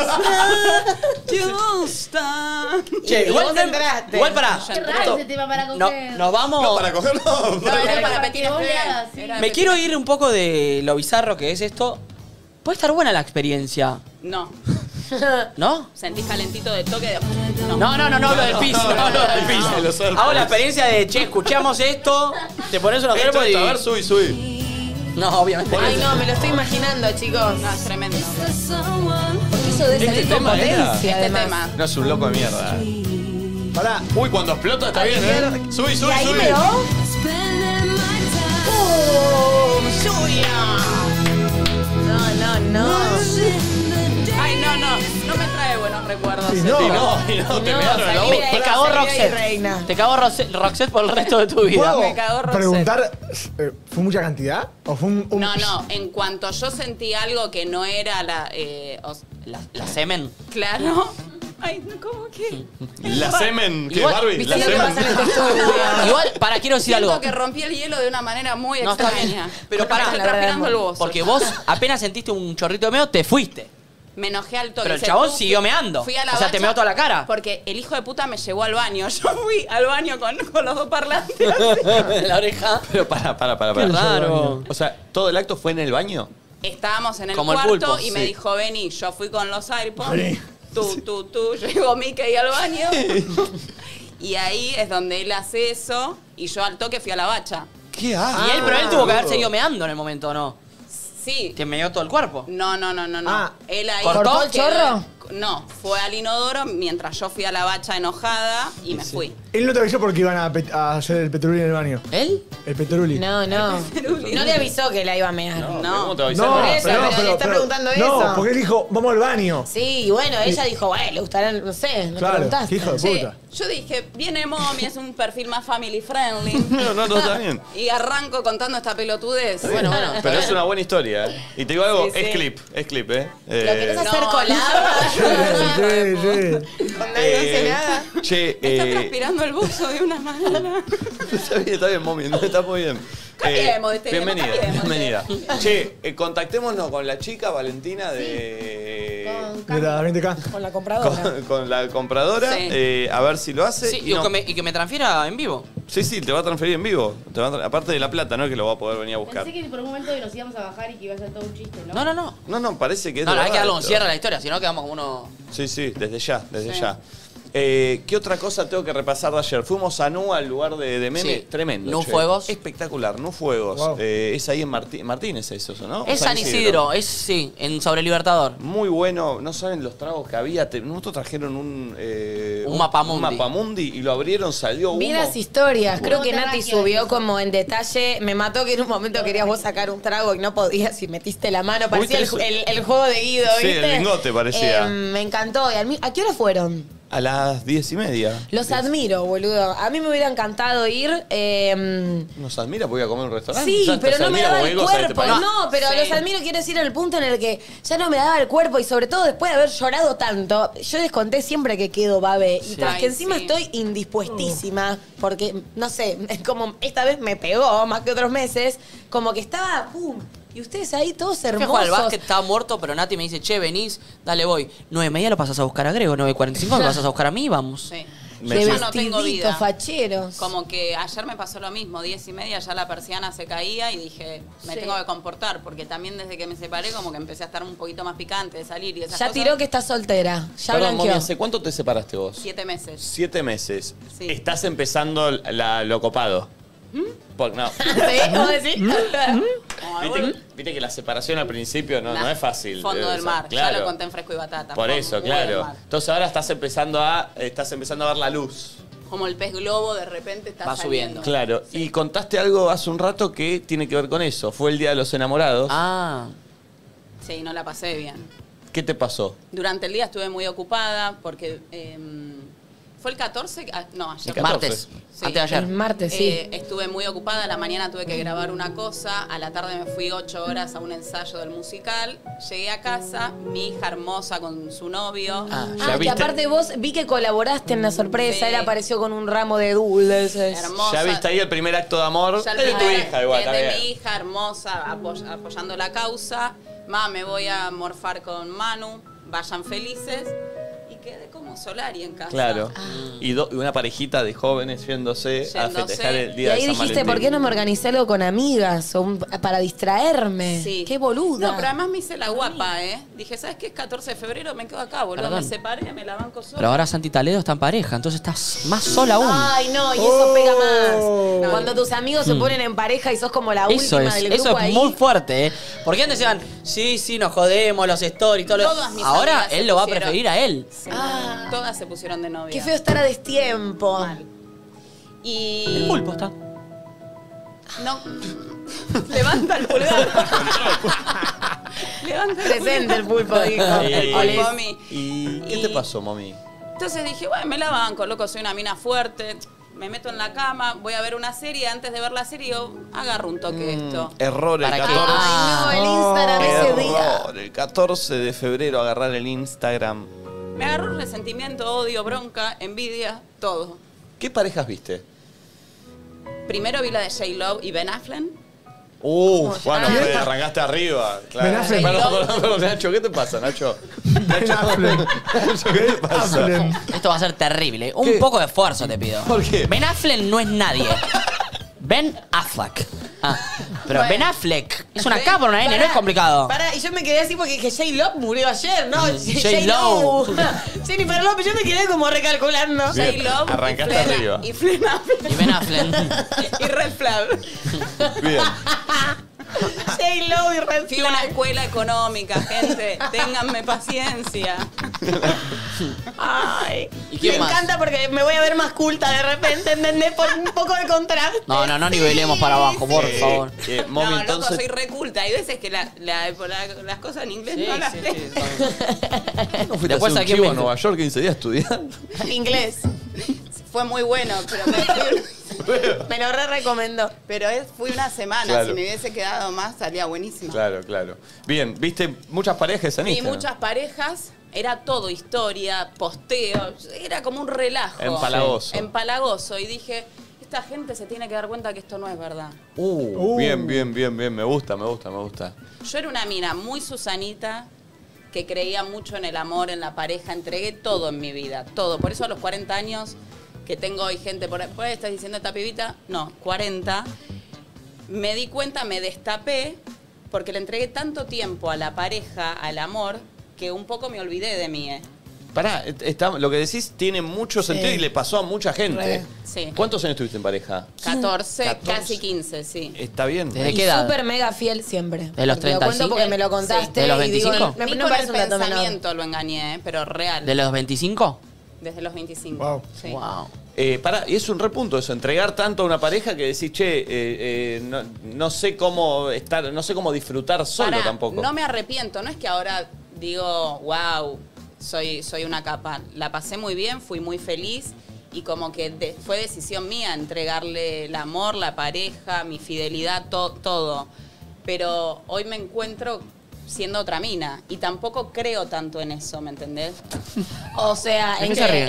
Speaker 3: what you stand.
Speaker 2: Che,
Speaker 4: igual,
Speaker 2: vos
Speaker 4: te-
Speaker 2: entraste.
Speaker 4: igual para.
Speaker 9: Qué raro ese tema para
Speaker 4: No,
Speaker 9: coger.
Speaker 4: nos vamos.
Speaker 1: Para cogerlo.
Speaker 3: No, era
Speaker 9: Para
Speaker 3: para
Speaker 9: que
Speaker 3: Petit
Speaker 9: vos
Speaker 3: Nestlé.
Speaker 9: le hagas, sí.
Speaker 3: Era
Speaker 4: Me
Speaker 3: Petit-
Speaker 4: quiero ir un poco de lo bizarro que es esto. Puede estar buena la experiencia,
Speaker 3: No,
Speaker 4: ¿no?
Speaker 3: sentís calentito de toque. de- No.
Speaker 4: No, no, no, no hablo del pis, no hablo del pis.
Speaker 1: No, los AirPods.
Speaker 4: Hago la experiencia de, che, escuchamos esto, te pones unos
Speaker 1: Esto,
Speaker 4: AirPods
Speaker 1: esto, a ver,
Speaker 4: y...
Speaker 1: subí, subí.
Speaker 4: No, obviamente.
Speaker 2: Ay, no, me lo estoy imaginando, chicos.
Speaker 3: No, es tremendo.
Speaker 2: Eso de
Speaker 1: ¿Este
Speaker 2: ser con
Speaker 1: tema era?
Speaker 2: potencia,
Speaker 1: Este
Speaker 2: además.
Speaker 3: tema.
Speaker 1: No, es un loco de mierda. eh.
Speaker 7: Pará.
Speaker 1: Uy, cuando explota está bien, ¿eh? Subí, subí,
Speaker 2: ¿Y ahí
Speaker 1: subí.
Speaker 2: me dio? No, no, no.
Speaker 4: Oh,
Speaker 3: Ay, no, no, no me trae buenos recuerdos.
Speaker 7: Y
Speaker 4: no.
Speaker 7: no.
Speaker 4: Y no, y no, te pegaron en la
Speaker 2: salí
Speaker 4: boca.
Speaker 2: de
Speaker 4: Te
Speaker 2: ahí,
Speaker 4: cagó
Speaker 2: salí de ahí,
Speaker 4: Roxette.
Speaker 2: reina.
Speaker 4: Te cagó Roxette, Roxette por el resto de tu vida.
Speaker 7: ¿Puedo preguntar, eh, ¿fue mucha cantidad? ¿O fue un, un-
Speaker 3: No, no, en cuanto yo sentí algo que no era la... eh, os-
Speaker 4: La, la semen.
Speaker 3: claro. Ay, ¿cómo que?
Speaker 1: La semen, que
Speaker 4: Igual-
Speaker 1: Barbie, la
Speaker 4: ¿viste lo que
Speaker 1: semen.
Speaker 4: pasa en este estudio? Igual, para, quiero decir
Speaker 3: Siento
Speaker 4: algo.
Speaker 3: que rompí el hielo de una manera muy
Speaker 4: No, está bien.
Speaker 3: extraña.
Speaker 4: Pero pará,
Speaker 3: para estoy transpirando el bozo.
Speaker 4: porque vos apenas sentiste un chorrito de meo, te fuiste.
Speaker 3: Me enojé al toque.
Speaker 4: Pero el
Speaker 3: Dice,
Speaker 4: chabón
Speaker 3: tú
Speaker 4: siguió
Speaker 3: fui-
Speaker 4: meando.
Speaker 3: Fui a la
Speaker 4: O sea, te
Speaker 3: bacha
Speaker 4: meó toda la cara.
Speaker 3: Porque el hijo de puta me llevó al baño. Yo fui al baño con, con los dos parlantes.
Speaker 4: la oreja.
Speaker 1: Pero para, para, para,
Speaker 4: Qué
Speaker 1: para.
Speaker 4: raro.
Speaker 1: O sea, ¿todo el acto fue en el baño?
Speaker 3: Estábamos en el
Speaker 1: Como el
Speaker 3: cuarto
Speaker 1: pulpo,
Speaker 3: y me
Speaker 1: sí.
Speaker 3: dijo, vení. Yo fui con los AirPods. Tú, tú, tú. Llegó Mickey al baño. y ahí es donde él hace eso. Y yo al toque fui a la bacha.
Speaker 1: ¿Qué
Speaker 4: Y él, pero él tuvo que haber seguido meando en el momento, ¿no?
Speaker 3: Sí.
Speaker 4: Te meó todo el cuerpo.
Speaker 3: No, no, no, no, no.
Speaker 4: Ah.
Speaker 3: él ahí
Speaker 4: ¿Cortó el
Speaker 3: quedó-
Speaker 4: chorro?
Speaker 3: No, fue al inodoro mientras yo fui a la bacha enojada y me fui.
Speaker 7: Él no te avisó porque iban a, pe- a hacer el petruli en el baño.
Speaker 4: ¿Él?
Speaker 7: El petruli.
Speaker 2: No, no. No le avisó que la iba a mear. No,
Speaker 1: ¿Cómo te va a avisar?
Speaker 7: No,
Speaker 2: Por eso,
Speaker 7: pero,
Speaker 2: pero le
Speaker 7: pero-
Speaker 2: está
Speaker 7: pero-
Speaker 2: preguntando
Speaker 7: No,
Speaker 2: eso.
Speaker 7: porque él dijo, vamos al baño.
Speaker 2: Sí, y bueno, ella dijo, bueno, le gustarán, no sé, no
Speaker 7: Claro,
Speaker 2: preguntaste.
Speaker 7: hijo de
Speaker 3: Sí,
Speaker 7: puta.
Speaker 3: yo dije, viene Momi, es un perfil más family friendly.
Speaker 1: No, no, no, está bien.
Speaker 3: Y arranco contando esta pelotudez. Bueno, bueno.
Speaker 1: Pero es una buena historia, ¿eh? Y te digo algo,
Speaker 3: Sí, sí.
Speaker 1: es clip, es clip, ¿eh? Eh,
Speaker 2: querés hacer colada?
Speaker 7: Sí, sí.
Speaker 1: eh, Che, eh,
Speaker 3: Transpirando el buzo de una manera.
Speaker 1: está bien, está bien, mami, no, está muy bien. Eh,
Speaker 3: Cambiemos de tema,
Speaker 1: bienvenida,
Speaker 3: cambiemos de
Speaker 1: bienvenida. Che, eh, contactémonos con la chica Valentina de...
Speaker 7: De la 20K.
Speaker 2: Con la
Speaker 1: Con, con la compradora,
Speaker 4: Sí.
Speaker 1: eh, a ver si lo hace.
Speaker 4: Sí,
Speaker 1: y
Speaker 4: y,
Speaker 1: no-
Speaker 4: que me, y que me transfiera en vivo.
Speaker 1: sí, sí, te va a transferir en vivo. Te va a tra- aparte de la plata, ¿no? Que lo va a poder venir a buscar.
Speaker 9: Pensé que por un momento nos íbamos a bajar y que iba a ser todo un chiste, ¿no?
Speaker 4: No, no, no.
Speaker 1: No, no, parece que es
Speaker 4: No,
Speaker 1: de
Speaker 4: no, hay que
Speaker 1: verdad
Speaker 4: darle un
Speaker 1: esto.
Speaker 4: cierre a la historia, si no quedamos como uno.
Speaker 1: Sí, sí, desde ya, desde
Speaker 4: Sí.
Speaker 1: ya. Eh, ¿Qué otra cosa tengo que repasar de ayer? Fuimos a Nu al lugar de, de memes.
Speaker 4: Sí.
Speaker 1: Tremendo.
Speaker 4: Nu
Speaker 1: che.
Speaker 4: Fuegos.
Speaker 1: Espectacular, No Fuegos.
Speaker 7: Wow.
Speaker 1: Eh, es ahí en Martí- Martínez, eso, ¿no?
Speaker 4: Es San Isidro, es sí, en Sobre Libertador.
Speaker 1: Muy bueno, no saben los tragos que había. Te- Nosotros trajeron un, eh,
Speaker 4: Un mapamundi.
Speaker 1: mapamundi y lo abrieron, salió
Speaker 2: Vi
Speaker 1: humo.
Speaker 2: las historias, creo que
Speaker 9: Pregunta
Speaker 2: Nati
Speaker 9: rápida,
Speaker 2: subió
Speaker 9: dice.
Speaker 2: como en detalle, me mató que en un momento querías vos sacar un trago y no podías y metiste la mano, parecía el,
Speaker 1: eso.
Speaker 2: el- el juego de Guido,
Speaker 1: Sí,
Speaker 2: ¿viste?
Speaker 1: el lingote parecía.
Speaker 2: Em, me encantó, y al mi- ¿a qué hora fueron?
Speaker 1: A las diez y media.
Speaker 2: Los admiro, boludo, a mí me hubiera encantado ir, em,
Speaker 1: Nos admira porque voy a comer en un restaurante.
Speaker 2: Sí,
Speaker 1: Ya te
Speaker 2: pero no me
Speaker 1: admira
Speaker 2: daba
Speaker 1: porque
Speaker 2: el
Speaker 1: goza de este
Speaker 2: cuerpo.
Speaker 1: país.
Speaker 2: No, pero
Speaker 3: Sí.
Speaker 2: los admiro, quiero decir, en el punto en el que ya no me daba el cuerpo y sobre todo después de haber llorado tanto, yo les conté siempre que quedo babe y
Speaker 4: Sí.
Speaker 2: tras que
Speaker 3: Ay,
Speaker 2: encima
Speaker 3: sí.
Speaker 2: estoy indispuestísima porque, no sé, es como esta vez me pegó más que otros meses, como que estaba, pum, y ustedes ahí todos
Speaker 4: Fui a jugar al
Speaker 2: hermosos.
Speaker 4: básquet, estaba muerto, pero Nati me dice, che, venís, dale, voy. 9 y media lo pasas a buscar a Grego, 9 y 45 lo pasas a buscar a mí, vamos.
Speaker 3: Sí.
Speaker 1: Me-
Speaker 2: de
Speaker 3: Yo no tengo
Speaker 2: vestiditos
Speaker 3: vida.
Speaker 2: facheros.
Speaker 3: Como que ayer me pasó lo mismo, diez y media ya la persiana se caía y dije, me
Speaker 2: Sí.
Speaker 3: tengo que comportar, porque también desde que me separé como que empecé a estar un poquito más picante de salir y esas
Speaker 2: Ya
Speaker 3: cosas.
Speaker 2: tiró que está soltera, ya
Speaker 1: Perdón, mami,
Speaker 2: blanqueó.
Speaker 1: ¿hace cuánto te separaste vos?
Speaker 3: Siete meses.
Speaker 1: Siete meses.
Speaker 3: Sí.
Speaker 1: Estás empezando la- lo copado.
Speaker 3: ¿Mm?
Speaker 1: Por- no.
Speaker 2: ¿Sí? ¿Vos decís?
Speaker 7: Mm,
Speaker 3: Como algún-
Speaker 1: viste, viste que la separación al principio no, no es fácil.
Speaker 3: Fondo
Speaker 1: Eh,
Speaker 3: del
Speaker 1: o sea,
Speaker 3: mar,
Speaker 1: claro.
Speaker 3: ya lo conté en Fresco y Batata.
Speaker 1: Por
Speaker 3: fondo
Speaker 1: eso,
Speaker 3: del
Speaker 1: claro.
Speaker 3: mar.
Speaker 1: Entonces ahora estás empezando a estás empezando a ver la luz.
Speaker 3: Como el pez globo de repente está
Speaker 4: Va subiendo.
Speaker 3: saliendo.
Speaker 1: Claro. Y contaste algo hace un rato que tiene que ver con eso. Fue el día de los enamorados.
Speaker 4: Ah,
Speaker 3: Sí, no la pasé bien.
Speaker 1: ¿Qué te pasó?
Speaker 3: Durante el día estuve muy ocupada porque eh, fue el 14, que- ah, no, ayer.
Speaker 1: El 14.
Speaker 4: martes,
Speaker 3: Sí.
Speaker 4: antes de
Speaker 2: El
Speaker 4: ayer.
Speaker 2: martes, sí.
Speaker 3: Eh, estuve muy ocupada, a la mañana tuve que grabar una cosa, a la tarde me fui ocho horas a un ensayo del musical, llegué a casa, mi hija hermosa con su novio.
Speaker 4: Ah, ya
Speaker 2: Ah, que
Speaker 1: viste.
Speaker 2: aparte vos vi que colaboraste en la sorpresa,
Speaker 3: Sí.
Speaker 2: él apareció con un ramo de dulces.
Speaker 3: Hermosa.
Speaker 1: Ya viste ahí el primer acto de amor.
Speaker 3: Ya
Speaker 1: Es
Speaker 3: el
Speaker 1: de tu
Speaker 3: primer-
Speaker 1: hija igual
Speaker 3: es de
Speaker 1: también.
Speaker 3: mi hija hermosa, apoy- apoyando la causa. Ma, me voy a morfar con Manu, vayan felices. Y quedé como Solari en casa. Ah,
Speaker 1: Claro. Y, do- y una parejita de jóvenes yéndose, a
Speaker 3: Yéndose.
Speaker 1: festejar el
Speaker 2: Y
Speaker 1: día
Speaker 2: ahí
Speaker 1: de San
Speaker 2: dijiste,
Speaker 1: Valentín.
Speaker 2: ¿por qué no me organicé algo con amigas o un- para distraerme?
Speaker 3: Sí.
Speaker 2: Qué boluda.
Speaker 3: No, pero además me hice la guapa, ¿eh? Dije, ¿sabes qué? Es 14 de febrero, me quedo acá, boludo.
Speaker 4: Perdón.
Speaker 3: Me separé, me la banco sola.
Speaker 4: Pero ahora Santi Taledo está en pareja, entonces estás más sola aún.
Speaker 2: Ay, no, y eso pega
Speaker 7: Oh.
Speaker 2: más. Cuando tus amigos se ponen en pareja y sos como la
Speaker 4: Mm. Eso
Speaker 2: última
Speaker 4: es,
Speaker 2: del grupo
Speaker 4: eso es
Speaker 2: ahí.
Speaker 4: muy fuerte, ¿eh? Porque antes decían, sí, sí, nos jodemos, los stories, todo lo...
Speaker 3: Todas mis
Speaker 4: Ahora
Speaker 3: amigas se
Speaker 4: él lo va a
Speaker 3: pusieron.
Speaker 4: preferir a él.
Speaker 3: Sí. Todas se pusieron de novia.
Speaker 2: Qué feo estar a destiempo.
Speaker 3: Y
Speaker 4: El pulpo está.
Speaker 3: no, Levanta el pulgar. Levanta el
Speaker 2: Presente el pulpo, dijo.
Speaker 3: El pulpo a mí.
Speaker 1: ¿Y qué te pasó, mami?
Speaker 3: Entonces dije, bueno, me la banco, loco, soy una mina fuerte. Me meto en la cama, voy a ver una serie. Antes de ver la serie, yo agarro un toque
Speaker 4: Mm.
Speaker 3: de esto.
Speaker 1: Error el
Speaker 3: ¿Para qué?
Speaker 1: 14.
Speaker 3: Ay, no, el Instagram ese día.
Speaker 1: Error, El 14 de febrero agarrar el Instagram.
Speaker 3: Me agarró resentimiento, odio, bronca, envidia, todo.
Speaker 1: ¿Qué parejas viste?
Speaker 3: Primero vi la de J-Love y Ben Affleck.
Speaker 1: Uh, bueno,
Speaker 3: ¿Quién?
Speaker 1: Fede, arrancaste arriba. Claro.
Speaker 7: Ben Affleck.
Speaker 1: Perdón, perdón, perdón, Nacho, ¿qué te pasa, Nacho? Nacho, Nacho, ¿qué te pasa?
Speaker 4: Esto va a ser terrible. Un poco de esfuerzo te pido.
Speaker 1: ¿Por qué?
Speaker 4: Ben Affleck no es nadie. Ben Affleck. Ah, pero Ben Affleck es una K por una N, no es complicado. Mm,
Speaker 2: Pará, y yo me quedé así porque dije, J. Love murió ayer, ¿no? J.
Speaker 4: Lo.
Speaker 2: Love. Jennifer López, yo me quedé como recalculando.
Speaker 1: Bien,
Speaker 2: J-Lo
Speaker 1: arrancaste
Speaker 2: y Flena-
Speaker 1: arriba.
Speaker 2: Y Flena.
Speaker 4: Y Ben Affleck.
Speaker 3: y Red Flag.
Speaker 1: Bien.
Speaker 3: J-Lo y Red Fui a una escuela económica, gente. Ténganme paciencia. Ay.
Speaker 4: ¿Y quién
Speaker 2: Me
Speaker 4: más?
Speaker 2: encanta porque me voy a ver más culta de repente, ¿entendés? Por un poco de contraste.
Speaker 4: No, no, no nivelemos para abajo, por
Speaker 1: Eh,
Speaker 4: favor.
Speaker 1: eh, mami,
Speaker 3: no,
Speaker 1: entonces.
Speaker 3: loco, soy reculta. Hay veces que la- la- la- las cosas en inglés no las tengo.
Speaker 1: ¿No fuiste
Speaker 4: Después
Speaker 1: a hacer un
Speaker 4: aquí en
Speaker 1: chivo a
Speaker 4: México.
Speaker 1: Nueva York 15 días a estudiar?
Speaker 2: Inglés.
Speaker 3: Fue muy bueno, pero me,
Speaker 2: me lo re recomendó.
Speaker 3: Pero es- fui una semana.
Speaker 1: Claro.
Speaker 3: Si me hubiese quedado más, salía buenísimo.
Speaker 1: Claro, claro. Bien, viste muchas parejas en
Speaker 3: Y
Speaker 1: Instagram.
Speaker 3: muchas parejas, era todo historia, posteo, era como un relajo.
Speaker 1: Empalagoso.
Speaker 3: Empalagoso. Y dije, esta gente se tiene que dar cuenta que esto no es verdad.
Speaker 1: Uh, Bien, bien, bien, bien. Me gusta, me gusta, me gusta.
Speaker 3: Yo era una mina muy Susanita, que creía mucho en el amor, en la pareja, entregué todo en mi vida, todo. Por eso a los 40 años que tengo hoy gente, por ahí, por ahí estás diciendo esta pibita, no, 40, me di cuenta, me destapé, porque le entregué tanto tiempo a la pareja, al amor, que un poco me olvidé de mí. ¿eh?
Speaker 1: Pará, est- está- lo que decís tiene mucho sentido y le pasó a mucha gente.
Speaker 3: Re. Sí.
Speaker 1: ¿Cuántos años estuviste en pareja?
Speaker 3: 14, casi 15, sí.
Speaker 1: Está bien.
Speaker 4: ¿Desde
Speaker 2: Y
Speaker 4: qué edad?
Speaker 2: Súper mega fiel siempre.
Speaker 4: ¿De los
Speaker 2: Te lo
Speaker 4: 35?
Speaker 2: cuento porque me lo contaste.
Speaker 4: ¿De los
Speaker 2: y digo,
Speaker 4: 25?
Speaker 2: me-
Speaker 3: Ni
Speaker 2: no
Speaker 3: con
Speaker 2: parece
Speaker 3: el
Speaker 2: un dato menor.
Speaker 3: pensamiento lo engañé, ¿eh? pero real.
Speaker 4: ¿De los 25?
Speaker 3: Desde los 25.
Speaker 1: Wow.
Speaker 3: Sí.
Speaker 4: Wow.
Speaker 1: Eh, pará, y es un repunto eso, entregar tanto a una pareja que decís, che, eh, eh, no, no sé cómo estar, no sé cómo disfrutar solo
Speaker 3: Pará,
Speaker 1: tampoco.
Speaker 3: No me arrepiento, no es que ahora digo, wow, soy, soy una capa. La pasé muy bien, fui muy feliz y como que de- fue decisión mía entregarle el amor, la pareja, mi fidelidad, to- todo. Pero hoy me encuentro siendo otra mina y tampoco creo tanto en eso, ¿me entendés?
Speaker 2: O sea,
Speaker 4: ¿De
Speaker 2: en
Speaker 4: qué se
Speaker 2: que.
Speaker 4: ríen?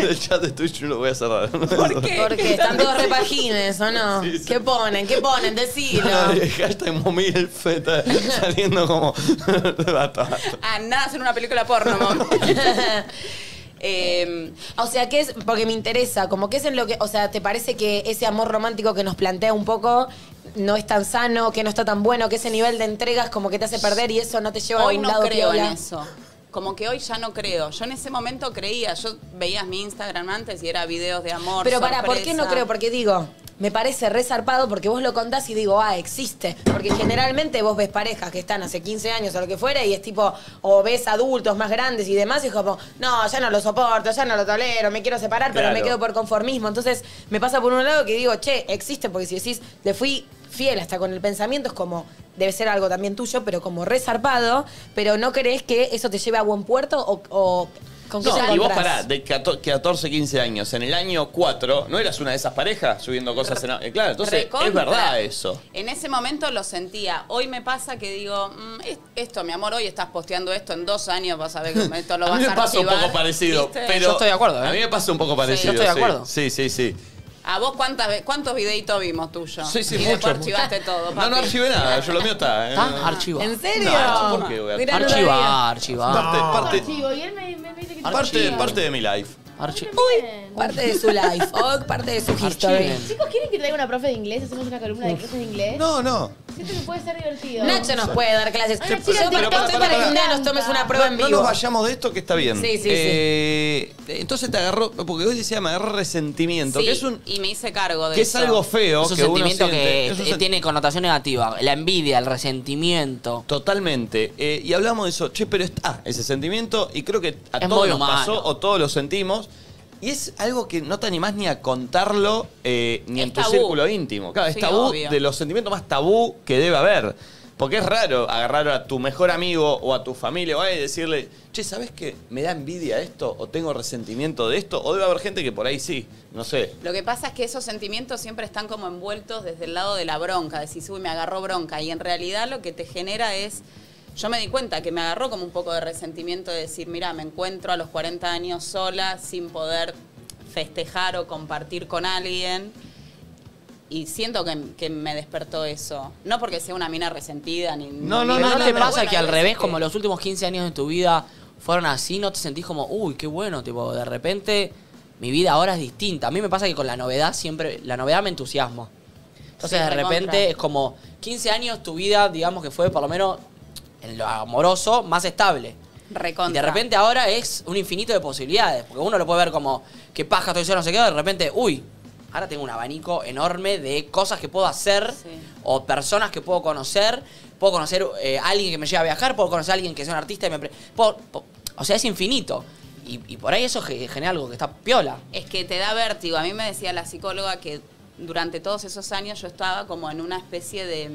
Speaker 1: El chat de Twitch no lo voy a cerrar.
Speaker 2: Porque están todos repagines, ¿o no? ¿Qué ponen? ¿Qué ponen? Decilo.
Speaker 1: Hashtag momilf está saliendo como. Basta, basta.
Speaker 3: Ah, nada, hacer una película porno, mami. Eh,
Speaker 2: Em, O sea, ¿qué es? Porque me interesa, como que es en lo que. O sea, ¿te parece que ese amor romántico que nos plantea un poco no es tan sano, que no está tan bueno, que ese nivel de entregas como que te hace perder y eso no te lleva a
Speaker 3: hoy
Speaker 2: ningún
Speaker 3: no
Speaker 2: lado
Speaker 3: creo
Speaker 2: piola?
Speaker 3: en eso. Como que hoy ya no creo. Yo en ese momento creía. Yo veías mi Instagram antes y era videos de amor.
Speaker 2: Pero para, ¿por qué no
Speaker 3: sorpresa.
Speaker 2: creo? Porque digo, me parece resarpado porque vos lo contás y digo, ah, existe. Porque generalmente vos ves parejas que están hace 15 años o lo que fuera y es tipo, o ves adultos más grandes y demás y es como, no, ya no lo soporto, ya no lo tolero, me quiero separar, pero
Speaker 1: Claro.
Speaker 2: me quedo por conformismo. Entonces me pasa por un lado que digo, che, existe, porque si decís, le fui fiel hasta con el pensamiento, es como, debe ser algo también tuyo, pero como resarpado, pero no crees que eso te lleve a buen puerto o... o ¿Con qué te
Speaker 1: No, y vos
Speaker 2: encontrás?
Speaker 1: pará, de 14, 14, 15 años, en el año 4, ¿no eras una de esas parejas subiendo cosas en. eh, Claro, entonces
Speaker 3: Recontra.
Speaker 1: es verdad eso.
Speaker 3: En ese momento lo sentía. Hoy me pasa que digo, mm, es- esto, mi amor, hoy estás posteando esto en dos años, vas a ver que esto lo
Speaker 1: a
Speaker 3: vas a
Speaker 1: mí me pasa un
Speaker 3: archivar,
Speaker 1: poco parecido,
Speaker 3: ¿viste?
Speaker 1: pero.
Speaker 4: Yo estoy de acuerdo, ¿eh?
Speaker 1: A mí me pasa un poco parecido.
Speaker 4: Yo estoy de
Speaker 1: sí.
Speaker 4: acuerdo.
Speaker 1: Sí, sí, sí.
Speaker 3: ¿A vos cuántas, ve- cuántos videitos vimos tuyos?
Speaker 1: Sí, sí,
Speaker 3: y después
Speaker 1: muchos,
Speaker 3: archivaste todo,
Speaker 1: No, no
Speaker 3: papi.
Speaker 1: archivé nada, yo lo mío está. eh.
Speaker 4: ¿Está? Archiva.
Speaker 2: ¿En serio?
Speaker 1: No, ¿por qué voy a-
Speaker 2: Mirá, no sabía.
Speaker 4: Archiva, archiva.
Speaker 1: Parte, parte,
Speaker 9: Archivo, y él me, me- me dice que
Speaker 1: parte,
Speaker 4: Archivo.
Speaker 1: parte de mi life.
Speaker 4: Archiva.
Speaker 2: Parte de su life, o parte de su history.
Speaker 4: Archiven.
Speaker 9: Chicos, ¿quieren que traiga una profe de inglés? Hacemos una columna de clases de inglés.
Speaker 1: No, no.
Speaker 9: Siento que puede ser divertido.
Speaker 2: Nacho nos puede dar clases.
Speaker 9: Ay,
Speaker 2: Yo
Speaker 9: chicos,
Speaker 2: estoy
Speaker 1: pero para,
Speaker 2: estoy
Speaker 1: para,
Speaker 2: para que
Speaker 1: para.
Speaker 2: un día nos tomes una prueba
Speaker 1: no,
Speaker 2: en
Speaker 1: no
Speaker 2: vivo.
Speaker 1: nos vayamos de esto que está bien.
Speaker 2: Sí, sí, sí.
Speaker 1: Eh, Entonces te agarró, porque hoy decía, me agarró resentimiento,
Speaker 3: Sí,
Speaker 1: que es un
Speaker 3: y me hice cargo de
Speaker 1: que es
Speaker 3: eso.
Speaker 1: algo feo
Speaker 4: Es un
Speaker 1: que uno
Speaker 4: sentimiento
Speaker 1: siente.
Speaker 4: que
Speaker 1: Es un
Speaker 4: t-
Speaker 1: sen-
Speaker 4: tiene connotación negativa. La envidia, el resentimiento.
Speaker 1: Totalmente. Eh, y hablamos de eso, che, pero está ese ah, sentimiento y creo que a
Speaker 4: Es
Speaker 1: todos
Speaker 4: muy
Speaker 1: nos
Speaker 4: humano.
Speaker 1: pasó o todos lo sentimos. Y es algo que no te animás ni a contarlo eh, ni en tu
Speaker 3: tabú.
Speaker 1: círculo íntimo. Claro, es
Speaker 3: Sí,
Speaker 1: tabú
Speaker 3: obvio.
Speaker 1: de los sentimientos más tabú que debe haber. Porque es raro agarrar a tu mejor amigo o a tu familia o a alguien y decirle, che, ¿sabes qué? ¿Me da envidia esto? ¿O tengo resentimiento de esto? O debe haber gente que por ahí sí, no sé.
Speaker 3: Lo que pasa es que esos sentimientos siempre están como envueltos desde el lado de la bronca. Decís, uy, me agarró bronca. Y en realidad lo que te genera es. Yo me di cuenta que me agarró como un poco de resentimiento de decir, mira, me encuentro a los 40 años sola, sin poder festejar o compartir con alguien. Y siento que, que me despertó eso. No porque sea una mina resentida ni.
Speaker 4: No, no,
Speaker 3: ni-
Speaker 4: no,
Speaker 3: ni-
Speaker 4: te
Speaker 3: pero
Speaker 4: pasa
Speaker 3: bueno,
Speaker 4: que al
Speaker 3: hay
Speaker 4: revés,
Speaker 3: veces
Speaker 4: como los últimos 15 años de tu vida fueron así, no te sentís como, uy, qué bueno, tipo, de repente mi vida ahora es distinta. A mí me pasa que con la novedad siempre, la novedad me entusiasma. Entonces
Speaker 3: Sí,
Speaker 4: de
Speaker 3: recontra.
Speaker 4: repente es como 15 años tu vida, digamos que fue por lo menos en lo amoroso más estable.
Speaker 3: recontra.
Speaker 4: Y de repente ahora es un infinito de posibilidades, porque uno lo puede ver como, qué paja estoy yo, no sé qué, de repente, uy, ahora tengo un abanico enorme de cosas que puedo hacer o personas que puedo conocer, puedo conocer eh, a alguien que me lleva a viajar, puedo conocer a alguien que es un artista y me... pre- puedo- po- o sea, es infinito. Y, y por ahí eso ge- genera algo que está piola.
Speaker 3: es que te da vértigo. A mí me decía la psicóloga que durante todos esos años yo estaba como en una especie de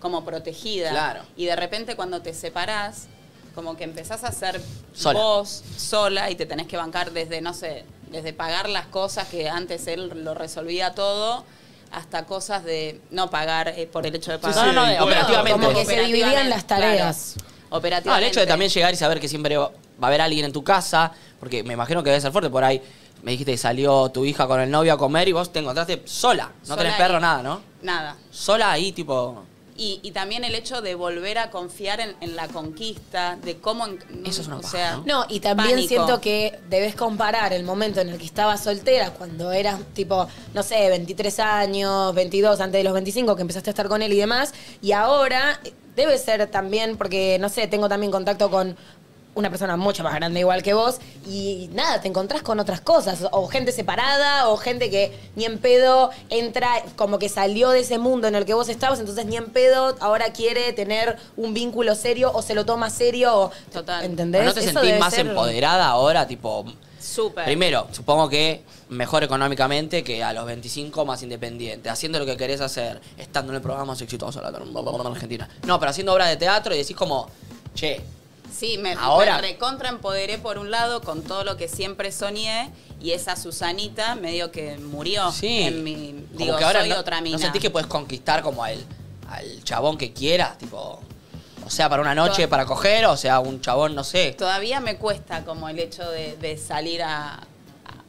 Speaker 3: como protegida.
Speaker 4: Claro.
Speaker 3: Y de repente cuando te separás, como que empezás a ser
Speaker 4: Sola.
Speaker 3: vos sola y te tenés que bancar desde, no sé, desde pagar las cosas que antes él lo resolvía todo hasta cosas de no pagar eh, por el hecho de pagar.
Speaker 4: no, no, no, operativamente.
Speaker 2: Como que se dividían las tareas.
Speaker 3: Claro. Operativamente.
Speaker 4: No, el hecho de también llegar y saber que siempre va va a haber alguien en tu casa, porque me imagino que debe ser fuerte por ahí. Me dijiste que salió tu hija con el novio a comer y vos te encontraste sola. No
Speaker 3: Sola
Speaker 4: tenés
Speaker 3: ahí.
Speaker 4: perro, nada, ¿no?
Speaker 3: Nada.
Speaker 4: Sola ahí, tipo.
Speaker 3: Y, y también el hecho de volver a confiar en, en la conquista, de cómo... Eso es una o sea,
Speaker 2: No, y también
Speaker 3: pánico.
Speaker 2: siento que debes comparar el momento en el que estabas soltera, cuando eras tipo, no sé, 23 años, 22, antes de los 25, que empezaste a estar con él y demás, y ahora eh, debe ser también, porque, no sé, tengo también contacto con una persona mucho más grande igual que vos, y nada, te encontrás con otras cosas, o gente separada, o gente que ni en pedo entra, como que salió de ese mundo en el que vos estabas, entonces ni en pedo ahora quiere tener un vínculo serio, o se lo toma serio, o... Total. ¿Entendés?
Speaker 4: Pero no te
Speaker 2: Eso
Speaker 4: sentís
Speaker 2: debe
Speaker 4: más
Speaker 2: ser-
Speaker 4: empoderada ahora, tipo.
Speaker 3: Súper.
Speaker 4: Primero, supongo que mejor económicamente que a los 25 más independiente, haciendo lo que querés hacer, estando en el programa más exitoso de la Argentina. No, pero haciendo obras de teatro y decís como, che,
Speaker 3: Sí, me,
Speaker 4: Ahora-
Speaker 3: me recontra empoderé por un lado con todo lo que siempre soñé y esa Susanita medio que murió
Speaker 4: Sí.
Speaker 3: en mi...
Speaker 4: como
Speaker 3: Digo,
Speaker 4: que ahora
Speaker 3: soy
Speaker 4: no,
Speaker 3: otra mina.
Speaker 4: no sentís que puedes conquistar como al, al chabón que quieras, tipo, o sea, para una noche,
Speaker 3: Toda-
Speaker 4: para coger, o sea, un chabón, no sé.
Speaker 3: Todavía me cuesta como el hecho de, de salir a, a-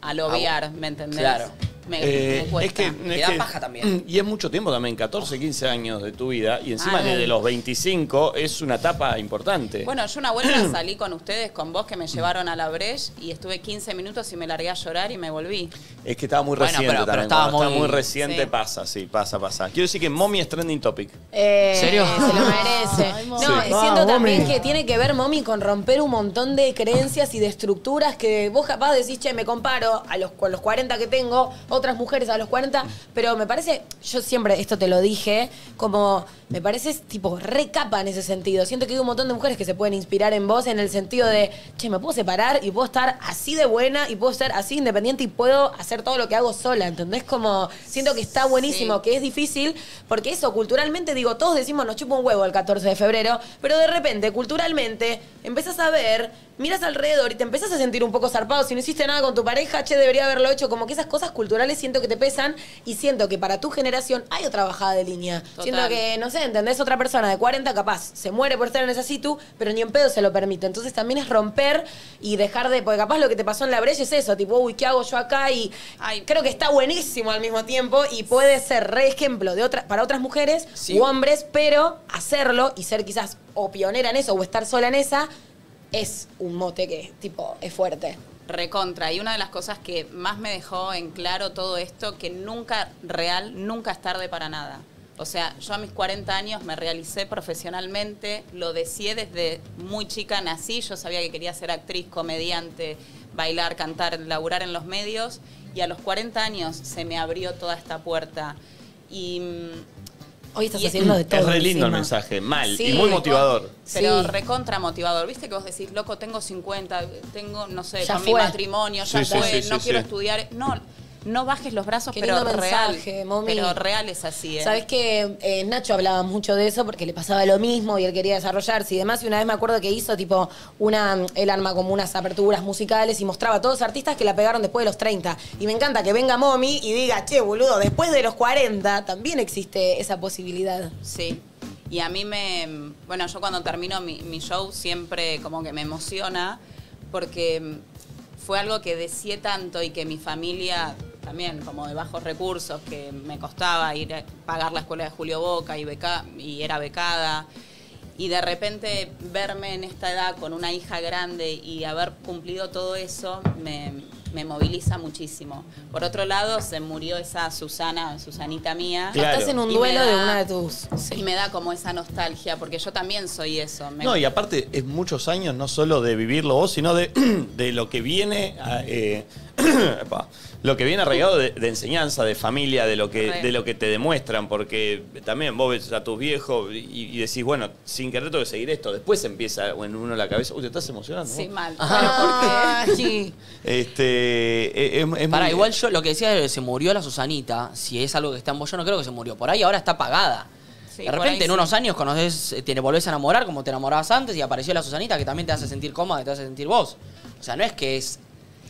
Speaker 3: a lobear, ¿me entendés?
Speaker 4: Claro.
Speaker 3: Me,
Speaker 1: Eh,
Speaker 3: me cuesta.
Speaker 1: es que, es que- Mm, Y es mucho tiempo también, 14, 15 años de tu vida. Y encima
Speaker 3: Ay.
Speaker 1: desde los 25 es una etapa importante.
Speaker 3: Bueno, yo una vuelta salí con ustedes, con vos, que me llevaron a la Breche y estuve 15 minutos y me largué a llorar y me volví.
Speaker 1: es que estaba muy
Speaker 4: Bueno,
Speaker 1: reciente
Speaker 4: pero- pero
Speaker 1: también.
Speaker 4: estaba
Speaker 1: cuando está
Speaker 4: muy-
Speaker 1: muy reciente,
Speaker 3: Sí.
Speaker 1: pasa, sí, pasa, pasa. Quiero decir que Mommy es trending topic.
Speaker 2: Eh,
Speaker 1: ¿Serio?
Speaker 2: Se lo
Speaker 3: Ah.
Speaker 2: merece. No,
Speaker 1: Sí.
Speaker 2: y siento
Speaker 7: Ah,
Speaker 2: también
Speaker 7: mami.
Speaker 2: que tiene que ver, Mommy, con romper un montón de creencias y de estructuras que vos capaz decís, che, me comparo a los, con los 40 que tengo, otras mujeres a los 40, pero me parece, yo siempre esto te lo dije, como me parece tipo recapa en ese sentido. Siento que hay un montón de mujeres que se pueden inspirar en vos en el sentido de, che, me puedo separar y puedo estar así de buena y puedo ser así independiente y puedo hacer todo lo que hago sola, ¿entendés? Como siento que está buenísimo, que es difícil, porque eso, culturalmente, digo, todos decimos nos chupa un huevo el 14 de febrero, pero de repente, culturalmente, empezás a ver, miras alrededor y te empezás a sentir un poco zarpado. Si no hiciste nada con tu pareja, che, debería haberlo hecho. Como que esas cosas culturales siento que te pesan y siento que para tu generación hay otra bajada de línea.
Speaker 3: Total.
Speaker 2: Siento que, no sé, ¿entendés? Otra persona de 40 capaz se muere por estar en esa situ, pero ni en pedo se lo permite. Entonces también es romper y dejar de, porque capaz lo que te pasó en la brecha es eso, tipo, uy, ¿qué hago yo acá? Y creo que está buenísimo al mismo tiempo y puede ser re ejemplo de otra, para otras mujeres
Speaker 4: Sí.
Speaker 2: u hombres, pero hacerlo y ser quizás o pionera en eso o estar sola en esa es un mote que, tipo, es fuerte.
Speaker 3: Recontra. Y una de las cosas que más me dejó en claro todo esto, que nunca, real, nunca es tarde para nada. O sea, yo a mis 40 años me realicé profesionalmente, lo deseé desde muy chica, nací, yo sabía que quería ser actriz, comediante, bailar, cantar, laburar en los medios, y a los 40 años se me abrió toda esta puerta. Y mm,
Speaker 2: Hoy estás
Speaker 3: Y-
Speaker 2: haciendo de todo.
Speaker 1: Es re lindo
Speaker 2: encima.
Speaker 1: el mensaje, mal
Speaker 3: Sí.
Speaker 1: y muy motivador.
Speaker 3: Pero
Speaker 2: Sí.
Speaker 3: recontra motivador. Viste que vos decís, loco, tengo 50, tengo, no sé,
Speaker 2: Ya
Speaker 3: con
Speaker 2: fue.
Speaker 3: mi matrimonio, ya
Speaker 1: Sí, sí,
Speaker 3: fue,
Speaker 1: sí,
Speaker 3: no
Speaker 1: sí,
Speaker 3: quiero
Speaker 1: sí.
Speaker 3: estudiar. No, no bajes los brazos,
Speaker 2: Qué
Speaker 3: pero
Speaker 2: lindo
Speaker 3: real.
Speaker 2: mensaje, mami.
Speaker 3: Pero real es así, ¿eh?
Speaker 2: Sabes que eh, Nacho hablaba mucho de eso porque le pasaba lo mismo y él quería desarrollarse y demás. Y una vez me acuerdo que hizo tipo una, él arma como unas aperturas musicales y mostraba a todos artistas que la pegaron después de los 30. Y me encanta que venga Momi y diga, che, boludo, después de los 40 también existe esa posibilidad.
Speaker 3: Sí. Y a mí me. Bueno, yo cuando termino mi, mi show siempre como que me emociona porque mm, fue algo que deseé tanto y que mi familia también, como de bajos recursos, que me costaba ir a pagar la escuela de Julio Boca y, beca, y era becada. Y de repente verme en esta edad con una hija grande y haber cumplido todo eso me, me moviliza muchísimo. Por otro lado, se murió esa Susana, Susanita mía.
Speaker 1: Claro. Estás en un
Speaker 3: Y me
Speaker 2: duelo de
Speaker 3: da-
Speaker 2: una de tus.
Speaker 3: Y me da como esa nostalgia, porque yo también soy eso. me-
Speaker 1: No, y aparte es muchos años no solo de vivirlo vos, sino de, de lo que viene a, eh, epa, lo que viene arraigado de, de enseñanza, de familia, de lo que,
Speaker 3: Re.
Speaker 1: de lo que te demuestran, porque también vos ves a tus viejos y, y decís, bueno, sin querer tengo que seguir esto. Después empieza en uno la cabeza, uy, te estás emocionando.
Speaker 3: Sí,
Speaker 1: vos?".
Speaker 3: mal.
Speaker 1: Este, es, es
Speaker 4: Para,
Speaker 1: muy-
Speaker 4: igual yo lo que decía es que se murió la Susanita, si es algo que está en vos, yo no creo que se murió. Por ahí ahora está apagada.
Speaker 3: Sí,
Speaker 4: de
Speaker 3: por ahí
Speaker 4: repente, en
Speaker 3: sí.
Speaker 4: unos años conoces, te volvés a enamorar como te enamorabas antes y apareció la Susanita que también te hace sentir cómoda, que te hace sentir vos. O sea, no es que es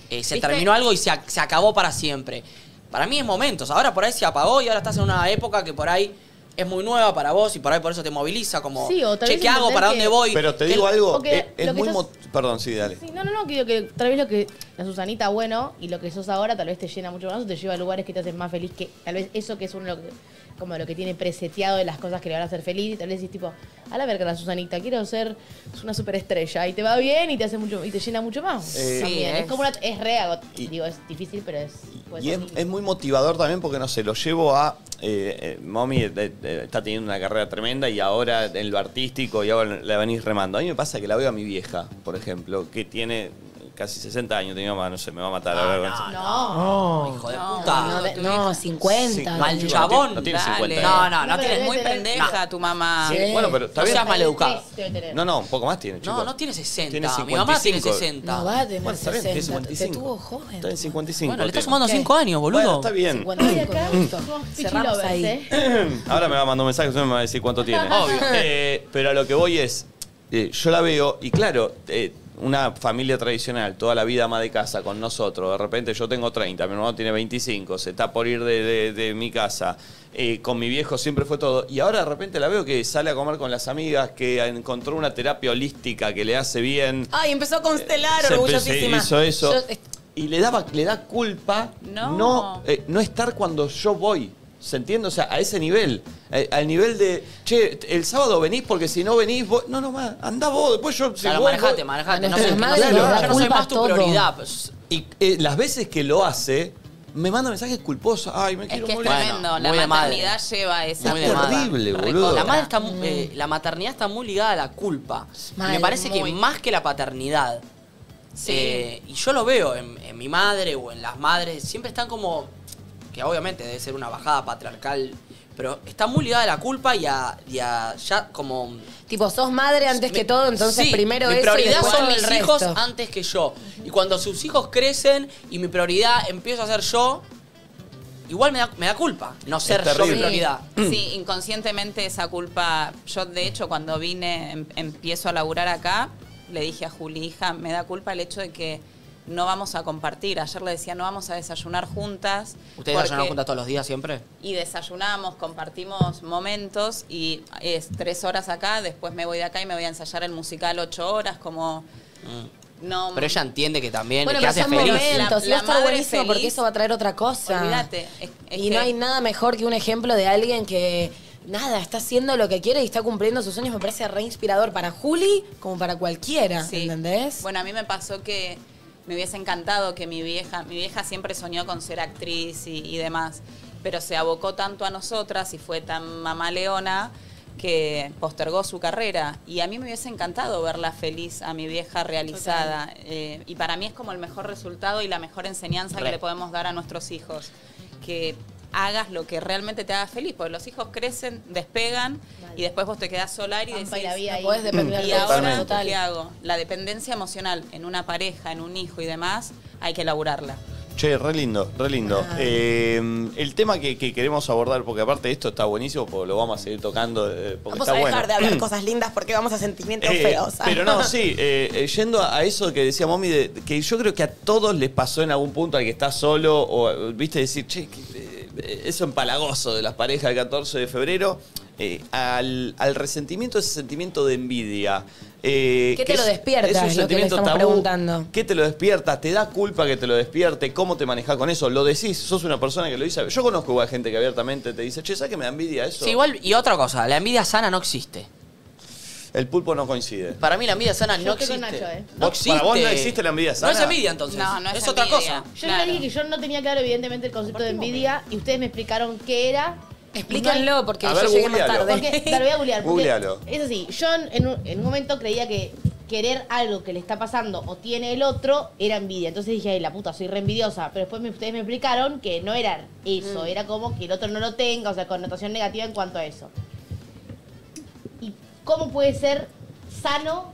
Speaker 4: eh, se
Speaker 3: ¿Viste?
Speaker 4: terminó algo y se, ac- se acabó para siempre. Para mí es momentos. Ahora por ahí se apagó y ahora estás en una época que por ahí es muy nueva para vos y por ahí por eso te moviliza como,
Speaker 9: Sí, o tal
Speaker 4: che,
Speaker 9: vez
Speaker 4: ¿qué hago?
Speaker 9: entender
Speaker 4: ¿Para
Speaker 9: que-
Speaker 4: dónde voy?
Speaker 1: Pero te
Speaker 4: ¿Qué-
Speaker 1: digo algo,
Speaker 9: o que
Speaker 1: es, es
Speaker 9: lo que
Speaker 1: muy...
Speaker 9: sos-
Speaker 1: mo- Perdón, sí, dale.
Speaker 9: Sí, no, no, no, que, digo que tal vez lo que la Susanita bueno y lo que sos ahora tal vez te llena mucho más o te lleva a lugares que te hacen más feliz que tal vez eso que es uno lo que- como lo que tiene preseteado de las cosas que le van a hacer feliz y tal vez decís tipo, a la verga la Susanita, quiero ser una superestrella y te va bien y te hace mucho y te llena mucho más.
Speaker 1: Eh,
Speaker 9: También.
Speaker 1: Sí,
Speaker 9: es,
Speaker 1: es-
Speaker 9: como una es re agot-
Speaker 1: y-
Speaker 9: digo, es difícil, pero es puede
Speaker 1: Y
Speaker 9: ser
Speaker 1: es, es muy motivador también porque, no sé, lo llevo a... eh, eh, Mommy eh, eh, está teniendo una carrera tremenda y ahora en lo artístico y ahora la venís remando. A mí me pasa que la veo a mi vieja, por ejemplo, que tiene casi 60 años, tenía más, no sé, me va a matar ahora.
Speaker 9: No.
Speaker 1: Oh.
Speaker 4: hijo
Speaker 3: de
Speaker 2: No, de- no, 50.
Speaker 4: Mal chabón.
Speaker 1: No tiene 50.
Speaker 4: No, no,
Speaker 9: No,
Speaker 4: no
Speaker 9: pero
Speaker 4: tiene.
Speaker 9: debe
Speaker 3: Muy
Speaker 9: tener-
Speaker 3: pendeja tu mamá.
Speaker 1: Sí, bueno, pero está
Speaker 4: No
Speaker 1: bien.
Speaker 4: seas maleducado.
Speaker 9: triste de tener.
Speaker 1: No, no, un poco más tiene, chicos.
Speaker 4: No, no tiene 60.
Speaker 1: Tiene
Speaker 4: Mi mamá tiene
Speaker 1: 55.
Speaker 4: 60.
Speaker 2: No va a tener
Speaker 1: Bueno, está bien,
Speaker 2: 60.
Speaker 1: tiene
Speaker 2: Te
Speaker 1: 55.
Speaker 2: tuvo joven.
Speaker 1: Está en 55.
Speaker 4: Bueno, le está
Speaker 1: tiene.
Speaker 4: sumando 5 años, boludo.
Speaker 1: Bueno, está bien.
Speaker 2: 55, me gustó.
Speaker 9: Somos pichi
Speaker 2: Cerramos
Speaker 9: lovers,
Speaker 2: ahí.
Speaker 9: ¿eh?
Speaker 1: Ahora me va a mandar un mensaje, usted me va a decir cuánto tiene.
Speaker 4: Obvio.
Speaker 1: Eh, pero a lo que voy es, eh, yo la veo y claro, eh, una familia tradicional, toda la vida ama de casa con nosotros, de repente yo tengo 30, mi hermano tiene 25, se está por ir de, de- de mi casa, eh, con mi viejo siempre fue todo, y ahora de repente la veo que sale a comer con las amigas, que encontró una terapia holística que le hace bien.
Speaker 2: Ay, empezó a constelar,
Speaker 1: Se-
Speaker 2: orgullosísima.
Speaker 1: se hizo eso.
Speaker 2: Yo-
Speaker 1: Y le, daba, le da culpa
Speaker 3: No.
Speaker 1: no, eh, no estar cuando yo voy. ¿Se entiende? O sea, a ese nivel. eh, al nivel de, che, el sábado venís porque si no venís vos... No, no, más, andá vos, después yo... si
Speaker 4: Claro,
Speaker 1: vos-
Speaker 4: manejate,
Speaker 1: vos-
Speaker 4: manejate.
Speaker 2: A
Speaker 4: No,
Speaker 2: nuestras
Speaker 4: sé,
Speaker 2: madres
Speaker 4: no,
Speaker 1: nos da
Speaker 4: yo no soy
Speaker 2: culpa
Speaker 4: más tu
Speaker 2: todo.
Speaker 4: prioridad. pues,
Speaker 1: Y eh, las veces que lo hace, me manda mensajes culposos. Ay, me
Speaker 3: Es
Speaker 1: quiero
Speaker 3: que es
Speaker 1: morir.
Speaker 4: Bueno,
Speaker 3: tremendo.
Speaker 4: muy
Speaker 3: la
Speaker 4: de madre.
Speaker 3: maternidad lleva esa.
Speaker 1: Muy
Speaker 4: de
Speaker 3: culpa.
Speaker 4: madre.
Speaker 1: horrible,
Speaker 3: Recontra.
Speaker 1: boludo.
Speaker 4: La, madre está mu- eh, la maternidad está muy ligada a la culpa. Y
Speaker 2: Mal,
Speaker 4: me parece
Speaker 2: Mm. muy.
Speaker 4: que más que la paternidad.
Speaker 3: Sí.
Speaker 4: eh, y yo lo veo en, en mi madre o en las madres. Siempre están como. Que obviamente debe ser una bajada patriarcal. Pero está muy ligada a la culpa y a, y a ya como.
Speaker 2: Tipo, sos madre antes que
Speaker 4: Mi-
Speaker 2: todo, entonces
Speaker 4: sí,
Speaker 2: primero
Speaker 4: mi
Speaker 2: eso y
Speaker 4: prioridad
Speaker 2: después
Speaker 4: son
Speaker 2: todo
Speaker 4: mis
Speaker 2: el
Speaker 4: hijos
Speaker 2: resto.
Speaker 4: antes que yo. Y cuando sus hijos crecen y mi prioridad empiezo a ser yo, igual me da, me da culpa no ser yo mi
Speaker 1: terrible. Mm.
Speaker 4: prioridad.
Speaker 3: Sí, inconscientemente esa culpa. Yo, de hecho, cuando vine, em- empiezo a laburar acá, le dije a Juli, hija, me da culpa el hecho de que no vamos a compartir. Ayer le decía, no vamos a desayunar juntas.
Speaker 4: ¿Ustedes desayunan
Speaker 3: porque-
Speaker 4: juntas todos los días siempre?
Speaker 3: y desayunamos, compartimos momentos y es tres horas acá, después me voy de acá y me voy a ensayar el musical ocho horas, como no.
Speaker 4: Mm. Pero ella entiende que también
Speaker 2: Bueno,
Speaker 4: que
Speaker 2: pero
Speaker 4: hace
Speaker 2: son
Speaker 4: feliz.
Speaker 2: momentos.
Speaker 3: La-
Speaker 2: y va a
Speaker 3: la
Speaker 2: estar
Speaker 3: madre
Speaker 2: buenísimo
Speaker 3: feliz.
Speaker 2: porque eso va a traer otra cosa.
Speaker 3: Olvídate, es- es
Speaker 2: y no
Speaker 3: que-
Speaker 2: hay nada mejor que un ejemplo de alguien que, nada, está haciendo lo que quiere y está cumpliendo sus sueños. Me parece re inspirador para Juli como para cualquiera,
Speaker 3: Sí.
Speaker 2: ¿entendés?
Speaker 3: Bueno, a mí me pasó que me hubiese encantado que mi vieja, mi vieja siempre soñó con ser actriz y, y demás, pero se abocó tanto a nosotras y fue tan mamá leona que postergó su carrera y a mí me hubiese encantado verla feliz a mi vieja realizada Eh, y para mí es como el mejor resultado y la mejor enseñanza
Speaker 4: Re.
Speaker 3: que le podemos dar a nuestros hijos que hagas lo que realmente te haga feliz, porque los hijos crecen, despegan y después vos te quedás solar y
Speaker 2: Pampa y
Speaker 3: decís,
Speaker 2: la vida
Speaker 3: "No
Speaker 2: ahí".
Speaker 3: podés depender
Speaker 2: Mm,
Speaker 3: de ahora
Speaker 2: totalmente.
Speaker 3: qué hago? La dependencia emocional en una pareja, en un hijo y demás, hay que laburarla.
Speaker 1: Che, re lindo, re lindo. Eh, el tema que, que queremos abordar, porque aparte esto está buenísimo, porque lo vamos a seguir tocando, eh, porque
Speaker 2: Vamos
Speaker 1: está
Speaker 2: a dejar
Speaker 1: bueno.
Speaker 2: de hablar cosas lindas porque vamos a sentimientos
Speaker 1: Eh,
Speaker 2: feos. ah.
Speaker 1: Pero no, sí, eh, eh, yendo a a eso que decía Mommy, de- que yo creo que a todos les pasó en algún punto al que está solo, o eh, viste decir, che, que, eh, eh, eso empalagoso de las parejas del 14 de febrero, eh, al, al resentimiento, ese sentimiento de envidia. eh,
Speaker 2: ¿Qué
Speaker 1: que
Speaker 2: te lo
Speaker 1: es-
Speaker 2: despierta?
Speaker 1: Es un
Speaker 2: Es lo que le
Speaker 1: sentimiento
Speaker 2: estamos
Speaker 1: tabú.
Speaker 2: preguntando.
Speaker 1: ¿Qué te lo despierta? ¿Te da culpa que te lo despierte? ¿Cómo te manejas con eso? ¿Lo decís? ¿Sos una persona que lo dice? Yo conozco igual gente que abiertamente te dice, che, ¿sabes que me da envidia eso?
Speaker 4: Sí, igual, y otra cosa, la envidia sana no existe.
Speaker 1: El pulpo no coincide.
Speaker 4: Para mí la envidia sana
Speaker 9: Yo
Speaker 4: no
Speaker 9: estoy con
Speaker 4: existe.
Speaker 9: Nacho, ¿eh?
Speaker 4: No
Speaker 1: Vos-
Speaker 4: existe.
Speaker 1: Para vos no existe la envidia sana.
Speaker 4: No es envidia entonces.
Speaker 3: No, no es
Speaker 4: otra
Speaker 3: envidia.
Speaker 4: cosa.
Speaker 9: Yo le dije que yo no tenía claro, evidentemente, el concepto de envidia y ustedes me explicaron qué era.
Speaker 2: Explíquenlo, porque
Speaker 1: A ver,
Speaker 2: yo llegué más
Speaker 1: googlealo.
Speaker 2: tarde.
Speaker 9: Porque, la voy a googlear. porque
Speaker 1: Googlealo.
Speaker 9: Es así, yo en un, en un momento creía que querer algo que le está pasando o tiene el otro era envidia. Entonces dije, ay, la puta, soy re envidiosa. Pero después me- ustedes me explicaron que no era
Speaker 2: Mm.
Speaker 9: eso, era como que el otro no lo tenga, o sea, connotación negativa en cuanto a eso. ¿Y cómo puede ser sano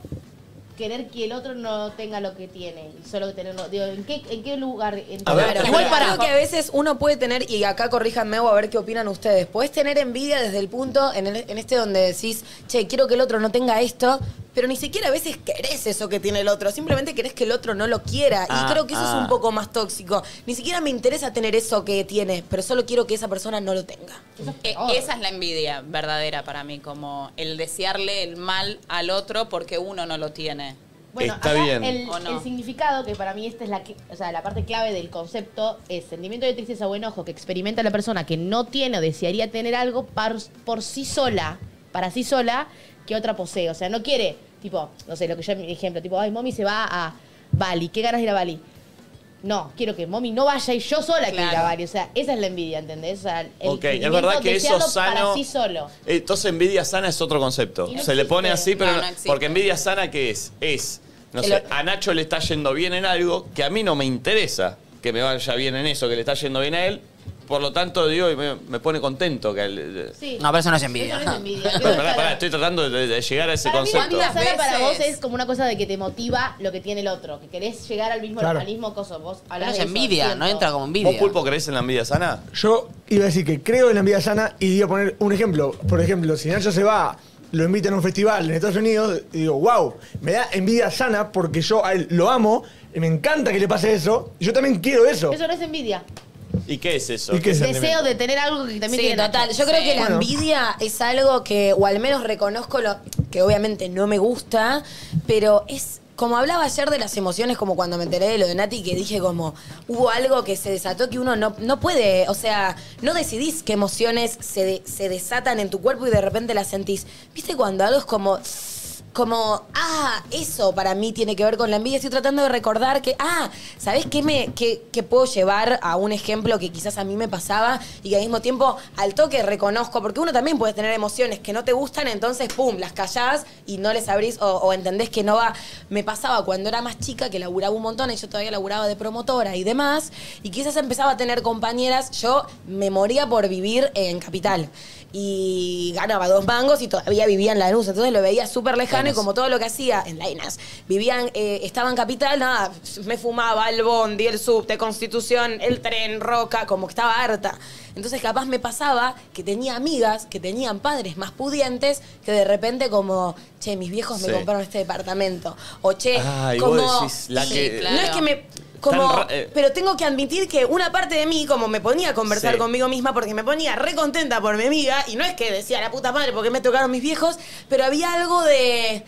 Speaker 9: querer que el otro no tenga lo que tiene? Y solo tenerlo. Digo, ¿en qué, en qué lugar? en
Speaker 1: A ver,
Speaker 9: qué-
Speaker 1: Claro.
Speaker 2: Igual para. Creo que a veces uno puede tener, y acá corríjanme o a ver qué opinan ustedes, puedes tener envidia desde el punto en, el- en este donde decís, che, quiero que el otro no tenga esto, pero ni siquiera a veces querés eso que tiene el otro, simplemente querés que el otro no lo quiera.
Speaker 4: Ah,
Speaker 2: y creo que eso es
Speaker 4: ah.
Speaker 2: un poco más tóxico. Ni siquiera me interesa tener eso que tiene, pero solo quiero que esa persona no lo tenga.
Speaker 3: E- esa es la envidia verdadera para mí, como el desearle el mal al otro porque uno no lo tiene.
Speaker 9: Bueno,
Speaker 1: Está
Speaker 9: acá
Speaker 1: bien.
Speaker 9: El,
Speaker 3: ¿O no?
Speaker 9: el significado, que para mí esta es la, que- o sea, la parte clave del concepto, es sentimiento de tristeza o enojo que experimenta la persona que no tiene o desearía tener algo par- por sí sola, para sí sola, que otra posee. O sea, no quiere, tipo, no sé, lo que yo, mi ejemplo, tipo, ay, mommy se va a Bali, qué ganas de ir a Bali. No, quiero que mommy no vaya y yo sola quiero ir a
Speaker 3: Claro.
Speaker 9: Bali. O sea, esa es la envidia, ¿entendés? O sea, el
Speaker 1: Ok, es
Speaker 9: sentimiento
Speaker 1: verdad que eso
Speaker 9: deseado
Speaker 1: sano-
Speaker 9: Para sí solo.
Speaker 1: Entonces envidia sana es otro concepto.
Speaker 9: Y no
Speaker 1: Se
Speaker 9: existe.
Speaker 1: le pone así, pero
Speaker 3: No,
Speaker 1: no-
Speaker 3: no existe.
Speaker 1: porque envidia sana qué es? Es no
Speaker 2: El
Speaker 1: sé,
Speaker 2: o-
Speaker 1: a Nacho le está yendo bien en algo que a mí no me interesa que me vaya bien en eso, que le está yendo bien a él. Por lo tanto, digo, y me, me pone contento que él- eh,
Speaker 9: Sí.
Speaker 4: No, pero eso no es envidia.
Speaker 9: Eso no es envidia.
Speaker 1: Pará, pará, estoy tratando de, de llegar a ese
Speaker 9: Para mí,
Speaker 1: concepto.
Speaker 9: la
Speaker 3: ¿Cuántas
Speaker 9: sana para
Speaker 3: veces?
Speaker 9: vos es como una cosa de que te motiva lo que tiene el otro, que querés llegar al mismo,
Speaker 7: Claro.
Speaker 9: al mismo coso. Vos
Speaker 4: Pero
Speaker 9: hablás
Speaker 4: no es
Speaker 9: de eso,
Speaker 4: envidia, no
Speaker 9: siento.
Speaker 4: entra como
Speaker 1: ¿Vos,
Speaker 4: envidia.
Speaker 1: Pulpo, crees en la envidia sana?
Speaker 7: Yo iba a decir que creo en la envidia sana y iba a poner un ejemplo. Por ejemplo, si Nacho se va, lo invitan a un festival en Estados Unidos y digo, wow, me da envidia sana porque yo a él lo amo y me encanta que le pase eso. y Yo también quiero eso.
Speaker 9: Eso no es envidia.
Speaker 1: ¿Y qué es eso?
Speaker 7: ¿Y qué es?
Speaker 9: Deseo de tener algo que también
Speaker 2: Sí,
Speaker 9: tiene
Speaker 2: total.
Speaker 9: Nacho.
Speaker 2: Yo creo que la
Speaker 7: Bueno.
Speaker 2: envidia es algo que, o al menos reconozco lo que obviamente no me gusta, pero es como hablaba ayer de las emociones, como cuando me enteré de lo de Nati, que dije como hubo algo que se desató que uno no, no puede, o sea, no decidís qué emociones se, de- se desatan en tu cuerpo y de repente las sentís. ¿Viste cuando algo es como... Como, ah, eso para mí tiene que ver con la envidia. Estoy tratando de recordar que, ah, ¿sabés qué, me, qué, qué puedo llevar a un ejemplo que quizás a mí me pasaba y que al mismo tiempo al toque reconozco? Porque uno también puede tener emociones que no te gustan, entonces, pum, las callás y no les abrís o, o entendés que no va. Me pasaba cuando era más chica que laburaba un montón y yo todavía laburaba de promotora y demás, y quizás empezaba a tener compañeras, yo me moría por vivir en Capital. Y ganaba dos mangos y todavía vivía en Lanús, entonces lo veía súper lejano y como todo lo que hacía en Lainas, vivían, eh, estaba en Capital, nada, me fumaba el bondi, el subte, Constitución, el tren, Roca, como que estaba harta. Entonces capaz me pasaba que tenía amigas que tenían padres más pudientes que de repente como, che, mis viejos
Speaker 1: Sí.
Speaker 2: me compraron este departamento, o che,
Speaker 1: Ah, y vos
Speaker 2: como...
Speaker 1: decís, la
Speaker 2: Sí,
Speaker 1: que-
Speaker 2: No es que me...
Speaker 1: Tan
Speaker 2: Como,
Speaker 1: ra- eh.
Speaker 2: pero tengo que admitir que una parte de mí, como me ponía a conversar
Speaker 1: Sí.
Speaker 2: conmigo misma, porque me ponía re contenta por mi amiga, y no es que decía la puta madre porque me tocaron mis viejos, pero había algo de.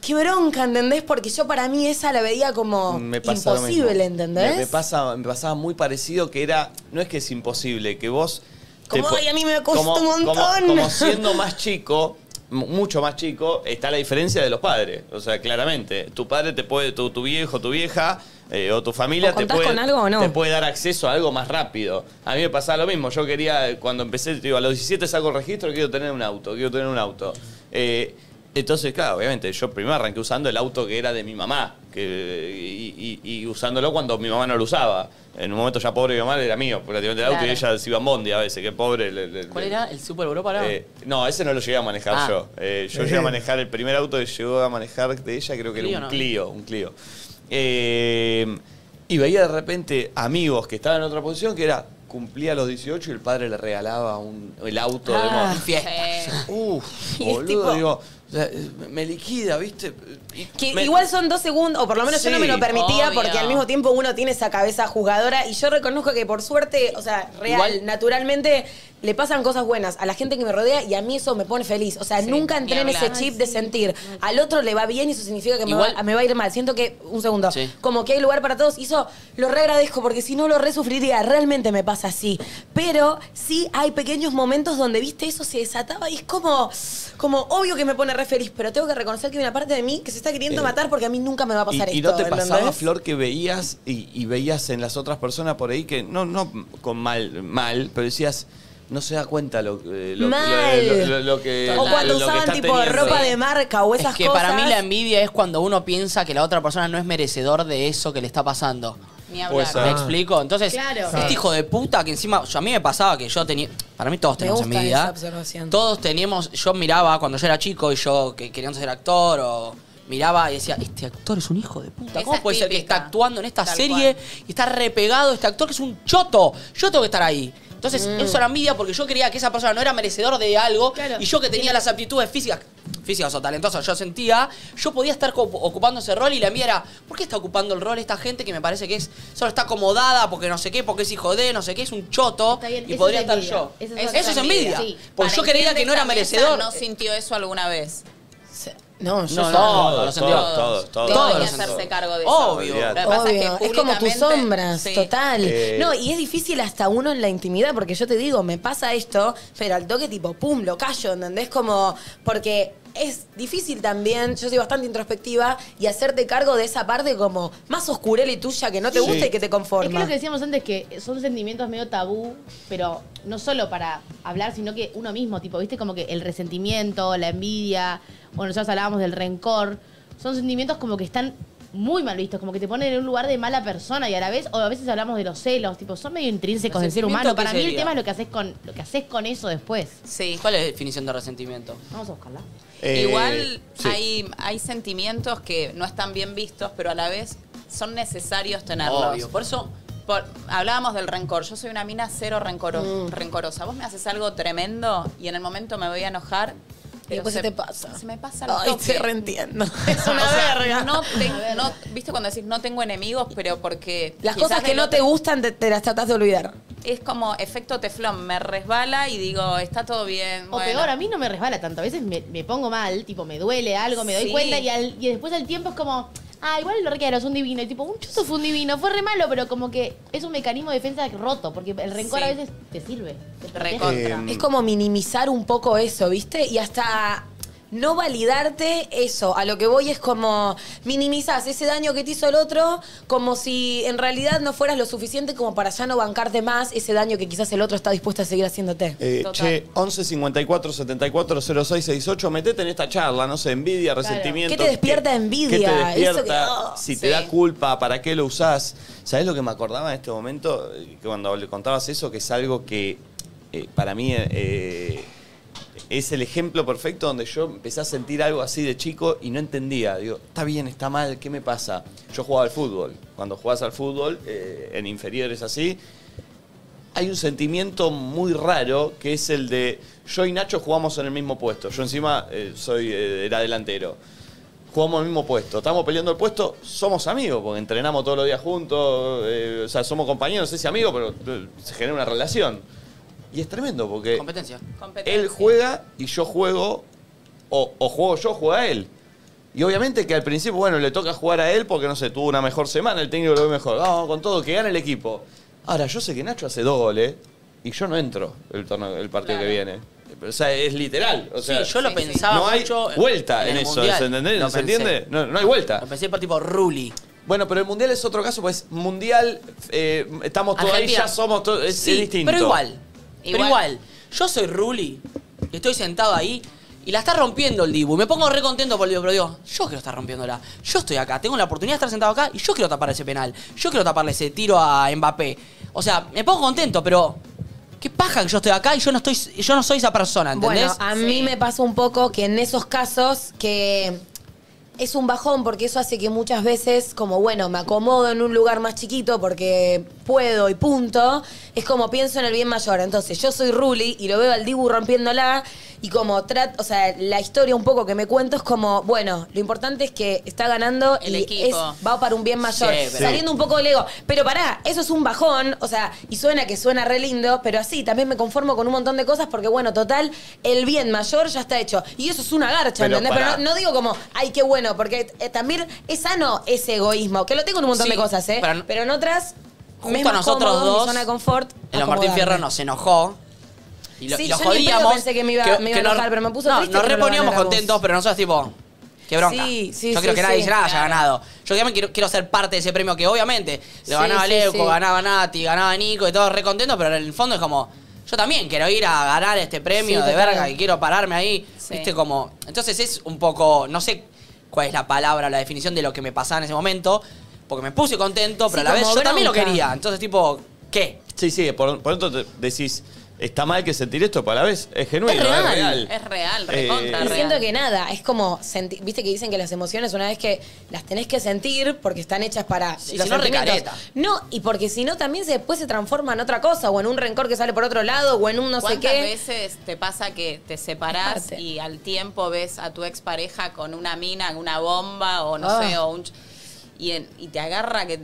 Speaker 2: Qué bronca, ¿entendés? Porque yo para mí esa la veía como
Speaker 1: me pasa lo mismo.
Speaker 2: imposible, ¿entendés?
Speaker 1: Me, me pasa, me pasaba muy parecido que era, no es que es imposible, que vos...
Speaker 2: Como,
Speaker 1: po-
Speaker 2: "Ay, a mí me costó un montón".
Speaker 1: Como, siendo más chico, mu- mucho más chico, está la diferencia de los padres. O sea, claramente, tu padre te puede, tu, tu viejo, tu vieja... eh, o tu familia
Speaker 2: ¿Vos
Speaker 1: te
Speaker 2: contás
Speaker 1: puede,
Speaker 2: con algo o no?
Speaker 1: te puede dar acceso a algo más rápido. A mí me pasaba lo mismo. Yo quería, eh, cuando empecé, digo, a los 17 saco el registro, quiero tener un auto, quiero tener un auto. Eh, Entonces, claro, obviamente, yo primero arranqué usando el auto que era de mi mamá que, y, y- y usándolo cuando mi mamá no lo usaba. En un momento ya pobre mi mamá era mío, prácticamente el auto y
Speaker 4: Claro.
Speaker 1: ella se iba en bondi a veces, qué pobre. le- le-
Speaker 4: ¿Cuál
Speaker 1: le-
Speaker 4: era? ¿El Super Europa? era?
Speaker 1: Eh, no, ese no lo llegué a manejar
Speaker 4: Ah.
Speaker 1: yo. Eh, yo llegué a manejar el primer auto que llegó a manejar de ella, creo que
Speaker 4: ¿Clio
Speaker 1: era un
Speaker 4: no?
Speaker 1: Clio, un Clio. Eh, y veía de repente amigos que estaban en otra posición que era cumplía los 18 y el padre le regalaba un, el auto de
Speaker 4: Ah,
Speaker 1: moda.
Speaker 4: fiesta.
Speaker 1: Uf,
Speaker 2: Y es
Speaker 1: boludo,
Speaker 2: tipo-
Speaker 1: digo, o sea, me liquida, ¿viste? Y
Speaker 2: Que
Speaker 1: me-
Speaker 2: igual son dos segundos, o por lo menos yo no me
Speaker 1: Sí,
Speaker 2: lo permitía,
Speaker 1: obvio.
Speaker 2: porque al mismo tiempo uno tiene esa cabeza jugadora. Y yo reconozco que por suerte, o sea, real,
Speaker 3: Igual-
Speaker 2: naturalmente, le pasan cosas buenas a la gente que me rodea y a mí eso me pone feliz. O sea, nunca
Speaker 3: ni
Speaker 2: entré en
Speaker 3: hablar.
Speaker 2: ese chip de sentir. Al otro le va bien y eso significa que me,
Speaker 3: Igual-
Speaker 2: va, me va a ir mal. Siento que, un segundo, como que hay lugar para todos. Y eso lo re agradezco, porque si no lo re sufriría. Realmente me pasa así. Pero sí hay pequeños momentos donde, viste, eso se desataba y es como, como obvio que me pone re feliz, pero tengo que reconocer que hay una parte de mí que se está queriendo
Speaker 1: Eh,
Speaker 2: matar porque a mí nunca me va a pasar
Speaker 1: y, y
Speaker 2: esto.
Speaker 1: no te
Speaker 2: ¿entendés?
Speaker 1: pasaba, Flor, que veías y, y veías en las otras personas por ahí que, no, no con mal, mal, pero decías, no se da cuenta lo, eh, lo,
Speaker 2: Mal.
Speaker 1: lo- lo- lo que.
Speaker 2: o cuando
Speaker 1: lo que
Speaker 2: usaban
Speaker 1: está
Speaker 2: tipo
Speaker 1: teniendo.
Speaker 2: ropa de marca o
Speaker 4: Es
Speaker 2: esas
Speaker 4: que
Speaker 2: cosas.
Speaker 4: para mí la envidia es cuando uno piensa que la otra persona no es merecedor de eso que le está pasando.
Speaker 3: Ni
Speaker 4: ¿Me
Speaker 3: hablar.
Speaker 1: Puede ser. Ah.
Speaker 4: explico? Entonces,
Speaker 2: Claro.
Speaker 4: este hijo de puta que encima, yo- a mí me pasaba que yo tenía, para mí todos
Speaker 2: me
Speaker 4: tenemos
Speaker 2: gusta esa
Speaker 4: envidia.
Speaker 2: observación.
Speaker 4: Todos teníamos, yo miraba cuando yo era chico y yo que quería ser actor o miraba y decía, este actor es un hijo de puta, ¿cómo
Speaker 3: Esa es
Speaker 4: puede ser que
Speaker 3: típica.
Speaker 4: está actuando en esta
Speaker 3: Tal
Speaker 4: serie y está repegado este actor que es un choto? Yo tengo que estar ahí. Entonces, eso era envidia porque yo creía que esa persona no era merecedor de algo
Speaker 9: Mm. Claro.
Speaker 4: y yo que tenía las aptitudes físicas, físicas o talentosas, yo sentía, yo podía estar co- ocupando ese rol y la envidia era, ¿por qué está ocupando el rol esta gente que me parece que es solo está acomodada porque no sé qué, porque es hijo de, no sé qué, es un choto
Speaker 9: Está bien,
Speaker 4: y
Speaker 9: eso
Speaker 4: podría
Speaker 9: es
Speaker 4: estar
Speaker 9: envidia.
Speaker 4: yo?
Speaker 9: Eso
Speaker 4: Eso,
Speaker 9: es
Speaker 4: es
Speaker 9: envidia.
Speaker 4: envidia.
Speaker 9: Sí.
Speaker 4: Porque
Speaker 3: Para
Speaker 4: yo creía que
Speaker 3: gente
Speaker 4: no era
Speaker 3: esta mesa
Speaker 4: merecedor.
Speaker 3: No sintió eso alguna vez.
Speaker 2: No, yo
Speaker 4: No, no, no,
Speaker 2: soy-
Speaker 1: Todos,
Speaker 4: los
Speaker 1: todos,
Speaker 4: envió.
Speaker 1: todos, todos.
Speaker 4: Todos
Speaker 3: Deben
Speaker 4: los
Speaker 3: hacerse
Speaker 4: envió.
Speaker 3: cargo de eso.
Speaker 4: Obvio.
Speaker 3: Lo que pasa
Speaker 2: Obvio, es, como tus
Speaker 3: públicamente-
Speaker 2: sombras,
Speaker 3: Sí.
Speaker 2: total.
Speaker 1: Eh.
Speaker 2: No, y es difícil hasta uno en la intimidad, porque yo te digo, me pasa esto, pero al toque tipo, pum, lo callo, ¿entendés? Como, porque es difícil también, yo soy bastante introspectiva, y hacerte cargo de esa parte como más oscurela y tuya que no te
Speaker 1: Sí.
Speaker 2: gusta y que te
Speaker 9: Es que
Speaker 2: conforma.
Speaker 9: lo que decíamos antes que son sentimientos medio tabú, pero no solo para hablar, sino que uno mismo, tipo, viste, como que el resentimiento, la envidia, o nosotros hablábamos del rencor, son sentimientos como que están muy mal vistos, como que te ponen en un lugar de mala persona y a la vez, o a veces hablamos de los celos, tipo, son medio intrínsecos del ser humano. Para
Speaker 4: ¿Resentimiento qué
Speaker 9: mí el
Speaker 4: sería?
Speaker 9: tema es lo que haces con, lo que haces con eso después.
Speaker 3: Sí.
Speaker 4: ¿Cuál es la definición de resentimiento?
Speaker 9: Vamos a buscarla.
Speaker 1: Eh,
Speaker 3: Igual
Speaker 1: sí.
Speaker 3: hay, hay sentimientos que no están bien vistos, pero a la vez son necesarios tenerlos.
Speaker 4: Obvio. Por eso,
Speaker 3: Por- hablábamos del rencor. Yo soy una mina cero rencoro-
Speaker 2: Mm.
Speaker 3: rencorosa. Vos me haces algo tremendo y en el momento me voy a enojar.
Speaker 2: Y
Speaker 3: pero
Speaker 2: después se te pasa.
Speaker 3: Se me pasa al
Speaker 2: Ay,
Speaker 3: toque.
Speaker 2: te reentiendo. Es una
Speaker 3: O sea,
Speaker 2: verga.
Speaker 3: No ten- no- ¿Viste cuando decís no tengo enemigos, pero porque.
Speaker 2: Las
Speaker 3: quizás
Speaker 2: cosas que
Speaker 3: del
Speaker 2: no
Speaker 3: otro-
Speaker 2: te gustan te, te las tratás de olvidar.
Speaker 3: Es como efecto teflón. Me resbala y digo, está todo bien.
Speaker 9: O
Speaker 3: bueno.
Speaker 9: peor, a mí no me resbala tanto. A veces me, me pongo mal, tipo, me duele algo, me doy
Speaker 3: Sí.
Speaker 9: cuenta y, al- y después al tiempo es como, ah, igual lo requiero, es un divino. Y tipo, un chuzo fue un divino, fue re malo, pero como que es un mecanismo de defensa roto, porque el rencor
Speaker 3: Sí.
Speaker 9: a veces te sirve. te protege.
Speaker 3: Recontra.
Speaker 1: Eh,
Speaker 2: Es como minimizar un poco eso, ¿viste? Y hasta no validarte eso. A lo que voy es como minimizás ese daño que te hizo el otro como si en realidad no fueras lo suficiente como para ya no bancarte más ese daño que quizás el otro está dispuesto a seguir haciéndote.
Speaker 1: Eh,
Speaker 3: Total.
Speaker 1: che, 11 54 74 06 68, metete en esta charla, no sé, envidia, resentimiento.
Speaker 2: ¿Qué te despierta envidia?
Speaker 1: ¿Qué te
Speaker 2: Eso que-
Speaker 1: despierta?
Speaker 2: oh,
Speaker 1: si te
Speaker 3: sí.
Speaker 1: da culpa, ¿para qué lo usás? ¿Sabés lo que me acordaba en este momento? Eh, Que cuando le contabas eso, que es algo que eh, para mí eh, es el ejemplo perfecto donde yo empecé a sentir algo así de chico y no entendía. Digo, está bien, está mal, ¿qué me pasa? Yo jugaba al fútbol. Cuando jugás al fútbol, eh, en inferiores así, hay un sentimiento muy raro que es el de yo y Nacho jugamos en el mismo puesto. Yo encima eh, soy eh, era delantero. Jugamos en el mismo puesto, estamos peleando el puesto, somos amigos, porque entrenamos todos los días juntos, eh, o sea, somos compañeros, no sé si amigos, pero eh, se genera una relación. Y es tremendo, porque
Speaker 4: competencia.
Speaker 3: Competencia.
Speaker 1: él juega y yo juego, o, o juego yo, juega él. Y obviamente que al principio, bueno, le toca jugar a él porque, no sé, tuvo una mejor semana, el técnico lo ve mejor. Vamos con todo, que gane el equipo. Ahora, yo sé que Nacho hace dos goles y yo no entro el, torneo, el partido
Speaker 3: Claro.
Speaker 1: que viene. O sea, es literal. O sea,
Speaker 4: sí, yo lo
Speaker 3: sí, sí.
Speaker 4: pensaba
Speaker 1: no hay
Speaker 4: mucho
Speaker 1: vuelta en,
Speaker 4: el
Speaker 1: eso,
Speaker 4: Mundial.
Speaker 1: ¿se entendés?
Speaker 4: Lo
Speaker 1: ¿Se
Speaker 4: pensé.
Speaker 1: entiende? No, no hay vuelta.
Speaker 4: Lo pensé por tipo Ruli.
Speaker 1: Bueno, pero el Mundial es otro caso, pues Mundial, eh, estamos todos ahí,
Speaker 4: Argentina.
Speaker 1: ya somos todos, es,
Speaker 4: Sí,
Speaker 1: es distinto.
Speaker 4: Pero igual, Pero
Speaker 3: Igual.
Speaker 4: igual. Yo soy Ruli y estoy sentado ahí y Y la está rompiendo el Dibu. Y me pongo re contento por el Dibu, pero digo, yo quiero estar rompiéndola. Yo estoy acá, tengo la oportunidad de estar sentado acá y yo quiero tapar ese penal. Yo quiero taparle ese tiro a Mbappé. O sea, me pongo contento, pero qué paja que yo estoy acá y yo no estoy yo no soy esa persona, ¿entendés?
Speaker 2: Bueno, a mí me pasa un poco que en esos casos que es un bajón porque eso hace que muchas veces, como bueno, me acomodo en un lugar más chiquito porque puedo y punto, es como pienso en el bien mayor. Entonces yo soy Ruli y lo veo al Dibu rompiéndola y como trato, o sea, la historia un poco que me cuento es como, bueno, lo importante es que está ganando
Speaker 3: El
Speaker 2: y
Speaker 3: equipo.
Speaker 2: es- va para un bien mayor.
Speaker 3: Sí, pero-
Speaker 2: Saliendo un poco del ego. Pero pará, eso es un bajón, o sea, y suena que suena re lindo, pero así también me conformo con un montón de cosas porque, bueno, total, el bien mayor ya está hecho. Y eso es una garcha,
Speaker 3: Pero
Speaker 2: ¿entendés? Pero
Speaker 3: pará.
Speaker 2: no, no digo como, ay, qué bueno, porque eh, también es sano ese egoísmo, que lo tengo en un montón
Speaker 4: Sí,
Speaker 2: de cosas, ¿eh?
Speaker 4: pero-
Speaker 2: Pero, en otras, me es
Speaker 4: Justo
Speaker 2: más
Speaker 4: nosotros
Speaker 2: cómodo mi
Speaker 4: dos,
Speaker 2: zona de confort.
Speaker 4: El Martín
Speaker 2: acomodarme.
Speaker 4: Fierro nos enojó. Y lo,
Speaker 2: Sí,
Speaker 4: y lo
Speaker 2: yo ni en pedo
Speaker 4: jodíamos.
Speaker 2: pensé que me iba- me iba a
Speaker 4: nos-
Speaker 2: enojar, pero me puso
Speaker 4: no,
Speaker 2: triste
Speaker 4: Nos
Speaker 2: que no lo
Speaker 4: reponíamos
Speaker 2: ganáramos.
Speaker 4: contentos, pero nosotros tipo. Qué bronca.
Speaker 2: Sí, sí,
Speaker 4: Yo quiero
Speaker 2: sí,
Speaker 4: que nadie
Speaker 2: sí,
Speaker 4: nada haya
Speaker 2: claro.
Speaker 4: ganado. Yo también quiero, quiero ser parte de ese premio que obviamente lo
Speaker 2: Sí,
Speaker 4: ganaba
Speaker 2: sí,
Speaker 4: Leuco,
Speaker 2: sí.
Speaker 4: ganaba Nati, ganaba Nico y todos re contentos, pero en el fondo es como. Yo también quiero ir a ganar este premio
Speaker 2: Sí,
Speaker 4: de
Speaker 2: total.
Speaker 4: verga y quiero pararme ahí.
Speaker 2: Sí.
Speaker 4: Viste como. Entonces es un poco. No sé cuál es la palabra o la definición de lo que me pasaba en ese momento. Porque me puse contento, pero
Speaker 2: Sí,
Speaker 4: a la vez yo
Speaker 2: como
Speaker 4: también lo
Speaker 2: bronca.
Speaker 4: quería. Entonces, tipo, ¿qué?
Speaker 1: Sí, sí, por, por eso te decís, está mal que sentir esto, pero a la vez es genuino, es real.
Speaker 3: Es real,
Speaker 1: Eh,
Speaker 3: recontra
Speaker 2: Y
Speaker 3: real.
Speaker 2: siento que nada, es como, senti- viste que dicen que las emociones una vez que las tenés que sentir porque están hechas para
Speaker 4: Sí,
Speaker 2: los
Speaker 4: si no,
Speaker 2: sentimientos.
Speaker 4: recareta.
Speaker 2: No, y porque si no también se, después se transforma en otra cosa, o en un rencor que sale por otro lado, o en un no sé
Speaker 3: ¿Cuántas
Speaker 2: qué.
Speaker 3: veces te pasa que te separás
Speaker 2: Aparte.
Speaker 3: y al tiempo ves a tu expareja con una mina, una bomba o no
Speaker 2: Ah.
Speaker 3: sé, o un ch- y, en- y te agarra que,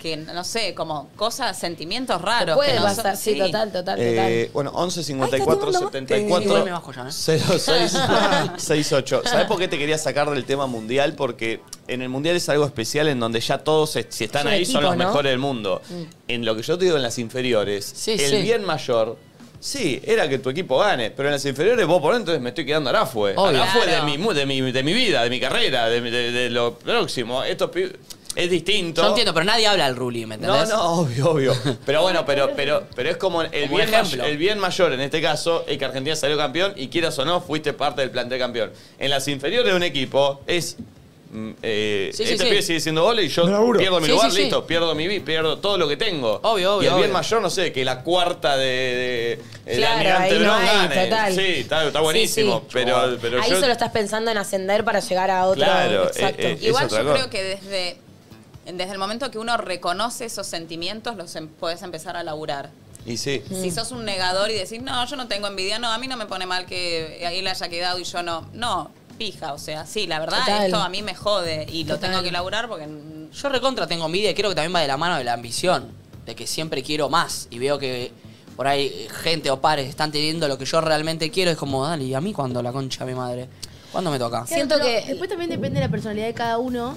Speaker 3: que, no sé, como cosas, sentimientos raros.
Speaker 2: puede
Speaker 3: que no
Speaker 2: pasar, Ah, sí, total, total, total.
Speaker 1: Eh, bueno, 11
Speaker 2: Ay,
Speaker 1: 54
Speaker 2: está tomando mate.
Speaker 1: 74
Speaker 4: Igual me bajo ya, ¿eh?
Speaker 1: 06 68. ¿Sabes por qué te quería sacar del tema mundial? Porque en el mundial es algo especial en donde ya todos, eh, si están
Speaker 2: Es un
Speaker 1: ahí, son
Speaker 2: equipo,
Speaker 1: los
Speaker 2: ¿no?
Speaker 1: mejores del mundo. En lo que yo te digo en las inferiores,
Speaker 4: Mm. Sí,
Speaker 1: el
Speaker 4: sí.
Speaker 1: bien mayor. Sí, era que tu equipo gane, pero en las inferiores vos por ahí, entonces me estoy quedando a Arafue.
Speaker 4: Obvio.
Speaker 1: Arafue
Speaker 4: Claro.
Speaker 1: de, mi, mu- de, mi, de mi vida, de mi carrera, de, mi- de- de lo próximo. Esto es distinto.
Speaker 4: Yo entiendo, pero nadie habla al Ruli, ¿me
Speaker 1: No,
Speaker 4: entendés?
Speaker 1: no, obvio, obvio. Pero bueno, pero, pero, pero es como el,
Speaker 4: Como
Speaker 1: bien may-
Speaker 4: ejemplo.
Speaker 1: el bien mayor en este caso es que Argentina salió campeón y quieras o no, fuiste parte del plantel campeón. En las inferiores de un equipo es. mm, eh,
Speaker 4: Sí, sí,
Speaker 1: este
Speaker 4: sí.
Speaker 1: pibe sigue siendo goles y yo
Speaker 7: No laburo.
Speaker 1: pierdo mi
Speaker 4: Sí,
Speaker 1: lugar,
Speaker 4: sí, sí.
Speaker 1: listo, pierdo mi vi- pierdo todo lo que tengo.
Speaker 4: Obvio, obvio,
Speaker 1: Y el bien
Speaker 4: obvio.
Speaker 1: mayor, no sé, que la cuarta de, de- el
Speaker 2: Claro,
Speaker 1: almirante
Speaker 2: ahí no
Speaker 1: Brown
Speaker 2: hay,
Speaker 1: gane.
Speaker 2: total.
Speaker 1: Sí, está, está
Speaker 2: Sí,
Speaker 1: buenísimo.
Speaker 2: sí.
Speaker 1: Pero, pero
Speaker 2: Ahí
Speaker 1: yo-
Speaker 2: solo estás pensando en ascender para llegar a otro.
Speaker 1: Claro,
Speaker 2: exacto.
Speaker 1: eh, eh,
Speaker 3: Igual
Speaker 1: es otra
Speaker 3: yo
Speaker 1: cosa.
Speaker 3: creo que desde, desde el momento que uno reconoce esos sentimientos, los em- podés empezar a laburar.
Speaker 1: Y sí.
Speaker 3: Si sos un negador y decís, no, yo no tengo envidia, no, a mí no me pone mal que él haya quedado y yo no. No, pija, o sea, sí, la verdad,
Speaker 2: Total.
Speaker 3: esto a mí me jode y lo
Speaker 2: Total.
Speaker 3: tengo que laburar porque mm,
Speaker 4: Yo recontra tengo envidia y creo que también va de la mano de la ambición, de que siempre quiero más y veo que por ahí eh, gente o pares están teniendo lo que yo realmente quiero. Es como, dale, ¿y a mí cuándo la concha de mi madre? ¿Cuándo me toca?
Speaker 9: Claro,
Speaker 2: Siento
Speaker 9: pero
Speaker 2: que-
Speaker 9: Después también depende de la personalidad de cada uno.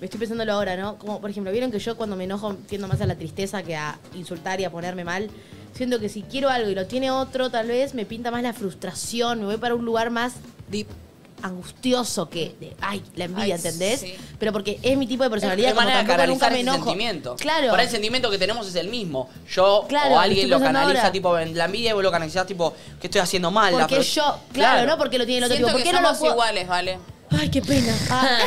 Speaker 9: Me estoy pensándolo ahora, ¿no? Como, por ejemplo, vieron que yo cuando me enojo tiendo más a la tristeza que a insultar y a ponerme mal. Siento que si quiero algo y lo tiene otro, tal vez me pinta más la frustración. Me voy para un lugar más deep, angustioso que de, ay, la envidia,
Speaker 3: Ay,
Speaker 9: ¿entendés?
Speaker 3: sí.
Speaker 9: Pero porque es mi tipo de personalidad.
Speaker 4: Es
Speaker 9: como
Speaker 4: manera de
Speaker 9: tampoco nunca
Speaker 4: canalizar
Speaker 9: me
Speaker 4: ese
Speaker 9: enojo.
Speaker 4: sentimiento.
Speaker 9: Claro.
Speaker 4: Por ahí el sentimiento que tenemos es el mismo. Yo
Speaker 9: Claro,
Speaker 4: o
Speaker 9: lo
Speaker 4: alguien
Speaker 9: estoy
Speaker 4: lo
Speaker 9: pensando
Speaker 4: canaliza
Speaker 9: ahora.
Speaker 4: tipo en la envidia y vos lo canalizás tipo, ¿qué estoy haciendo mal? La
Speaker 9: porque
Speaker 4: pro-
Speaker 9: yo, claro, no porque lo tiene el otro.
Speaker 3: siento
Speaker 9: tipo, ¿por
Speaker 3: que
Speaker 9: qué no lo
Speaker 3: somos
Speaker 9: puedo-
Speaker 3: iguales, ¿vale?
Speaker 9: Ay, qué pena. Ah.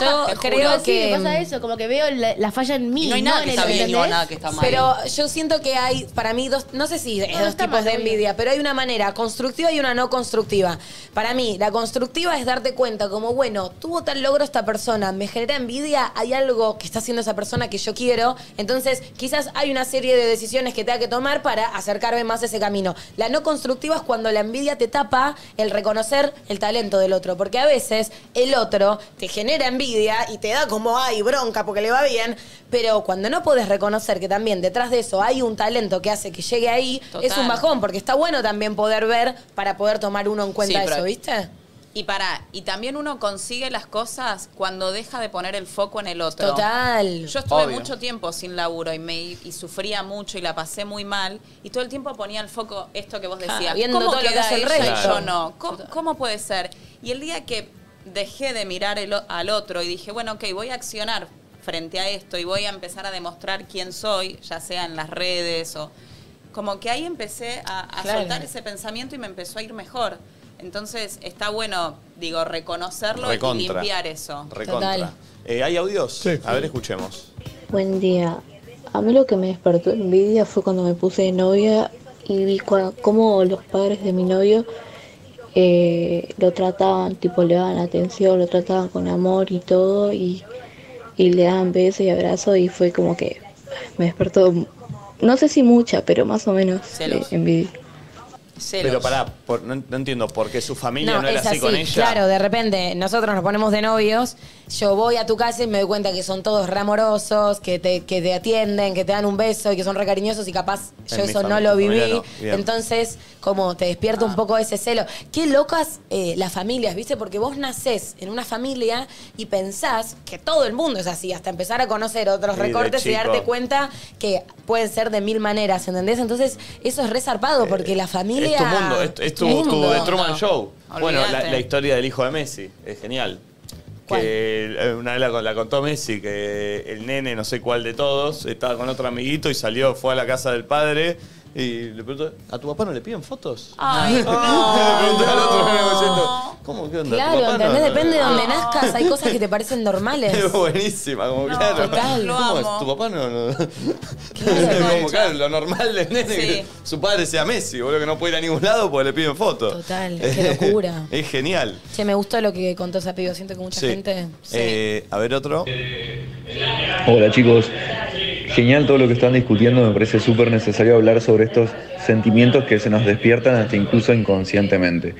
Speaker 2: Yo
Speaker 3: Te juro,
Speaker 2: creo
Speaker 9: Sí,
Speaker 2: que.
Speaker 9: me pasa eso, como que veo la, la falla en mí.
Speaker 4: Y no hay nada
Speaker 9: en
Speaker 4: que
Speaker 9: el-
Speaker 4: está bien y no
Speaker 9: ¿entendés?
Speaker 4: hay nada que está mal.
Speaker 2: Pero yo siento que hay, para mí, dos, no sé si es
Speaker 9: No, no
Speaker 2: dos
Speaker 9: está
Speaker 2: tipos
Speaker 9: mal,
Speaker 2: de
Speaker 9: obvio.
Speaker 2: envidia, pero hay una manera constructiva y una no constructiva. Para mí, la constructiva es darte cuenta, como, bueno, tuvo tal logro esta persona, me genera envidia, hay algo que está haciendo esa persona que yo quiero, entonces quizás hay una serie de decisiones que tenga que tomar para acercarme más a ese camino. La no constructiva es cuando la envidia te tapa el reconocer el talento del otro, porque a veces el otro te genera envidia y te da como, ay, bronca porque le va bien, pero cuando no podés reconocer que también detrás de eso hay un talento que hace que llegue ahí,
Speaker 3: Total.
Speaker 2: es un bajón, porque está bueno también poder ver para poder tomar uno en cuenta
Speaker 4: Sí, pero-
Speaker 2: eso, ¿viste?
Speaker 3: Y para, y también uno consigue las cosas cuando deja de poner el foco en el otro.
Speaker 2: Total.
Speaker 3: Yo estuve
Speaker 4: Obvio.
Speaker 3: mucho tiempo sin laburo y me y sufría mucho y la pasé muy mal y todo el tiempo ponía el foco esto que vos decías.
Speaker 2: Ah, viendo
Speaker 3: ¿Cómo
Speaker 2: todo lo que
Speaker 3: queda
Speaker 2: hace el
Speaker 3: ella y
Speaker 2: resto?
Speaker 3: yo no? ¿Cómo, cómo puede ser? Y el día que dejé de mirar el o- al otro y dije, bueno, ok, voy a accionar frente a esto y voy a empezar a demostrar quién soy, ya sea en las redes o como que ahí empecé a, a
Speaker 2: Claro.
Speaker 3: soltar ese pensamiento y me empezó a ir mejor. Entonces está bueno, digo, reconocerlo y
Speaker 1: Recontra.
Speaker 3: limpiar eso.
Speaker 1: Recontra. Eh, ¿Hay audios? A ver, escuchemos.
Speaker 14: Buen día. A mí lo que me despertó envidia fue cuando me puse de novia y vi cua- cómo los padres de mi novio eh, lo trataban, tipo le daban atención, lo trataban con amor y todo y, y le daban besos y abrazos y fue como que me despertó, no sé si mucha, pero más o menos eh,
Speaker 1: Celos.
Speaker 14: envidia.
Speaker 1: Pero pará, por- no, no entiendo, porque su familia no, era
Speaker 2: es
Speaker 1: así, con ella.
Speaker 2: Claro, de repente nosotros nos ponemos de novios, yo voy a tu casa y me doy cuenta que son todos ramorosos, que te, que te atienden, que te dan un beso y que son re cariñosos y capaz
Speaker 11: En
Speaker 2: yo
Speaker 11: mi
Speaker 2: eso
Speaker 11: fami-
Speaker 2: no lo
Speaker 11: mi familia
Speaker 2: viví.
Speaker 11: no. Bien.
Speaker 2: Entonces, como te despierta un poco ese celo. Qué locas eh, las familias, ¿viste? Porque vos nacés en una familia y pensás que todo el mundo es así, hasta empezar a conocer otros
Speaker 11: Sí, de
Speaker 2: recortes y
Speaker 11: chico.
Speaker 2: darte cuenta que pueden ser de mil maneras, ¿entendés? Entonces, eso es resarpado porque la familia...
Speaker 1: Eh, Es tu mundo, es, es tu,
Speaker 2: Mundo.
Speaker 1: tu The Truman
Speaker 2: No.
Speaker 1: Show. Bueno, la,
Speaker 2: Olvídate.
Speaker 1: la historia del hijo de Messi, es genial. Que eh, una vez la, la contó Messi, que el nene, no sé cuál de todos, estaba con otro amiguito y salió, fue a la casa del padre y le preguntó, ¿a tu papá no le piden fotos?
Speaker 2: Ay,
Speaker 1: le preguntó al otro nene diciendo, ¿cómo qué onda? ¿Tu
Speaker 2: Claro,
Speaker 1: papá no-
Speaker 2: ¿entendés?
Speaker 1: no-
Speaker 2: Depende de
Speaker 1: no?"
Speaker 2: donde nazcas, hay cosas que te parecen normales.
Speaker 1: Es buenísima, como claro.
Speaker 2: total. Lo
Speaker 1: ¿Cómo
Speaker 2: amo.
Speaker 1: es? Tu papá no. no- como claro, lo normal del nene que su padre sea Messi, boludo, que no puede ir a ningún lado porque le piden fotos.
Speaker 2: Total, qué locura.
Speaker 1: es genial.
Speaker 2: Che, me gustó lo que contó esa piba, siento que mucha
Speaker 1: Sí.
Speaker 2: gente...
Speaker 1: Eh, a ver otro.
Speaker 15: Hola chicos, genial todo lo que están discutiendo, me parece súper necesario hablar sobre estos sentimientos que se nos despiertan hasta incluso inconscientemente.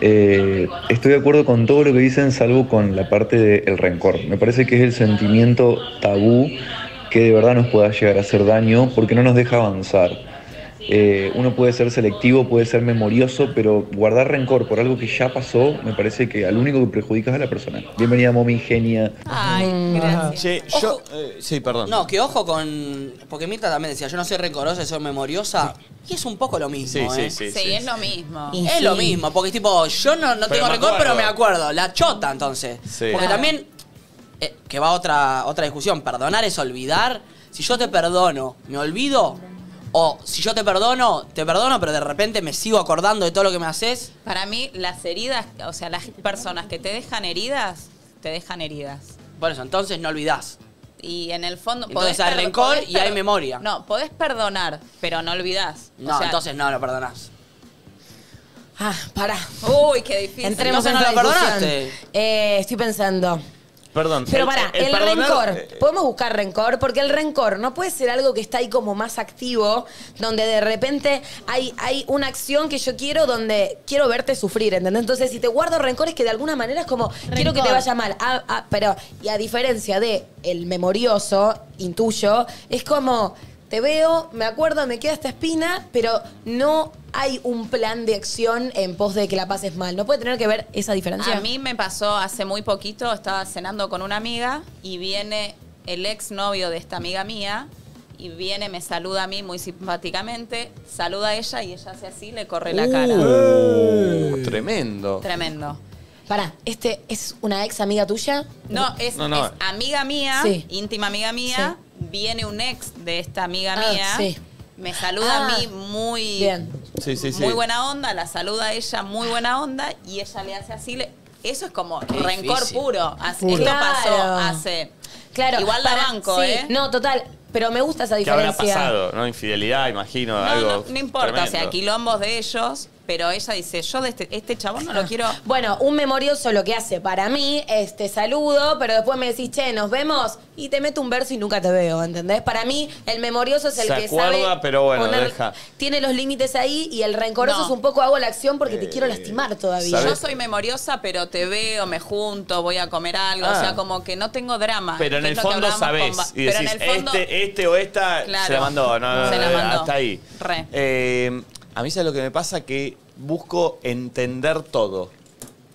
Speaker 15: Eh, estoy de acuerdo con todo lo que dicen salvo con la parte del rencor. Me parece que es el sentimiento tabú que de verdad nos pueda llegar a hacer daño porque no nos deja avanzar. Eh, uno puede ser selectivo, puede ser memorioso, pero guardar rencor por algo que ya pasó me parece que al único que perjudica es a la persona. Bienvenida, momi genia.
Speaker 4: Ay, gracias.
Speaker 1: Mm. yo. Eh, sí, perdón.
Speaker 4: No, que ojo con. Porque Mirta también decía, yo no soy rencorosa, soy memoriosa. Y es un poco lo mismo.
Speaker 3: Sí, sí,
Speaker 4: ¿eh?
Speaker 3: Sí, es lo mismo.
Speaker 4: Es lo mismo, porque es tipo, yo no, no
Speaker 3: Pero
Speaker 4: tengo
Speaker 3: me
Speaker 4: rencor, pero
Speaker 3: acuerdo.
Speaker 4: me acuerdo. La chota, entonces.
Speaker 1: Sí.
Speaker 4: Porque
Speaker 3: Claro.
Speaker 4: también, eh, que va otra, otra discusión, perdonar es olvidar. Si yo te perdono, ¿me olvido? O si yo te perdono, te perdono, pero de repente me sigo acordando de todo lo que me haces.
Speaker 3: Para mí, las heridas, o sea, las personas que te dejan heridas, te dejan heridas.
Speaker 4: Por eso, entonces no olvidás.
Speaker 3: Y en el fondo.
Speaker 4: Entonces
Speaker 3: podés
Speaker 4: hay
Speaker 3: per-
Speaker 4: rencor
Speaker 3: podés
Speaker 4: y hay
Speaker 3: per-
Speaker 4: memoria.
Speaker 3: No, podés perdonar, pero no olvidás. O
Speaker 4: No,
Speaker 3: sea,
Speaker 4: entonces no lo perdonás.
Speaker 2: Ah, pará.
Speaker 3: Uy, qué difícil.
Speaker 2: Entremos
Speaker 4: Entonces
Speaker 2: en
Speaker 4: no la
Speaker 2: esa discusión.
Speaker 4: perdonaste.
Speaker 2: Eh, estoy pensando.
Speaker 1: Perdón.
Speaker 2: Pero
Speaker 1: el-
Speaker 2: pará, el,
Speaker 1: perdonar-
Speaker 2: rencor.
Speaker 1: eh,
Speaker 2: Podemos buscar rencor, porque el rencor no puede ser algo que está ahí como más activo, donde de repente hay, hay una acción que yo quiero donde quiero verte sufrir, ¿entendés? Entonces, si te guardo rencor es que de alguna manera es como, quiero que te vaya mal. Ah, ah, pero, y a diferencia de el memorioso, intuyo, es como, te veo, me acuerdo, me queda esta espina, pero no hay un plan de acción en pos de que la pases mal. No puede tener que ver esa diferencia.
Speaker 3: A mí me pasó hace muy poquito, estaba cenando con una amiga y viene el ex novio de esta amiga mía y viene, me saluda a mí muy simpáticamente, saluda a ella y ella hace así, le corre la cara.
Speaker 1: Uh, tremendo.
Speaker 3: Tremendo.
Speaker 2: Pará, ¿este es una ex amiga tuya?
Speaker 3: No, es,
Speaker 1: No, no.
Speaker 3: es amiga mía,
Speaker 2: Sí.
Speaker 3: íntima amiga mía, viene un ex de esta amiga
Speaker 2: Ah,
Speaker 3: mía,
Speaker 2: sí.
Speaker 3: me saluda
Speaker 2: Ah,
Speaker 3: a mí muy
Speaker 2: bien.
Speaker 1: Sí, sí, sí.
Speaker 3: muy buena onda, la saluda a ella, muy buena onda, y ella le hace así. le- eso es como rencor
Speaker 2: difícil.
Speaker 3: puro. Así,
Speaker 2: Puro.
Speaker 3: Esto pasó
Speaker 2: Claro.
Speaker 3: hace.
Speaker 2: Claro.
Speaker 3: Igual la
Speaker 2: para-
Speaker 3: banco,
Speaker 2: sí,
Speaker 3: ¿eh?
Speaker 2: No, total. Pero me gusta esa
Speaker 1: ¿Qué habrá
Speaker 2: diferencia.
Speaker 1: pasado? ¿No? Infidelidad, imagino,
Speaker 3: No,
Speaker 1: algo.
Speaker 3: no, no importa, o sea,
Speaker 1: tremendo.
Speaker 3: quilombos de ellos, pero ella dice, yo de este, este chabón no lo quiero.
Speaker 2: Bueno, un memorioso lo que hace para mí es te saludo, pero después me decís, che, nos vemos, y te meto un verso y nunca te veo, ¿entendés? Para mí, el memorioso es el
Speaker 1: Se
Speaker 2: que
Speaker 1: acuerda,
Speaker 2: sabe
Speaker 1: pero bueno,
Speaker 2: poner-
Speaker 1: deja.
Speaker 2: tiene los límites ahí y el rencoroso
Speaker 3: No.
Speaker 2: es un poco hago la acción porque
Speaker 1: Eh,
Speaker 2: te quiero lastimar todavía.
Speaker 3: Yo soy memoriosa, pero te veo, me junto, voy a comer algo.
Speaker 1: Ah.
Speaker 3: O sea, como que no tengo drama.
Speaker 1: Pero en
Speaker 3: que
Speaker 1: el
Speaker 3: es lo que
Speaker 1: fondo
Speaker 3: hablábamos
Speaker 1: sabés.
Speaker 3: con Ba-
Speaker 1: Y
Speaker 3: pero
Speaker 1: decís,
Speaker 3: en el fondo,
Speaker 1: este, este o esta se
Speaker 3: Claro.
Speaker 1: la mandó. No, no,
Speaker 3: Se la
Speaker 1: no,
Speaker 3: mandó.
Speaker 1: Hasta ahí.
Speaker 3: Re.
Speaker 1: Eh, a mí, ¿sabes lo que me pasa? Que busco entender todo.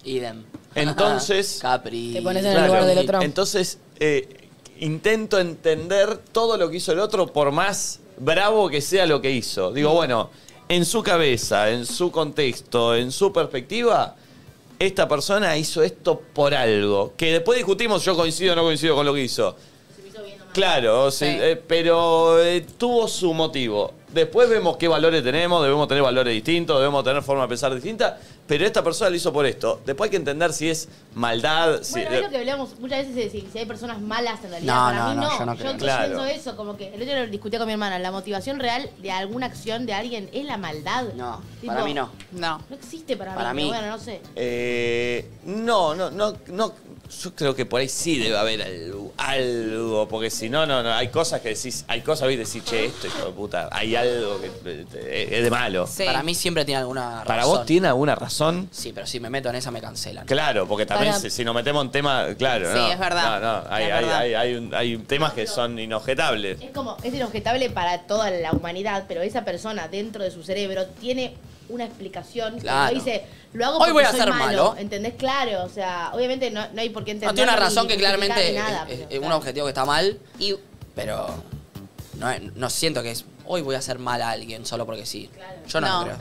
Speaker 4: Idem.
Speaker 1: Entonces.
Speaker 4: Capri.
Speaker 2: Te pones en el lugar del otro.
Speaker 1: Entonces, eh, intento entender todo lo que hizo el otro, por más bravo que sea lo que hizo. Digo, bueno, en su cabeza, en su contexto, en su perspectiva. Esta persona hizo esto por algo. Que después discutimos, yo coincido o no coincido con lo que hizo. Claro, o sea, eh, pero eh, tuvo su motivo. Después vemos qué valores tenemos, debemos tener valores distintos, debemos tener forma de pensar distinta, pero esta persona lo hizo por esto. Después hay que entender si es maldad, si...
Speaker 4: eh,
Speaker 1: eh,
Speaker 9: Bueno, es lo que hablamos muchas veces de si, si hay personas malas en realidad.
Speaker 1: No,
Speaker 9: Para
Speaker 1: no,
Speaker 9: mí
Speaker 1: no,
Speaker 9: no,
Speaker 1: yo no creo.
Speaker 9: Yo
Speaker 1: Claro.
Speaker 9: pienso eso, como que el otro día lo discutía con mi hermana. La motivación real de alguna acción de alguien es la maldad. No,
Speaker 4: para mí no.
Speaker 3: No.
Speaker 9: No existe para,
Speaker 1: Para
Speaker 9: mí.
Speaker 1: mí.
Speaker 9: pero Bueno, no sé.
Speaker 1: Eh, no, no, no, no. Yo creo que por ahí sí debe haber algo, algo, porque si no, no, no. Hay cosas que decís, hay cosas que decís, che, esto, hijo de puta, hay algo que eh, eh, es de malo.
Speaker 4: Para mí siempre tiene alguna razón.
Speaker 1: ¿Para vos tiene alguna razón?
Speaker 4: Sí, pero si me meto en esa me cancelan.
Speaker 1: Claro, porque también
Speaker 4: Para-
Speaker 1: si, si nos metemos en temas, claro,
Speaker 4: Sí,
Speaker 1: no,
Speaker 4: es verdad.
Speaker 1: No, no, hay,
Speaker 4: Es
Speaker 1: hay-
Speaker 4: verdad.
Speaker 1: hay- hay un- hay temas que son inobjetables.
Speaker 9: Es como, es inobjetable para toda la humanidad, pero esa persona dentro de su cerebro tiene una explicación
Speaker 4: Claro.
Speaker 9: que no dice, lo hago porque
Speaker 4: Hoy voy a
Speaker 9: soy
Speaker 4: ser malo.
Speaker 9: ¿Entendés? Claro, o sea, obviamente no, no hay por qué entender.
Speaker 4: No, tiene una razón que claramente es,
Speaker 9: Nada,
Speaker 4: es- es un objetivo que está mal, pero no, es- no siento que es hoy voy a hacer mal a alguien solo porque sí. Yo no,
Speaker 3: No.
Speaker 4: creo.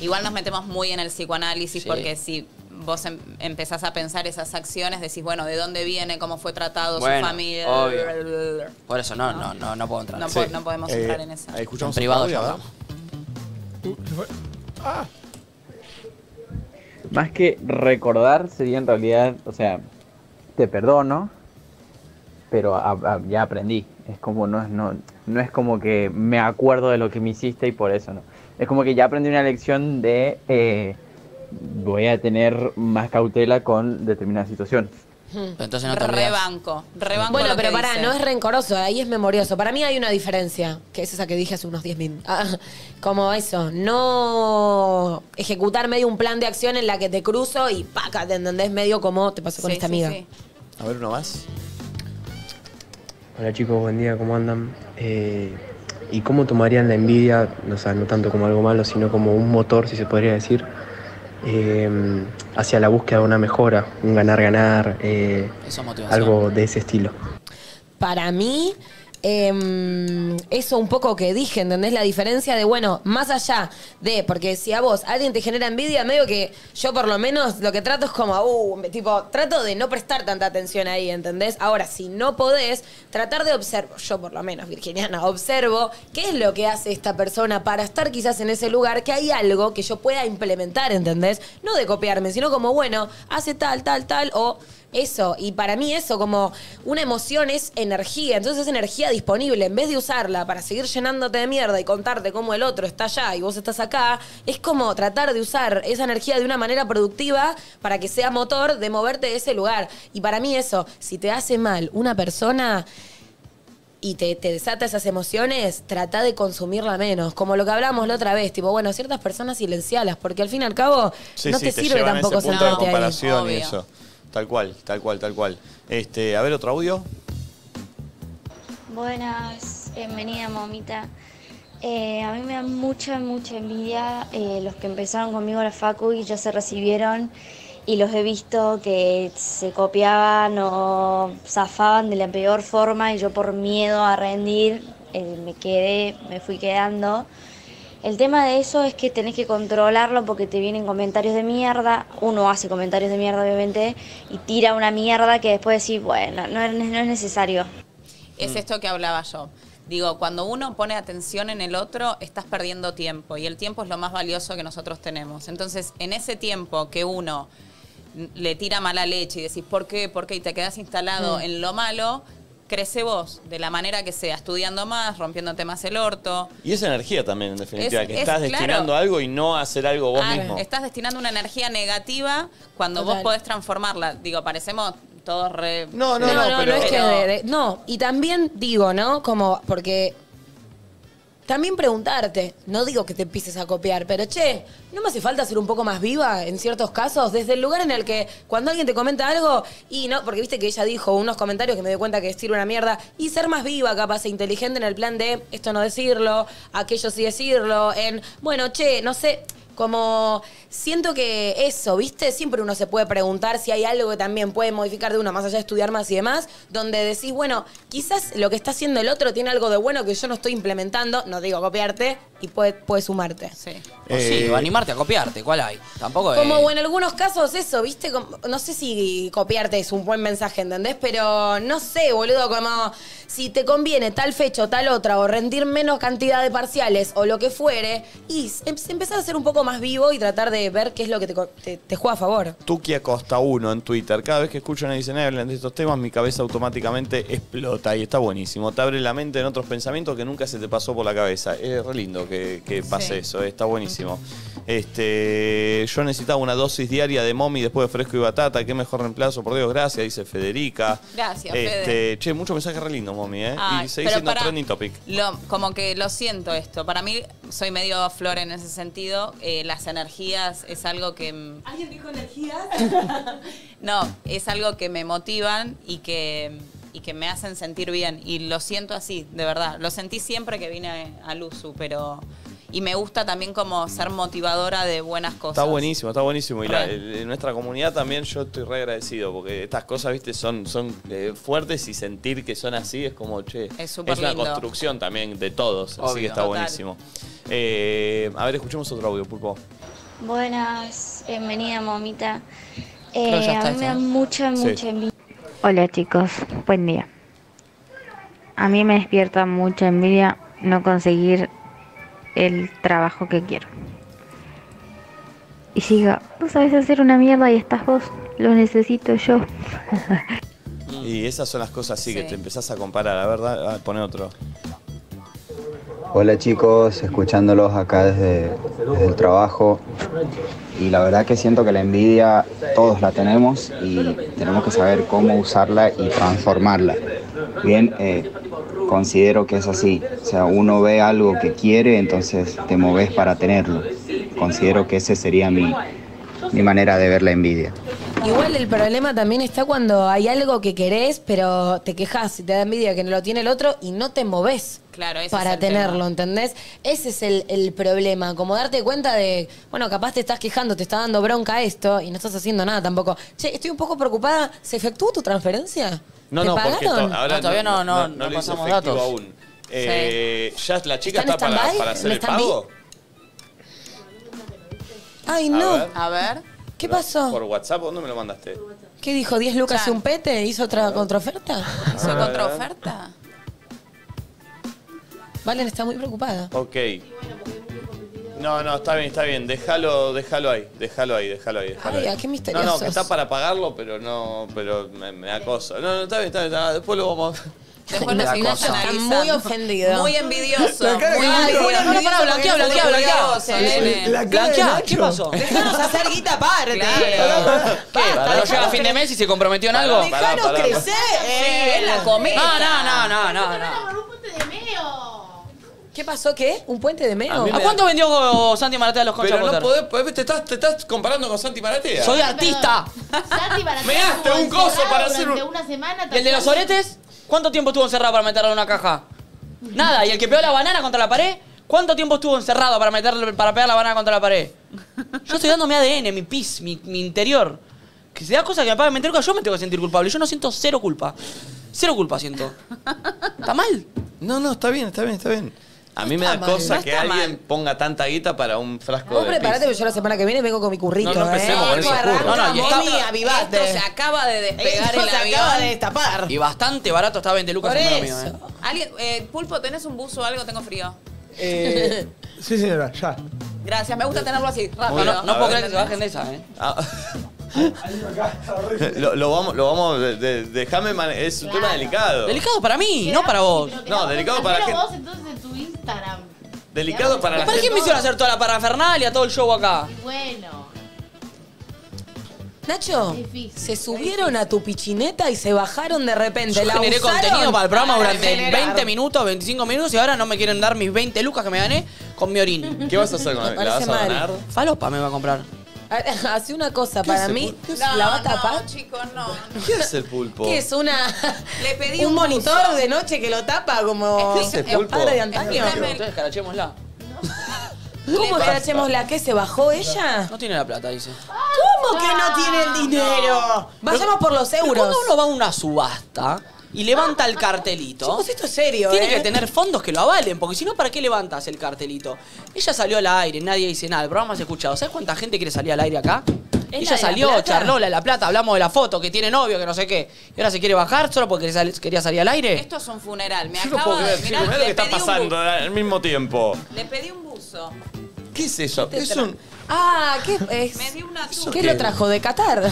Speaker 3: Igual nos metemos muy en el psicoanálisis
Speaker 4: Sí.
Speaker 3: porque si vos em- empezás a pensar esas acciones, decís, bueno, ¿de dónde viene? ¿Cómo fue tratado
Speaker 4: Bueno,
Speaker 3: su familia?
Speaker 4: obvio. Por eso no, no, no, no puedo entrar.
Speaker 3: Ah, No
Speaker 4: en
Speaker 3: po-
Speaker 4: eso.
Speaker 3: no podemos Eh, entrar en eso. ahí escuchamos
Speaker 4: en privado
Speaker 3: otro
Speaker 4: ya
Speaker 3: audio,
Speaker 4: hablamos.
Speaker 16: Más que recordar sería en realidad, o sea, te perdono, pero a- a- ya aprendí. Es como no es no no es como que me acuerdo de lo que me hiciste y por eso no. Es como que ya aprendí una lección de eh, voy a tener más cautela con determinadas situaciones.
Speaker 4: Entonces
Speaker 16: no
Speaker 3: Rebanco, rebanco.
Speaker 2: Bueno,
Speaker 3: lo
Speaker 2: pero
Speaker 3: que
Speaker 2: pará,
Speaker 3: dice.
Speaker 2: no es rencoroso, ahí es memorioso. Para mí hay una diferencia, que es esa que dije hace unos 10 minutos. como eso, no ejecutar medio un plan de acción en la que te cruzo y paca, ¿te entendés? Medio como te pasó con
Speaker 3: Sí,
Speaker 2: esta
Speaker 3: sí,
Speaker 2: amiga.
Speaker 3: sí.
Speaker 1: A ver uno más.
Speaker 17: Hola chicos, buen día, ¿cómo andan? Eh, ¿Y cómo tomarían la envidia, o sea, no tanto como algo malo, sino como un motor, si se podría decir, eh, hacia la búsqueda de una mejora, un ganar-ganar, eh,
Speaker 4: Eso es motivación.
Speaker 17: algo de ese estilo?
Speaker 2: Para mí, em, eso un poco que dije, ¿entendés? La diferencia de, bueno, más allá de, porque si a vos alguien te genera envidia, medio que yo por lo menos lo que trato es como, uh, me- tipo, trato de no prestar tanta atención ahí, ¿entendés? Ahora, si no podés, tratar de observar, yo por lo menos, Virginiana, observo qué es lo que hace esta persona para estar quizás en ese lugar, que hay algo que yo pueda implementar, ¿entendés? No de copiarme, sino como, bueno, hace tal, tal, tal, o eso, y para mí eso, como una emoción es energía, entonces es energía disponible, en vez de usarla para seguir llenándote de mierda y contarte cómo el otro está allá y vos estás acá, es como tratar de usar esa energía de una manera productiva para que sea motor de moverte de ese lugar. Y para mí eso, si te hace mal una persona y te, te desata esas emociones, trata de consumirla menos, como lo que hablamos la otra vez, tipo, bueno, ciertas personas silencialas, porque al fin y al cabo
Speaker 1: Sí,
Speaker 2: no
Speaker 1: sí,
Speaker 2: te, sirve
Speaker 1: llevan a
Speaker 2: tampoco
Speaker 1: ese punto de
Speaker 2: sentarte ahí.
Speaker 1: comparación y eso. Tal cual, tal cual, tal cual. Este, a ver otro audio.
Speaker 18: Buenas, bienvenida mamita. Eh, a mí me da mucha, mucha envidia eh, los que empezaron conmigo la facu y ya se recibieron y los he visto que se copiaban o zafaban de la peor forma y yo por miedo a rendir eh, me quedé, me fui quedando. El tema de eso es que tenés que controlarlo porque te vienen comentarios de mierda, uno hace comentarios de mierda obviamente y tira una mierda que después decís, bueno, no es- no es necesario.
Speaker 3: Es
Speaker 18: Mm.
Speaker 3: esto que hablaba yo. Digo, cuando uno pone atención en el otro, estás perdiendo tiempo y el tiempo es lo más valioso que nosotros tenemos. Entonces, en ese tiempo que uno n- le tira mala leche y decís, ¿por qué? ¿Por qué? Y te quedas instalado
Speaker 19: Mm.
Speaker 3: en lo malo, crece vos, de la manera que sea, estudiando más, rompiéndote más el orto.
Speaker 1: Y esa energía también, en definitiva,
Speaker 3: Es-
Speaker 1: que
Speaker 3: es
Speaker 1: estás
Speaker 3: claro.
Speaker 1: destinando a algo y no a hacer algo vos
Speaker 3: Ah,
Speaker 1: mismo.
Speaker 3: Estás destinando una energía negativa cuando
Speaker 2: Total.
Speaker 3: vos podés transformarla. Digo, parecemos todos re...
Speaker 2: no, no, no, es que de- de- no, y también digo, ¿no? Como, porque también preguntarte, no digo que te empieces a copiar, pero che, ¿no me hace falta ser un poco más viva en ciertos casos? Desde el lugar en el que cuando alguien te comenta algo, y no, porque viste que ella dijo unos comentarios que me di cuenta que decir una mierda, y ser más viva, capaz, e inteligente en el plan de esto no decirlo, aquello sí decirlo, en, bueno, che, no sé. Como siento que eso, ¿viste? Siempre uno se puede preguntar si hay algo que también puede modificar de uno, más allá de estudiar más y demás, donde decís, bueno, quizás lo que está haciendo el otro tiene algo de bueno que yo no estoy implementando, no digo copiarte, y puede, puede sumarte.
Speaker 3: Sí.
Speaker 4: O
Speaker 3: Eh,
Speaker 4: sí, o animarte a copiarte, ¿cuál hay? Tampoco es.
Speaker 2: Como o en algunos casos eso, ¿viste? Como- no sé si copiarte es un buen mensaje, ¿entendés? Pero no sé, boludo, como si te conviene tal fecha o tal otra, o rendir menos cantidad de parciales o lo que fuere, y s- em- empezar a ser un poco más vivo y tratar de ver qué es lo que te, co- te- te juega a favor.
Speaker 1: Tuki Acosta 1 en Twitter. Cada vez que escucho a Nelson hablan de estos temas, mi cabeza automáticamente explota y está buenísimo. Te abre la mente en otros pensamientos que nunca se te pasó por la cabeza. Es re lindo que, que pase
Speaker 20: Sí.
Speaker 1: eso, eh, está buenísimo. Este, yo necesitaba una dosis diaria de momi después de fresco y batata. Qué mejor reemplazo, por Dios, gracias, dice Federica.
Speaker 3: Gracias, Fede.
Speaker 1: Este, che, mucho mensaje re lindo, momi, ¿eh?
Speaker 3: Ay,
Speaker 1: y seguís
Speaker 3: pero
Speaker 1: siendo
Speaker 3: pará.
Speaker 1: trending topic.
Speaker 3: Lo- como que lo siento esto. Para mí, soy medio flor en ese sentido. Eh, las energías es algo que. mm,
Speaker 11: ¿Alguien dijo energías?
Speaker 3: No, es algo que me motivan y que, y que me hacen sentir bien. Y lo siento así, de verdad. Lo sentí siempre que vine a Luzu, pero. Y me gusta también como ser motivadora de buenas cosas.
Speaker 1: Está buenísimo, está buenísimo. Y la-
Speaker 3: Re.
Speaker 1: el- en nuestra comunidad también yo estoy re agradecido porque estas cosas, viste, son, son eh, fuertes y sentir que son así es como, che,
Speaker 3: Es súper
Speaker 1: una
Speaker 3: lindo.
Speaker 1: construcción también de todos. Así
Speaker 3: Obvio.
Speaker 1: que está
Speaker 3: Total.
Speaker 1: buenísimo. Eh, a ver, escuchemos otro audio, Pulpo.
Speaker 18: Buenas, bienvenida, momita.
Speaker 1: Creo que
Speaker 18: Eh,
Speaker 1: ya está
Speaker 18: a mí me
Speaker 1: esto,
Speaker 18: da
Speaker 1: ¿no?
Speaker 18: mucha,
Speaker 1: Sí.
Speaker 18: mucha envidia.
Speaker 19: Hola chicos, buen día. A mí me despierta mucha envidia no conseguir el trabajo que quiero. Y siga, vos sabés hacer una mierda y estás vos, lo necesito yo.
Speaker 4: Mm.
Speaker 1: Y esas son las cosas así que te empezás a comparar, la verdad. Ah, pone otro.
Speaker 21: Hola chicos, escuchándolos acá desde, desde el trabajo y la verdad que siento que la envidia todos la tenemos y tenemos que saber cómo usarla y transformarla. Bien, eh, considero que es así, o sea, uno ve algo que quiere, entonces te moves para tenerlo. Considero que esa sería mi, mi manera de ver la envidia.
Speaker 2: Igual el problema también está cuando hay algo que querés, pero te quejas y te da envidia que no lo tiene el otro y no te moves.
Speaker 3: Claro, ese
Speaker 2: para
Speaker 3: es el
Speaker 2: tenerlo,
Speaker 3: tema.
Speaker 2: ¿entendés? Ese es el, el problema, como darte cuenta de, bueno, capaz te estás quejando, te está dando bronca esto y no estás haciendo nada tampoco. Che, estoy un poco preocupada, ¿se efectuó tu transferencia?
Speaker 1: No,
Speaker 2: ¿Te
Speaker 1: no,
Speaker 2: pagaron?
Speaker 1: porque to- ahora
Speaker 4: No, todavía no- no- no
Speaker 1: le hice
Speaker 4: pasamos
Speaker 1: efectivo
Speaker 4: datos.
Speaker 1: aún. Eh, ¿Ya la chica
Speaker 2: ¿Está en
Speaker 1: está para,
Speaker 2: stand-by?
Speaker 1: para hacer
Speaker 2: ¿En
Speaker 1: el
Speaker 2: stand-by?
Speaker 1: pago?
Speaker 2: Ay,
Speaker 1: A
Speaker 2: no.
Speaker 1: ver.
Speaker 3: A ver.
Speaker 2: ¿Qué
Speaker 1: No,
Speaker 2: pasó?
Speaker 1: ¿Por WhatsApp? ¿Dónde me lo mandaste?
Speaker 2: ¿Qué dijo? ¿10 lucas y un pete? ¿Hizo otra contraoferta?
Speaker 1: ¿Hizo Ah.
Speaker 3: contraoferta?
Speaker 2: Valen está muy preocupada.
Speaker 1: Ok. No, no, está bien, está bien. Déjalo, déjalo ahí, déjalo ahí, déjalo ahí, déjalo
Speaker 2: Ay,
Speaker 4: ah,
Speaker 1: ahí.
Speaker 2: ¿a qué misteriosos?
Speaker 1: No, no, que está para pagarlo, pero no, pero me, me da cosa. No, no, está bien, está bien, está bien. Después lo vamos.
Speaker 3: Después nos Ignacio
Speaker 2: Está
Speaker 3: analiza.
Speaker 2: muy ofendido.
Speaker 3: Muy envidioso.
Speaker 2: La cara de
Speaker 3: Muy
Speaker 2: Nacho.
Speaker 3: envidioso.
Speaker 2: Bueno, bueno, pará,
Speaker 3: porque
Speaker 2: blanquea,
Speaker 3: no
Speaker 2: blanquea,
Speaker 3: somos envidiosos,
Speaker 2: blanquea. Sí,
Speaker 3: nene.
Speaker 2: la cara de
Speaker 3: Blanquea.
Speaker 2: Nacho.
Speaker 4: ¿Qué pasó?
Speaker 2: Déjanos hacer guita aparte.
Speaker 4: ¿No llega a fin de mes y se comprometió en algo?
Speaker 2: Déjanos crecer. Eh,
Speaker 3: es la cometa.
Speaker 4: No, no, no, no, no, no.
Speaker 2: ¿Qué pasó? ¿Qué? ¿Un puente de
Speaker 4: ¿A,
Speaker 2: meo?
Speaker 4: cuánto vendió Santi Maratea los conchas
Speaker 1: Pero no
Speaker 4: Potter?
Speaker 1: podés, podés- te, estás, te estás comparando con Santi Maratea.
Speaker 4: Soy artista.
Speaker 9: Santi para
Speaker 4: Me daste un coso para hacer un-
Speaker 9: una semana.
Speaker 4: ¿Y el de los oretes? ¿Cuánto tiempo estuvo encerrado para meterlo en una caja? Nada. ¿Y el que pegó la banana contra la pared? ¿Cuánto tiempo estuvo encerrado para meterle, para pegar la banana contra la pared? Yo estoy dando mi ADN, mi pis, mi, mi interior. Que si da cosas que me pagan mentir, yo me tengo que sentir culpable. Yo no siento cero culpa. Cero culpa siento. ¿Está mal?
Speaker 1: No, no, está bien, está bien, está bien. A mí me
Speaker 2: está
Speaker 1: da
Speaker 2: mal,
Speaker 1: cosa
Speaker 2: no
Speaker 1: que
Speaker 2: está
Speaker 1: alguien ponga tanta guita para un frasco
Speaker 2: Vos
Speaker 1: de
Speaker 2: preparate
Speaker 1: pis.
Speaker 2: porque yo la semana que viene vengo con mi currito.
Speaker 1: No, no empecemos
Speaker 2: ¿eh?
Speaker 1: con esos
Speaker 2: Arranca,
Speaker 1: curros. No, no, y
Speaker 2: mami,
Speaker 4: está-
Speaker 2: avivate.
Speaker 3: Esto se acaba de despegar
Speaker 2: Esto
Speaker 3: el
Speaker 2: se
Speaker 3: avión.
Speaker 2: acaba de destapar.
Speaker 4: Y bastante barato está 20 lucas
Speaker 3: Por
Speaker 4: en
Speaker 3: eso.
Speaker 4: mío, ¿eh?
Speaker 3: Alguien- eh, Pulpo, ¿tenés un buzo o algo? Tengo frío.
Speaker 7: Eh, sí, señora, ya.
Speaker 3: Gracias, me gusta tenerlo así,
Speaker 4: No,
Speaker 3: rápido.
Speaker 4: no, no
Speaker 1: A ver.
Speaker 4: puedo creer que se bajen de esa, ¿eh?
Speaker 1: Ah. lo, lo vamos, lo vamos, de- de- déjame, man- es un tema delicado.
Speaker 4: Delicado para mí, no para vos.
Speaker 1: No, delicado para la
Speaker 9: Hacelo
Speaker 1: gente.
Speaker 9: vos entonces en tu Instagram.
Speaker 1: Delicado para la
Speaker 4: ¿Para qué
Speaker 1: gente.
Speaker 4: me hicieron hacer toda la parafernalia, todo el show acá?
Speaker 9: Bueno.
Speaker 2: Nacho, se subieron a tu pichineta y se bajaron de repente.
Speaker 4: Yo
Speaker 2: la
Speaker 4: generé
Speaker 2: usaron
Speaker 4: contenido para el programa
Speaker 2: para
Speaker 4: durante
Speaker 2: generar.
Speaker 4: 20 minutos, 25 minutos y ahora no me quieren dar mis 20 lucas que me gané con mi orín.
Speaker 1: ¿Qué vas a hacer con
Speaker 2: Me
Speaker 1: él? ¿La vas a
Speaker 2: parece mal.
Speaker 1: donar?
Speaker 4: Falopa me va a comprar.
Speaker 2: Ah, Hace una cosa para
Speaker 4: hace,
Speaker 2: mí,
Speaker 4: Pul- ¿Qué
Speaker 2: la va a tapar.
Speaker 3: No, chicos, no.
Speaker 1: ¿Qué es el pulpo?
Speaker 2: ¿Qué es una
Speaker 3: Le pedí
Speaker 2: un,
Speaker 3: un Este
Speaker 2: monitor
Speaker 3: buzo.
Speaker 2: de noche que lo tapa como
Speaker 1: ¿Qué
Speaker 4: Este
Speaker 1: es el
Speaker 2: los
Speaker 1: pulpo?
Speaker 2: padres de antaño?
Speaker 4: Entonces escarachémosla.
Speaker 2: ¿Cómo
Speaker 4: Basta.
Speaker 2: escarachemos la que se bajó ella?
Speaker 4: No tiene la plata, dice.
Speaker 2: ¿Cómo que no tiene el dinero? Vayamos por los
Speaker 4: Pero
Speaker 2: euros.
Speaker 4: Cuando uno va a una subasta y levanta el cartelito.
Speaker 2: Chicos, esto es serio,
Speaker 4: Tiene
Speaker 2: ¿eh?
Speaker 4: que tener fondos que lo avalen, porque si no, ¿para qué levantas el cartelito? Ella salió al aire, nadie dice nada, el programa se ha escuchado. ¿Sabes cuánta gente quiere salir al aire acá?
Speaker 3: ¿Es
Speaker 4: Ella
Speaker 3: la de La
Speaker 4: salió,
Speaker 3: Plata?
Speaker 4: charló la de La Plata, hablamos de la foto, que tiene novio, que no sé qué. Y ahora se quiere bajar solo porque sal- quería salir al aire.
Speaker 3: Esto es un funeral. Me
Speaker 4: Yo no
Speaker 3: acabo
Speaker 4: puedo
Speaker 3: de.
Speaker 4: creer,
Speaker 3: Mirá,
Speaker 4: sí, mirá
Speaker 3: le
Speaker 4: lo que está
Speaker 3: pedí un
Speaker 1: Pasando al mismo tiempo.
Speaker 3: bu- Le pedí un buzo.
Speaker 1: ¿Qué es eso?
Speaker 3: Te
Speaker 1: Es
Speaker 3: tra-
Speaker 1: un-
Speaker 2: Ah, ¿qué es? ¿Qué
Speaker 1: qué?
Speaker 2: lo trajo de Qatar?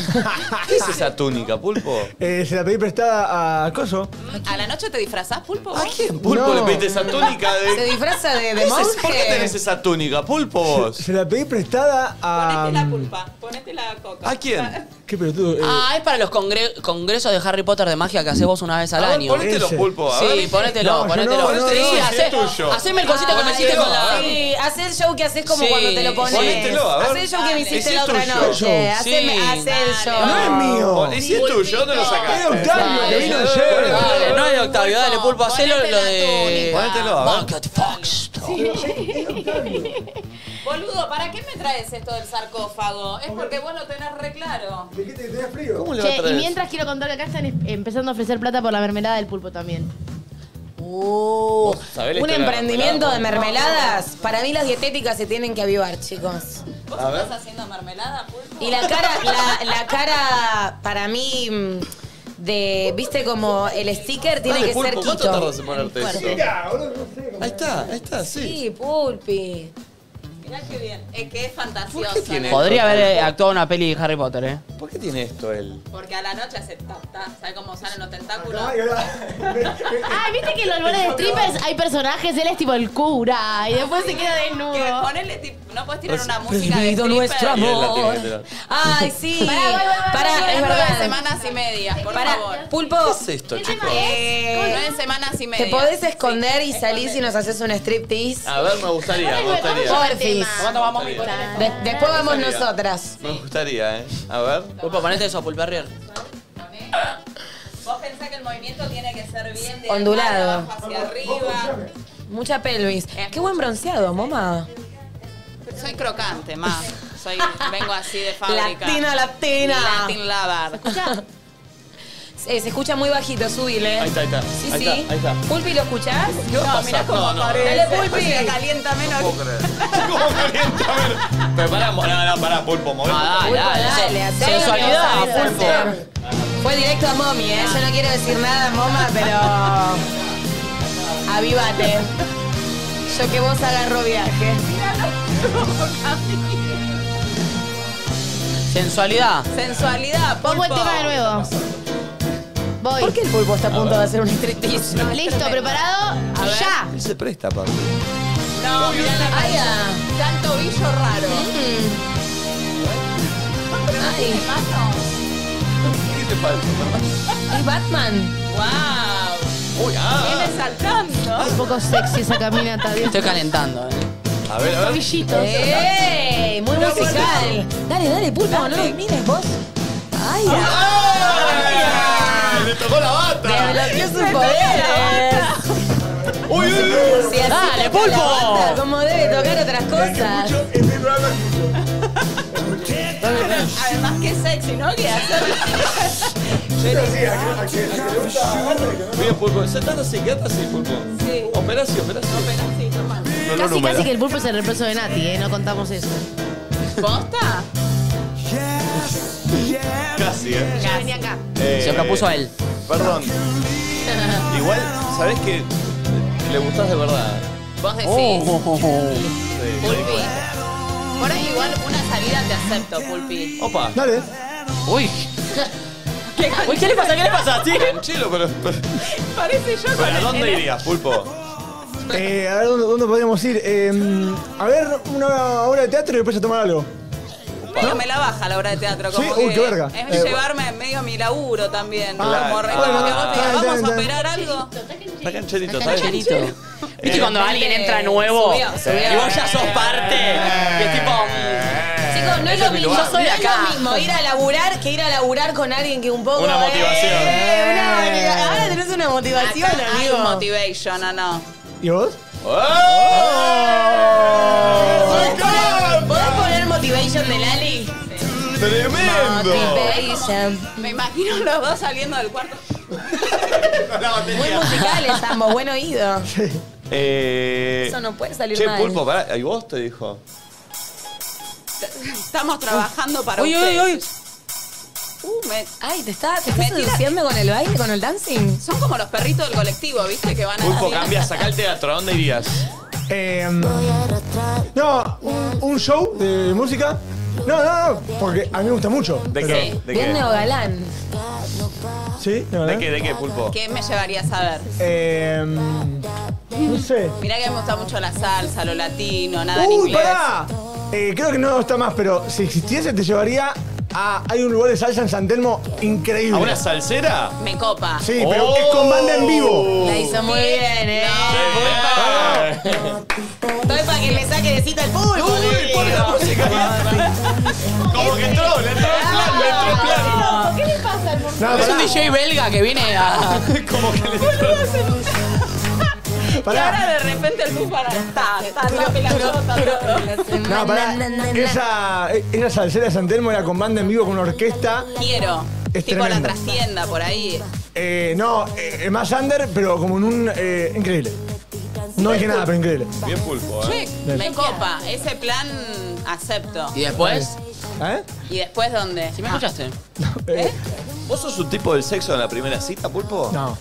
Speaker 1: ¿Qué es esa túnica, Pulpo?
Speaker 7: Eh, se la pedí prestada a Coso.
Speaker 3: ¿A la noche te disfrazás, Pulpo?
Speaker 1: ¿A quién? Pulpo
Speaker 7: No.
Speaker 1: le pediste esa túnica de.
Speaker 2: Se disfraza de, de
Speaker 1: ¿Qué es eso?
Speaker 2: monje.
Speaker 1: ¿Por qué tenés esa túnica, Pulpo vos?
Speaker 7: Se la pedí prestada a. um,
Speaker 3: Ponete la culpa, ponete la coca.
Speaker 1: ¿A quién?
Speaker 7: Qué pelotudo. eh.
Speaker 4: Ah, es para los congre- congresos de Harry Potter de magia que haces vos una vez al
Speaker 7: A ver,
Speaker 4: año.
Speaker 7: ponételo,
Speaker 4: Ese.
Speaker 7: Pulpo, a
Speaker 4: Sí,
Speaker 7: ver. No,
Speaker 4: ponételo,
Speaker 7: yo
Speaker 4: ponételo.
Speaker 7: no, no,
Speaker 4: sí,
Speaker 7: no, ese
Speaker 4: hacé-
Speaker 7: es tuyo.
Speaker 4: haceme el cosito que me hiciste con la.
Speaker 2: Sí, hacé el show que haces como
Speaker 4: Ah, Sí.
Speaker 2: cuando te lo pones.
Speaker 4: Ponételo, a ver.
Speaker 2: Hacé el show que me
Speaker 4: Dale.
Speaker 2: hiciste
Speaker 4: Ese
Speaker 2: la
Speaker 4: es
Speaker 2: otra
Speaker 4: tuyo.
Speaker 2: noche.
Speaker 4: Sí.
Speaker 2: Haceme, hacé el show.
Speaker 7: mío.
Speaker 1: Y si es tuyo, ¿dónde lo sacaste?
Speaker 7: Era Octavio, que vino
Speaker 4: Dale,
Speaker 7: ayer.
Speaker 4: dale, no es de Octavio, dale, Pulpo, hacelo lo de.
Speaker 1: Ponételo, a ver.
Speaker 4: Market Fox.
Speaker 3: Boludo, ¿para qué me traes esto del sarcófago? Es porque vos lo tenés re claro. ¿De qué te tenés frío?
Speaker 1: ¿Cómo
Speaker 9: Che, y mientras quiero contar que acá están em- empezando a ofrecer plata por la mermelada del pulpo también.
Speaker 2: Uh,
Speaker 1: sabés la
Speaker 2: un
Speaker 1: historia de la
Speaker 2: emprendimiento de
Speaker 1: mermelada?
Speaker 2: mermeladas. Para mí las dietéticas se tienen que avivar, chicos.
Speaker 3: ¿Vos
Speaker 1: A ver.
Speaker 3: estás haciendo mermelada, Pulpo?
Speaker 2: Y la cara, la, la cara para mí mm, de, viste como el sticker tiene
Speaker 1: Dale,
Speaker 2: que
Speaker 1: Pulpo,
Speaker 2: ser
Speaker 1: ¿cuánto
Speaker 2: quito.
Speaker 1: tardas en ponerte eso? Mirá, Ahí está, ahí está, sí.
Speaker 2: Sí, pulpi.
Speaker 3: Ah, Mirá qué bien. Es que es fantasioso.
Speaker 1: tiene
Speaker 4: Podría
Speaker 1: esto,
Speaker 4: haber eh,
Speaker 1: Pulpo?
Speaker 4: actuado una peli de Harry Potter, ¿eh?
Speaker 1: ¿Por qué tiene esto él?
Speaker 3: Porque a la noche hace tap tap. ¿Sabes cómo salen los tentáculos?
Speaker 9: Ay, viste que en los lugares de strippers hay personajes, él es tipo el cura y después se queda
Speaker 3: Que
Speaker 9: desnudo.
Speaker 3: ponele tipo. No podés
Speaker 2: Pues,
Speaker 3: tirar
Speaker 9: Has
Speaker 3: una música de
Speaker 9: perdido
Speaker 3: stripper.
Speaker 9: nuestro
Speaker 1: Y él la tiene que tener.
Speaker 2: Ay, sí.
Speaker 3: Pará, voy, voy, voy,
Speaker 2: Pará,
Speaker 3: voy,
Speaker 2: es
Speaker 3: nueve
Speaker 2: verdad.
Speaker 3: semanas y medias, por
Speaker 2: Pará,
Speaker 3: favor.
Speaker 2: Pulpo.
Speaker 1: ¿Qué es esto, chicos?
Speaker 2: Eh,
Speaker 3: Nueve semanas y
Speaker 2: Te
Speaker 3: medias.
Speaker 2: podés esconder y salís y nos haces un striptease.
Speaker 1: A ver, me gustaría, me gustaría.
Speaker 2: Porfis.
Speaker 4: ¿Cuándo vamos,
Speaker 1: Me
Speaker 4: Mico?
Speaker 1: gustaría.
Speaker 2: De- después vamos
Speaker 1: Gustaría.
Speaker 2: nosotras.
Speaker 1: Me gustaría, ¿eh? A ver.
Speaker 4: Pulpo, ponete eso, Pulperrier.
Speaker 3: Vos pensás que el movimiento tiene que ser bien de
Speaker 2: Ondulado.
Speaker 3: abajo hacia arriba.
Speaker 2: Mucha pelvis.
Speaker 1: Em.
Speaker 2: Qué buen bronceado, mamá.
Speaker 3: Soy crocante, más. Soy, vengo así de fábrica.
Speaker 2: Latina, latina.
Speaker 3: Latin Lavar.
Speaker 2: Eh, se escucha muy bajito, subile.
Speaker 1: Ahí está, ahí está.
Speaker 2: Sí,
Speaker 1: ahí
Speaker 2: sí.
Speaker 1: está, ahí está.
Speaker 2: ¿Pulpi lo escuchás?
Speaker 1: No, mirá cómo No, no. aparece.
Speaker 2: Dale, Pulpi.
Speaker 3: Se calienta menos.
Speaker 1: ¿Cómo creer? ¿Cómo calienta? A ver. Pero pará, mo- no, no, pará, Pulpo, movemos.
Speaker 4: dale,
Speaker 2: Pulpo, dale, hacé lo que
Speaker 4: sensualidad,
Speaker 2: vas a
Speaker 4: Pulpo.
Speaker 2: hacer. Fue directo a Momi, ¿eh? Yo no quiero decir nada, Moma, pero... Avívate. Yo que vos agarro viaje.
Speaker 4: Sensualidad.
Speaker 3: Sensualidad,
Speaker 9: Pongo el tema de nuevo. Voy.
Speaker 2: ¿Por qué el pulpo está a punto de hacer un striptease?
Speaker 9: Listo, preparado. Ya.
Speaker 1: Él se presta, aparte.
Speaker 3: No, mirá la
Speaker 2: Ay,
Speaker 3: cara.
Speaker 2: ah. Mm.
Speaker 3: Tan tobillo raro.
Speaker 2: Ay,
Speaker 1: ¿Qué te pasa?
Speaker 2: es Batman.
Speaker 3: ¡Wow!
Speaker 1: Uy, ah.
Speaker 3: Viene saltando.
Speaker 9: Un poco sexy esa caminata. Dios.
Speaker 4: Estoy calentando, ¿eh?
Speaker 1: A ver, a ver.
Speaker 9: Tobillitos.
Speaker 3: Eh.
Speaker 2: ¡Ey! Muy
Speaker 9: Una
Speaker 2: musical. Dale, dale, pulpo, no lo mires vos. Ay,
Speaker 1: ¡Ah! ¡Le tocó la bata!
Speaker 2: Desbloqueó sus poderes.
Speaker 1: ¡Uy, uy, uy!
Speaker 2: Si así
Speaker 4: Dale,
Speaker 2: toca la
Speaker 4: pulpo.
Speaker 2: banda, Como debe tocar otras cosas.
Speaker 3: Además que sexy, ¿no? Que hacer
Speaker 1: Bien, Pulpo, sentás así, quedate así, Pulpo. Sí. Operación, operación. No, no,
Speaker 9: Casi,
Speaker 1: no,
Speaker 9: casi que el pulpo es el reemplazo de Nati, ¿eh? No contamos eso.
Speaker 3: posta.
Speaker 1: Casi, eh.
Speaker 9: Ya venía acá.
Speaker 1: Eh,
Speaker 4: Se propuso a él.
Speaker 1: Perdón. Igual, ¿sabés que le gustás de verdad?
Speaker 3: Vos decís.
Speaker 4: Oh.
Speaker 1: Sí, me di
Speaker 3: Pulpi. Por ahí igual una salida te acepto, Pulpi.
Speaker 1: cuenta. Opa.
Speaker 7: Dale.
Speaker 4: Uy. Uy, ¿qué le pasa? ¿Qué le pasa? ¿Sí?
Speaker 1: Chelo, pero, pero-
Speaker 3: Parece yo con
Speaker 1: ¿Para
Speaker 3: el-
Speaker 1: dónde
Speaker 3: el-
Speaker 1: irías, Pulpo?
Speaker 7: Eh, a ver, ¿dónde, dónde podríamos ir? Eh, a ver, una obra de teatro y después a tomar algo.
Speaker 3: Medio me la baja la obra de teatro. Como
Speaker 7: Sí, uy,
Speaker 3: que
Speaker 7: qué verga.
Speaker 3: Es
Speaker 7: Eh,
Speaker 3: llevarme medio mi laburo también. ¿no?
Speaker 1: Claro.
Speaker 3: Como re-
Speaker 1: Ah,
Speaker 3: como que vos
Speaker 1: ah,
Speaker 3: digas,
Speaker 1: ah,
Speaker 3: vamos
Speaker 7: ah,
Speaker 3: a
Speaker 7: ah,
Speaker 3: operar algo.
Speaker 1: Sacan chelito,
Speaker 4: Sacan
Speaker 1: ¿sabes?
Speaker 4: chelito. ¿Viste
Speaker 1: Eh,
Speaker 4: cuando alguien entra nuevo?
Speaker 2: Subió, subió.
Speaker 4: Y vos ya sos parte. Que es tipo.
Speaker 2: Chicos, no es
Speaker 4: Ese
Speaker 2: lo
Speaker 4: es mi
Speaker 2: mismo,
Speaker 4: lugar.
Speaker 2: no
Speaker 4: Soy
Speaker 2: es
Speaker 4: acá.
Speaker 2: lo mismo ir a laburar que ir a laburar con alguien que un poco.
Speaker 1: Una
Speaker 2: eh,
Speaker 1: motivación.
Speaker 2: una motiva- Ahora tenés una motivación,
Speaker 3: Acá hay un
Speaker 2: amigo.
Speaker 3: motivation, ¿o no?
Speaker 7: ¿Y vos?
Speaker 1: ¡Oh!
Speaker 2: ¿Podés poner, podés poner motivation de Lali?
Speaker 1: ¡Tremendo!
Speaker 2: Motivation.
Speaker 3: Me imagino los dos saliendo del cuarto.
Speaker 2: Muy musical estamos, buen oído.
Speaker 1: Eh,
Speaker 2: Eso no puede salir
Speaker 1: che,
Speaker 2: mal.
Speaker 1: Pulpo, pará, ¿y vos te dijo?
Speaker 3: Estamos trabajando para
Speaker 2: Uy, uy,
Speaker 3: ustedes.
Speaker 2: uy.
Speaker 3: Uh, me-
Speaker 2: Ay, ¿te está, te
Speaker 3: Me
Speaker 2: estás
Speaker 3: tira-
Speaker 2: seduciendo con el baile, con el dancing?
Speaker 3: Son como los perritos del colectivo, ¿viste? Que van a...
Speaker 1: Pulpo, cambia, saca el teatro. ¿A dónde irías?
Speaker 7: Em, no, un, un show de música. No, no, no, porque a mí me gusta mucho.
Speaker 1: ¿De
Speaker 7: pero-
Speaker 1: qué? ¿De qué?
Speaker 2: Viernes o galán.
Speaker 7: ¿Sí?
Speaker 1: ¿De qué? ¿De qué, Pulpo?
Speaker 3: ¿Qué me llevarías a ver?
Speaker 7: Em, no sé.
Speaker 3: Mirá que me gusta mucho la salsa, lo latino, nada en
Speaker 7: ¡Uy,
Speaker 3: inglés.
Speaker 7: pará! Eh, creo que no está más, pero si existiese te llevaría a... Hay un lugar de salsa en San Telmo increíble.
Speaker 1: ¿A una salsera?
Speaker 3: Me copa.
Speaker 7: Sí, pero es con banda en vivo.
Speaker 2: La hizo muy bien, ¿eh?
Speaker 4: Ah.
Speaker 2: Estoy para que le saque de cita el público. Uy, por la música.
Speaker 1: Como que entró, le entró el plan, le entró el plan.
Speaker 9: ¿Qué le pasa al mortal?
Speaker 4: es un DJ belga que viene a.
Speaker 1: Como que le
Speaker 3: Y
Speaker 7: Pará.
Speaker 3: ahora de repente el pulpo para... Ta, ta, tope la chota, todo.
Speaker 7: No, pará. Esa, esa salsera de San Telmo era con banda en vivo, con una orquesta.
Speaker 3: Quiero.
Speaker 7: Es
Speaker 3: tipo
Speaker 7: tremendo.
Speaker 3: la trascienda por ahí.
Speaker 7: Eh, no, eh, más under, pero como en un... eh, increíble. No dije nada, pero increíble.
Speaker 1: Bien pulpo, eh.
Speaker 3: Che, me copa. Ese plan acepto.
Speaker 4: ¿Y después?
Speaker 7: ¿Eh?
Speaker 3: ¿Y después dónde? Ah. Si me
Speaker 4: escuchaste.
Speaker 1: ¿Vos sos un tipo del sexo en la primera cita, Pulpo?
Speaker 7: No.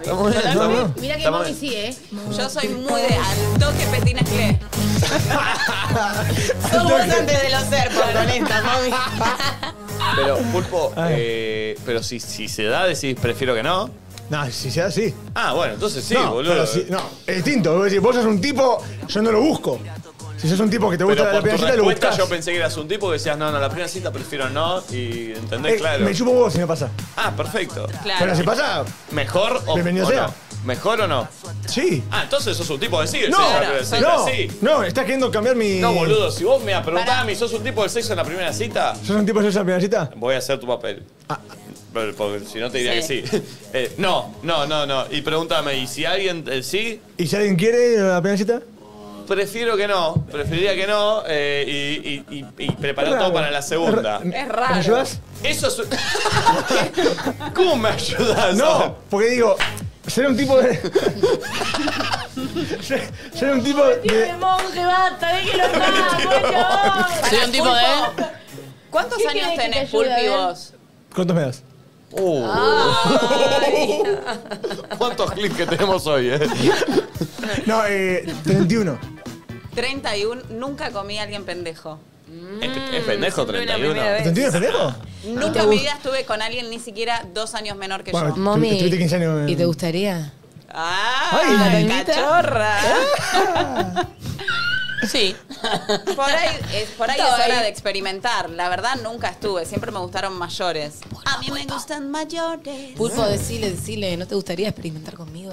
Speaker 1: Estamos bien, estamos bien.
Speaker 9: Mira que
Speaker 1: Estamos
Speaker 9: mami
Speaker 1: bien.
Speaker 9: sí, ¿eh?
Speaker 3: Yo soy muy de al toque petinaclé. Somos antes de los serpos con esta, mami.
Speaker 1: Pero, Pulpo,
Speaker 7: Ah.
Speaker 1: eh, pero si, si se da, decís prefiero que no.
Speaker 7: No, si se da, sí.
Speaker 1: Ah, bueno, entonces sí,
Speaker 7: no,
Speaker 1: boludo.
Speaker 7: pero si- no, es distinto. Vos, decís, vos sos un tipo, yo no lo busco. Si sos un tipo que te gusta
Speaker 1: Pero por
Speaker 7: la
Speaker 1: tu
Speaker 7: pedacita, lo
Speaker 1: respuesta
Speaker 7: buscas.
Speaker 1: yo pensé que eras un tipo que decías, no, no, la primera cita prefiero no, y entendés, claro.
Speaker 7: Eh, Me chupo vos si me pasa.
Speaker 1: Ah, perfecto.
Speaker 3: Claro.
Speaker 7: Pero si pasa,
Speaker 1: ¿Mejor o,
Speaker 7: Bienvenido
Speaker 1: o
Speaker 7: sea.
Speaker 1: no? ¿Mejor o no?
Speaker 7: sí.
Speaker 1: Ah, entonces sos un tipo de sexo.
Speaker 7: No,
Speaker 1: en la primera cita,
Speaker 7: no,
Speaker 1: sí.
Speaker 7: no, estás queriendo cambiar mi.
Speaker 1: No, boludo, si vos me preguntás a mí, ¿sos un tipo del sexo en la primera cita?
Speaker 7: ¿Sos un tipo de esa primera cita?
Speaker 1: Voy a hacer tu papel.
Speaker 7: Ah,
Speaker 1: Pero, Porque si no te diría
Speaker 3: Sí.
Speaker 1: que sí. Eh, no, no, no, no. Y pregúntame, ¿y si alguien eh, sí?
Speaker 7: ¿Y si alguien quiere la primera cita?
Speaker 1: Prefiero que no. Preferiría que no. eh, y, y, y- y preparar
Speaker 7: Raro.
Speaker 1: todo para la segunda.
Speaker 7: Es
Speaker 3: raro.
Speaker 7: ¿Me ayudás?
Speaker 1: Eso es. un- ¿Cómo me Ah. ayudas?
Speaker 7: No, porque digo, ser un tipo de. ser, ser un tipo de.
Speaker 9: monje, basta, déjelo acá, coño.
Speaker 4: Soy un tipo de.
Speaker 3: ¿Cuántos
Speaker 9: ¿Qué
Speaker 3: años
Speaker 9: querés que
Speaker 3: tenés,
Speaker 9: te ayude, eh?
Speaker 3: Pulpi,
Speaker 9: a ver?
Speaker 3: vos?
Speaker 7: ¿Cuántos me das?
Speaker 1: Uh.
Speaker 3: Ay.
Speaker 1: ¿Cuántos clips que tenemos hoy, eh?
Speaker 7: No, eh, 31.
Speaker 3: 31. Nunca comí a alguien pendejo.
Speaker 1: Es, es pendejo
Speaker 3: Siempre una
Speaker 1: 31.
Speaker 3: primera vez.
Speaker 7: ¿31 es pendejo?
Speaker 3: Nunca en mi vida estuve con alguien ni siquiera dos años menor que yo.
Speaker 7: Bueno,
Speaker 2: Mami,
Speaker 7: tu- tuviste 15 años.
Speaker 2: ¿y te gustaría?
Speaker 3: ¡Ay,
Speaker 2: ¿La
Speaker 3: la
Speaker 2: tanguita?
Speaker 3: Ah, cachorra!
Speaker 4: Sí.
Speaker 3: Por ahí, es, por ahí
Speaker 2: Estaba
Speaker 3: es hora
Speaker 2: ahí.
Speaker 3: de experimentar. La verdad, nunca estuve. Siempre me gustaron mayores. A mí me gustan mayores.
Speaker 2: Pulpo, decile, decile, ¿no te gustaría experimentar conmigo?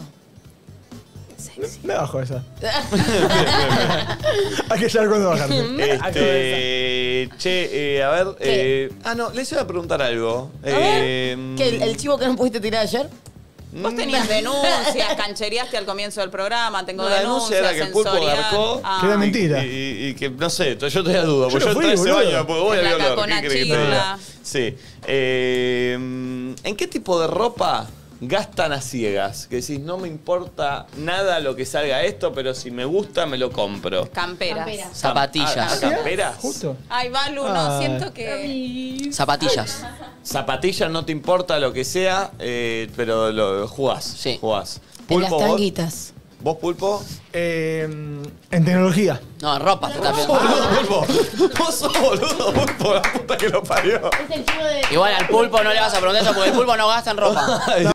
Speaker 7: Me bajo esa. Hay que saber cuándo bajarse.
Speaker 2: Este,
Speaker 1: Este, che, eh, a ver.
Speaker 2: ¿Qué?
Speaker 1: eh, ah, no, les iba a preguntar algo.
Speaker 2: A ver,
Speaker 1: Eh,
Speaker 2: ¿qué, el, el chivo que no pudiste tirar ayer? Mm.
Speaker 3: Vos tenías denuncias, canchereaste al comienzo del programa, tengo
Speaker 1: No, la
Speaker 3: denuncias,
Speaker 1: denuncia era que el pulpo
Speaker 3: sensorial.
Speaker 1: garcó.
Speaker 3: Ah.
Speaker 7: Que era mentira.
Speaker 1: Y, y- y que, no sé, yo tenía duda. Porque yo,
Speaker 7: Yo no
Speaker 1: entré
Speaker 7: fui,
Speaker 1: a ese
Speaker 7: boludo.
Speaker 1: baño, porque voy
Speaker 3: En
Speaker 1: a
Speaker 3: la
Speaker 1: violar.
Speaker 3: cacona
Speaker 1: ¿qué querés que te
Speaker 3: chila.
Speaker 1: diga? Sí. Eh, ¿En qué tipo de ropa gastan a ciegas? Que decís, no me importa nada lo que salga esto, pero si me gusta, me lo compro.
Speaker 3: Camperas.
Speaker 9: Campera.
Speaker 1: Ah, ah,
Speaker 4: Zapatillas.
Speaker 1: ¿Camperas?
Speaker 7: Justo.
Speaker 3: Ay, Balu,
Speaker 7: Ay.
Speaker 3: no, siento que...
Speaker 4: Zapatillas.
Speaker 1: Zapatillas, no te importa lo que sea, eh, pero lo, jugás.
Speaker 4: Sí.
Speaker 1: Jugás.
Speaker 2: En las
Speaker 1: Pulpo, vos,
Speaker 2: tanguitas.
Speaker 1: vos, pulpo.
Speaker 7: Eh, en tecnología.
Speaker 4: No, en ropa. Está bien.
Speaker 1: Boludo, pulpo. Vos sos boludo, pulpo, la puta que lo parió.
Speaker 9: Es el chivo de.
Speaker 4: Igual al pulpo no le vas a preguntar eso porque el pulpo no gasta en ropa.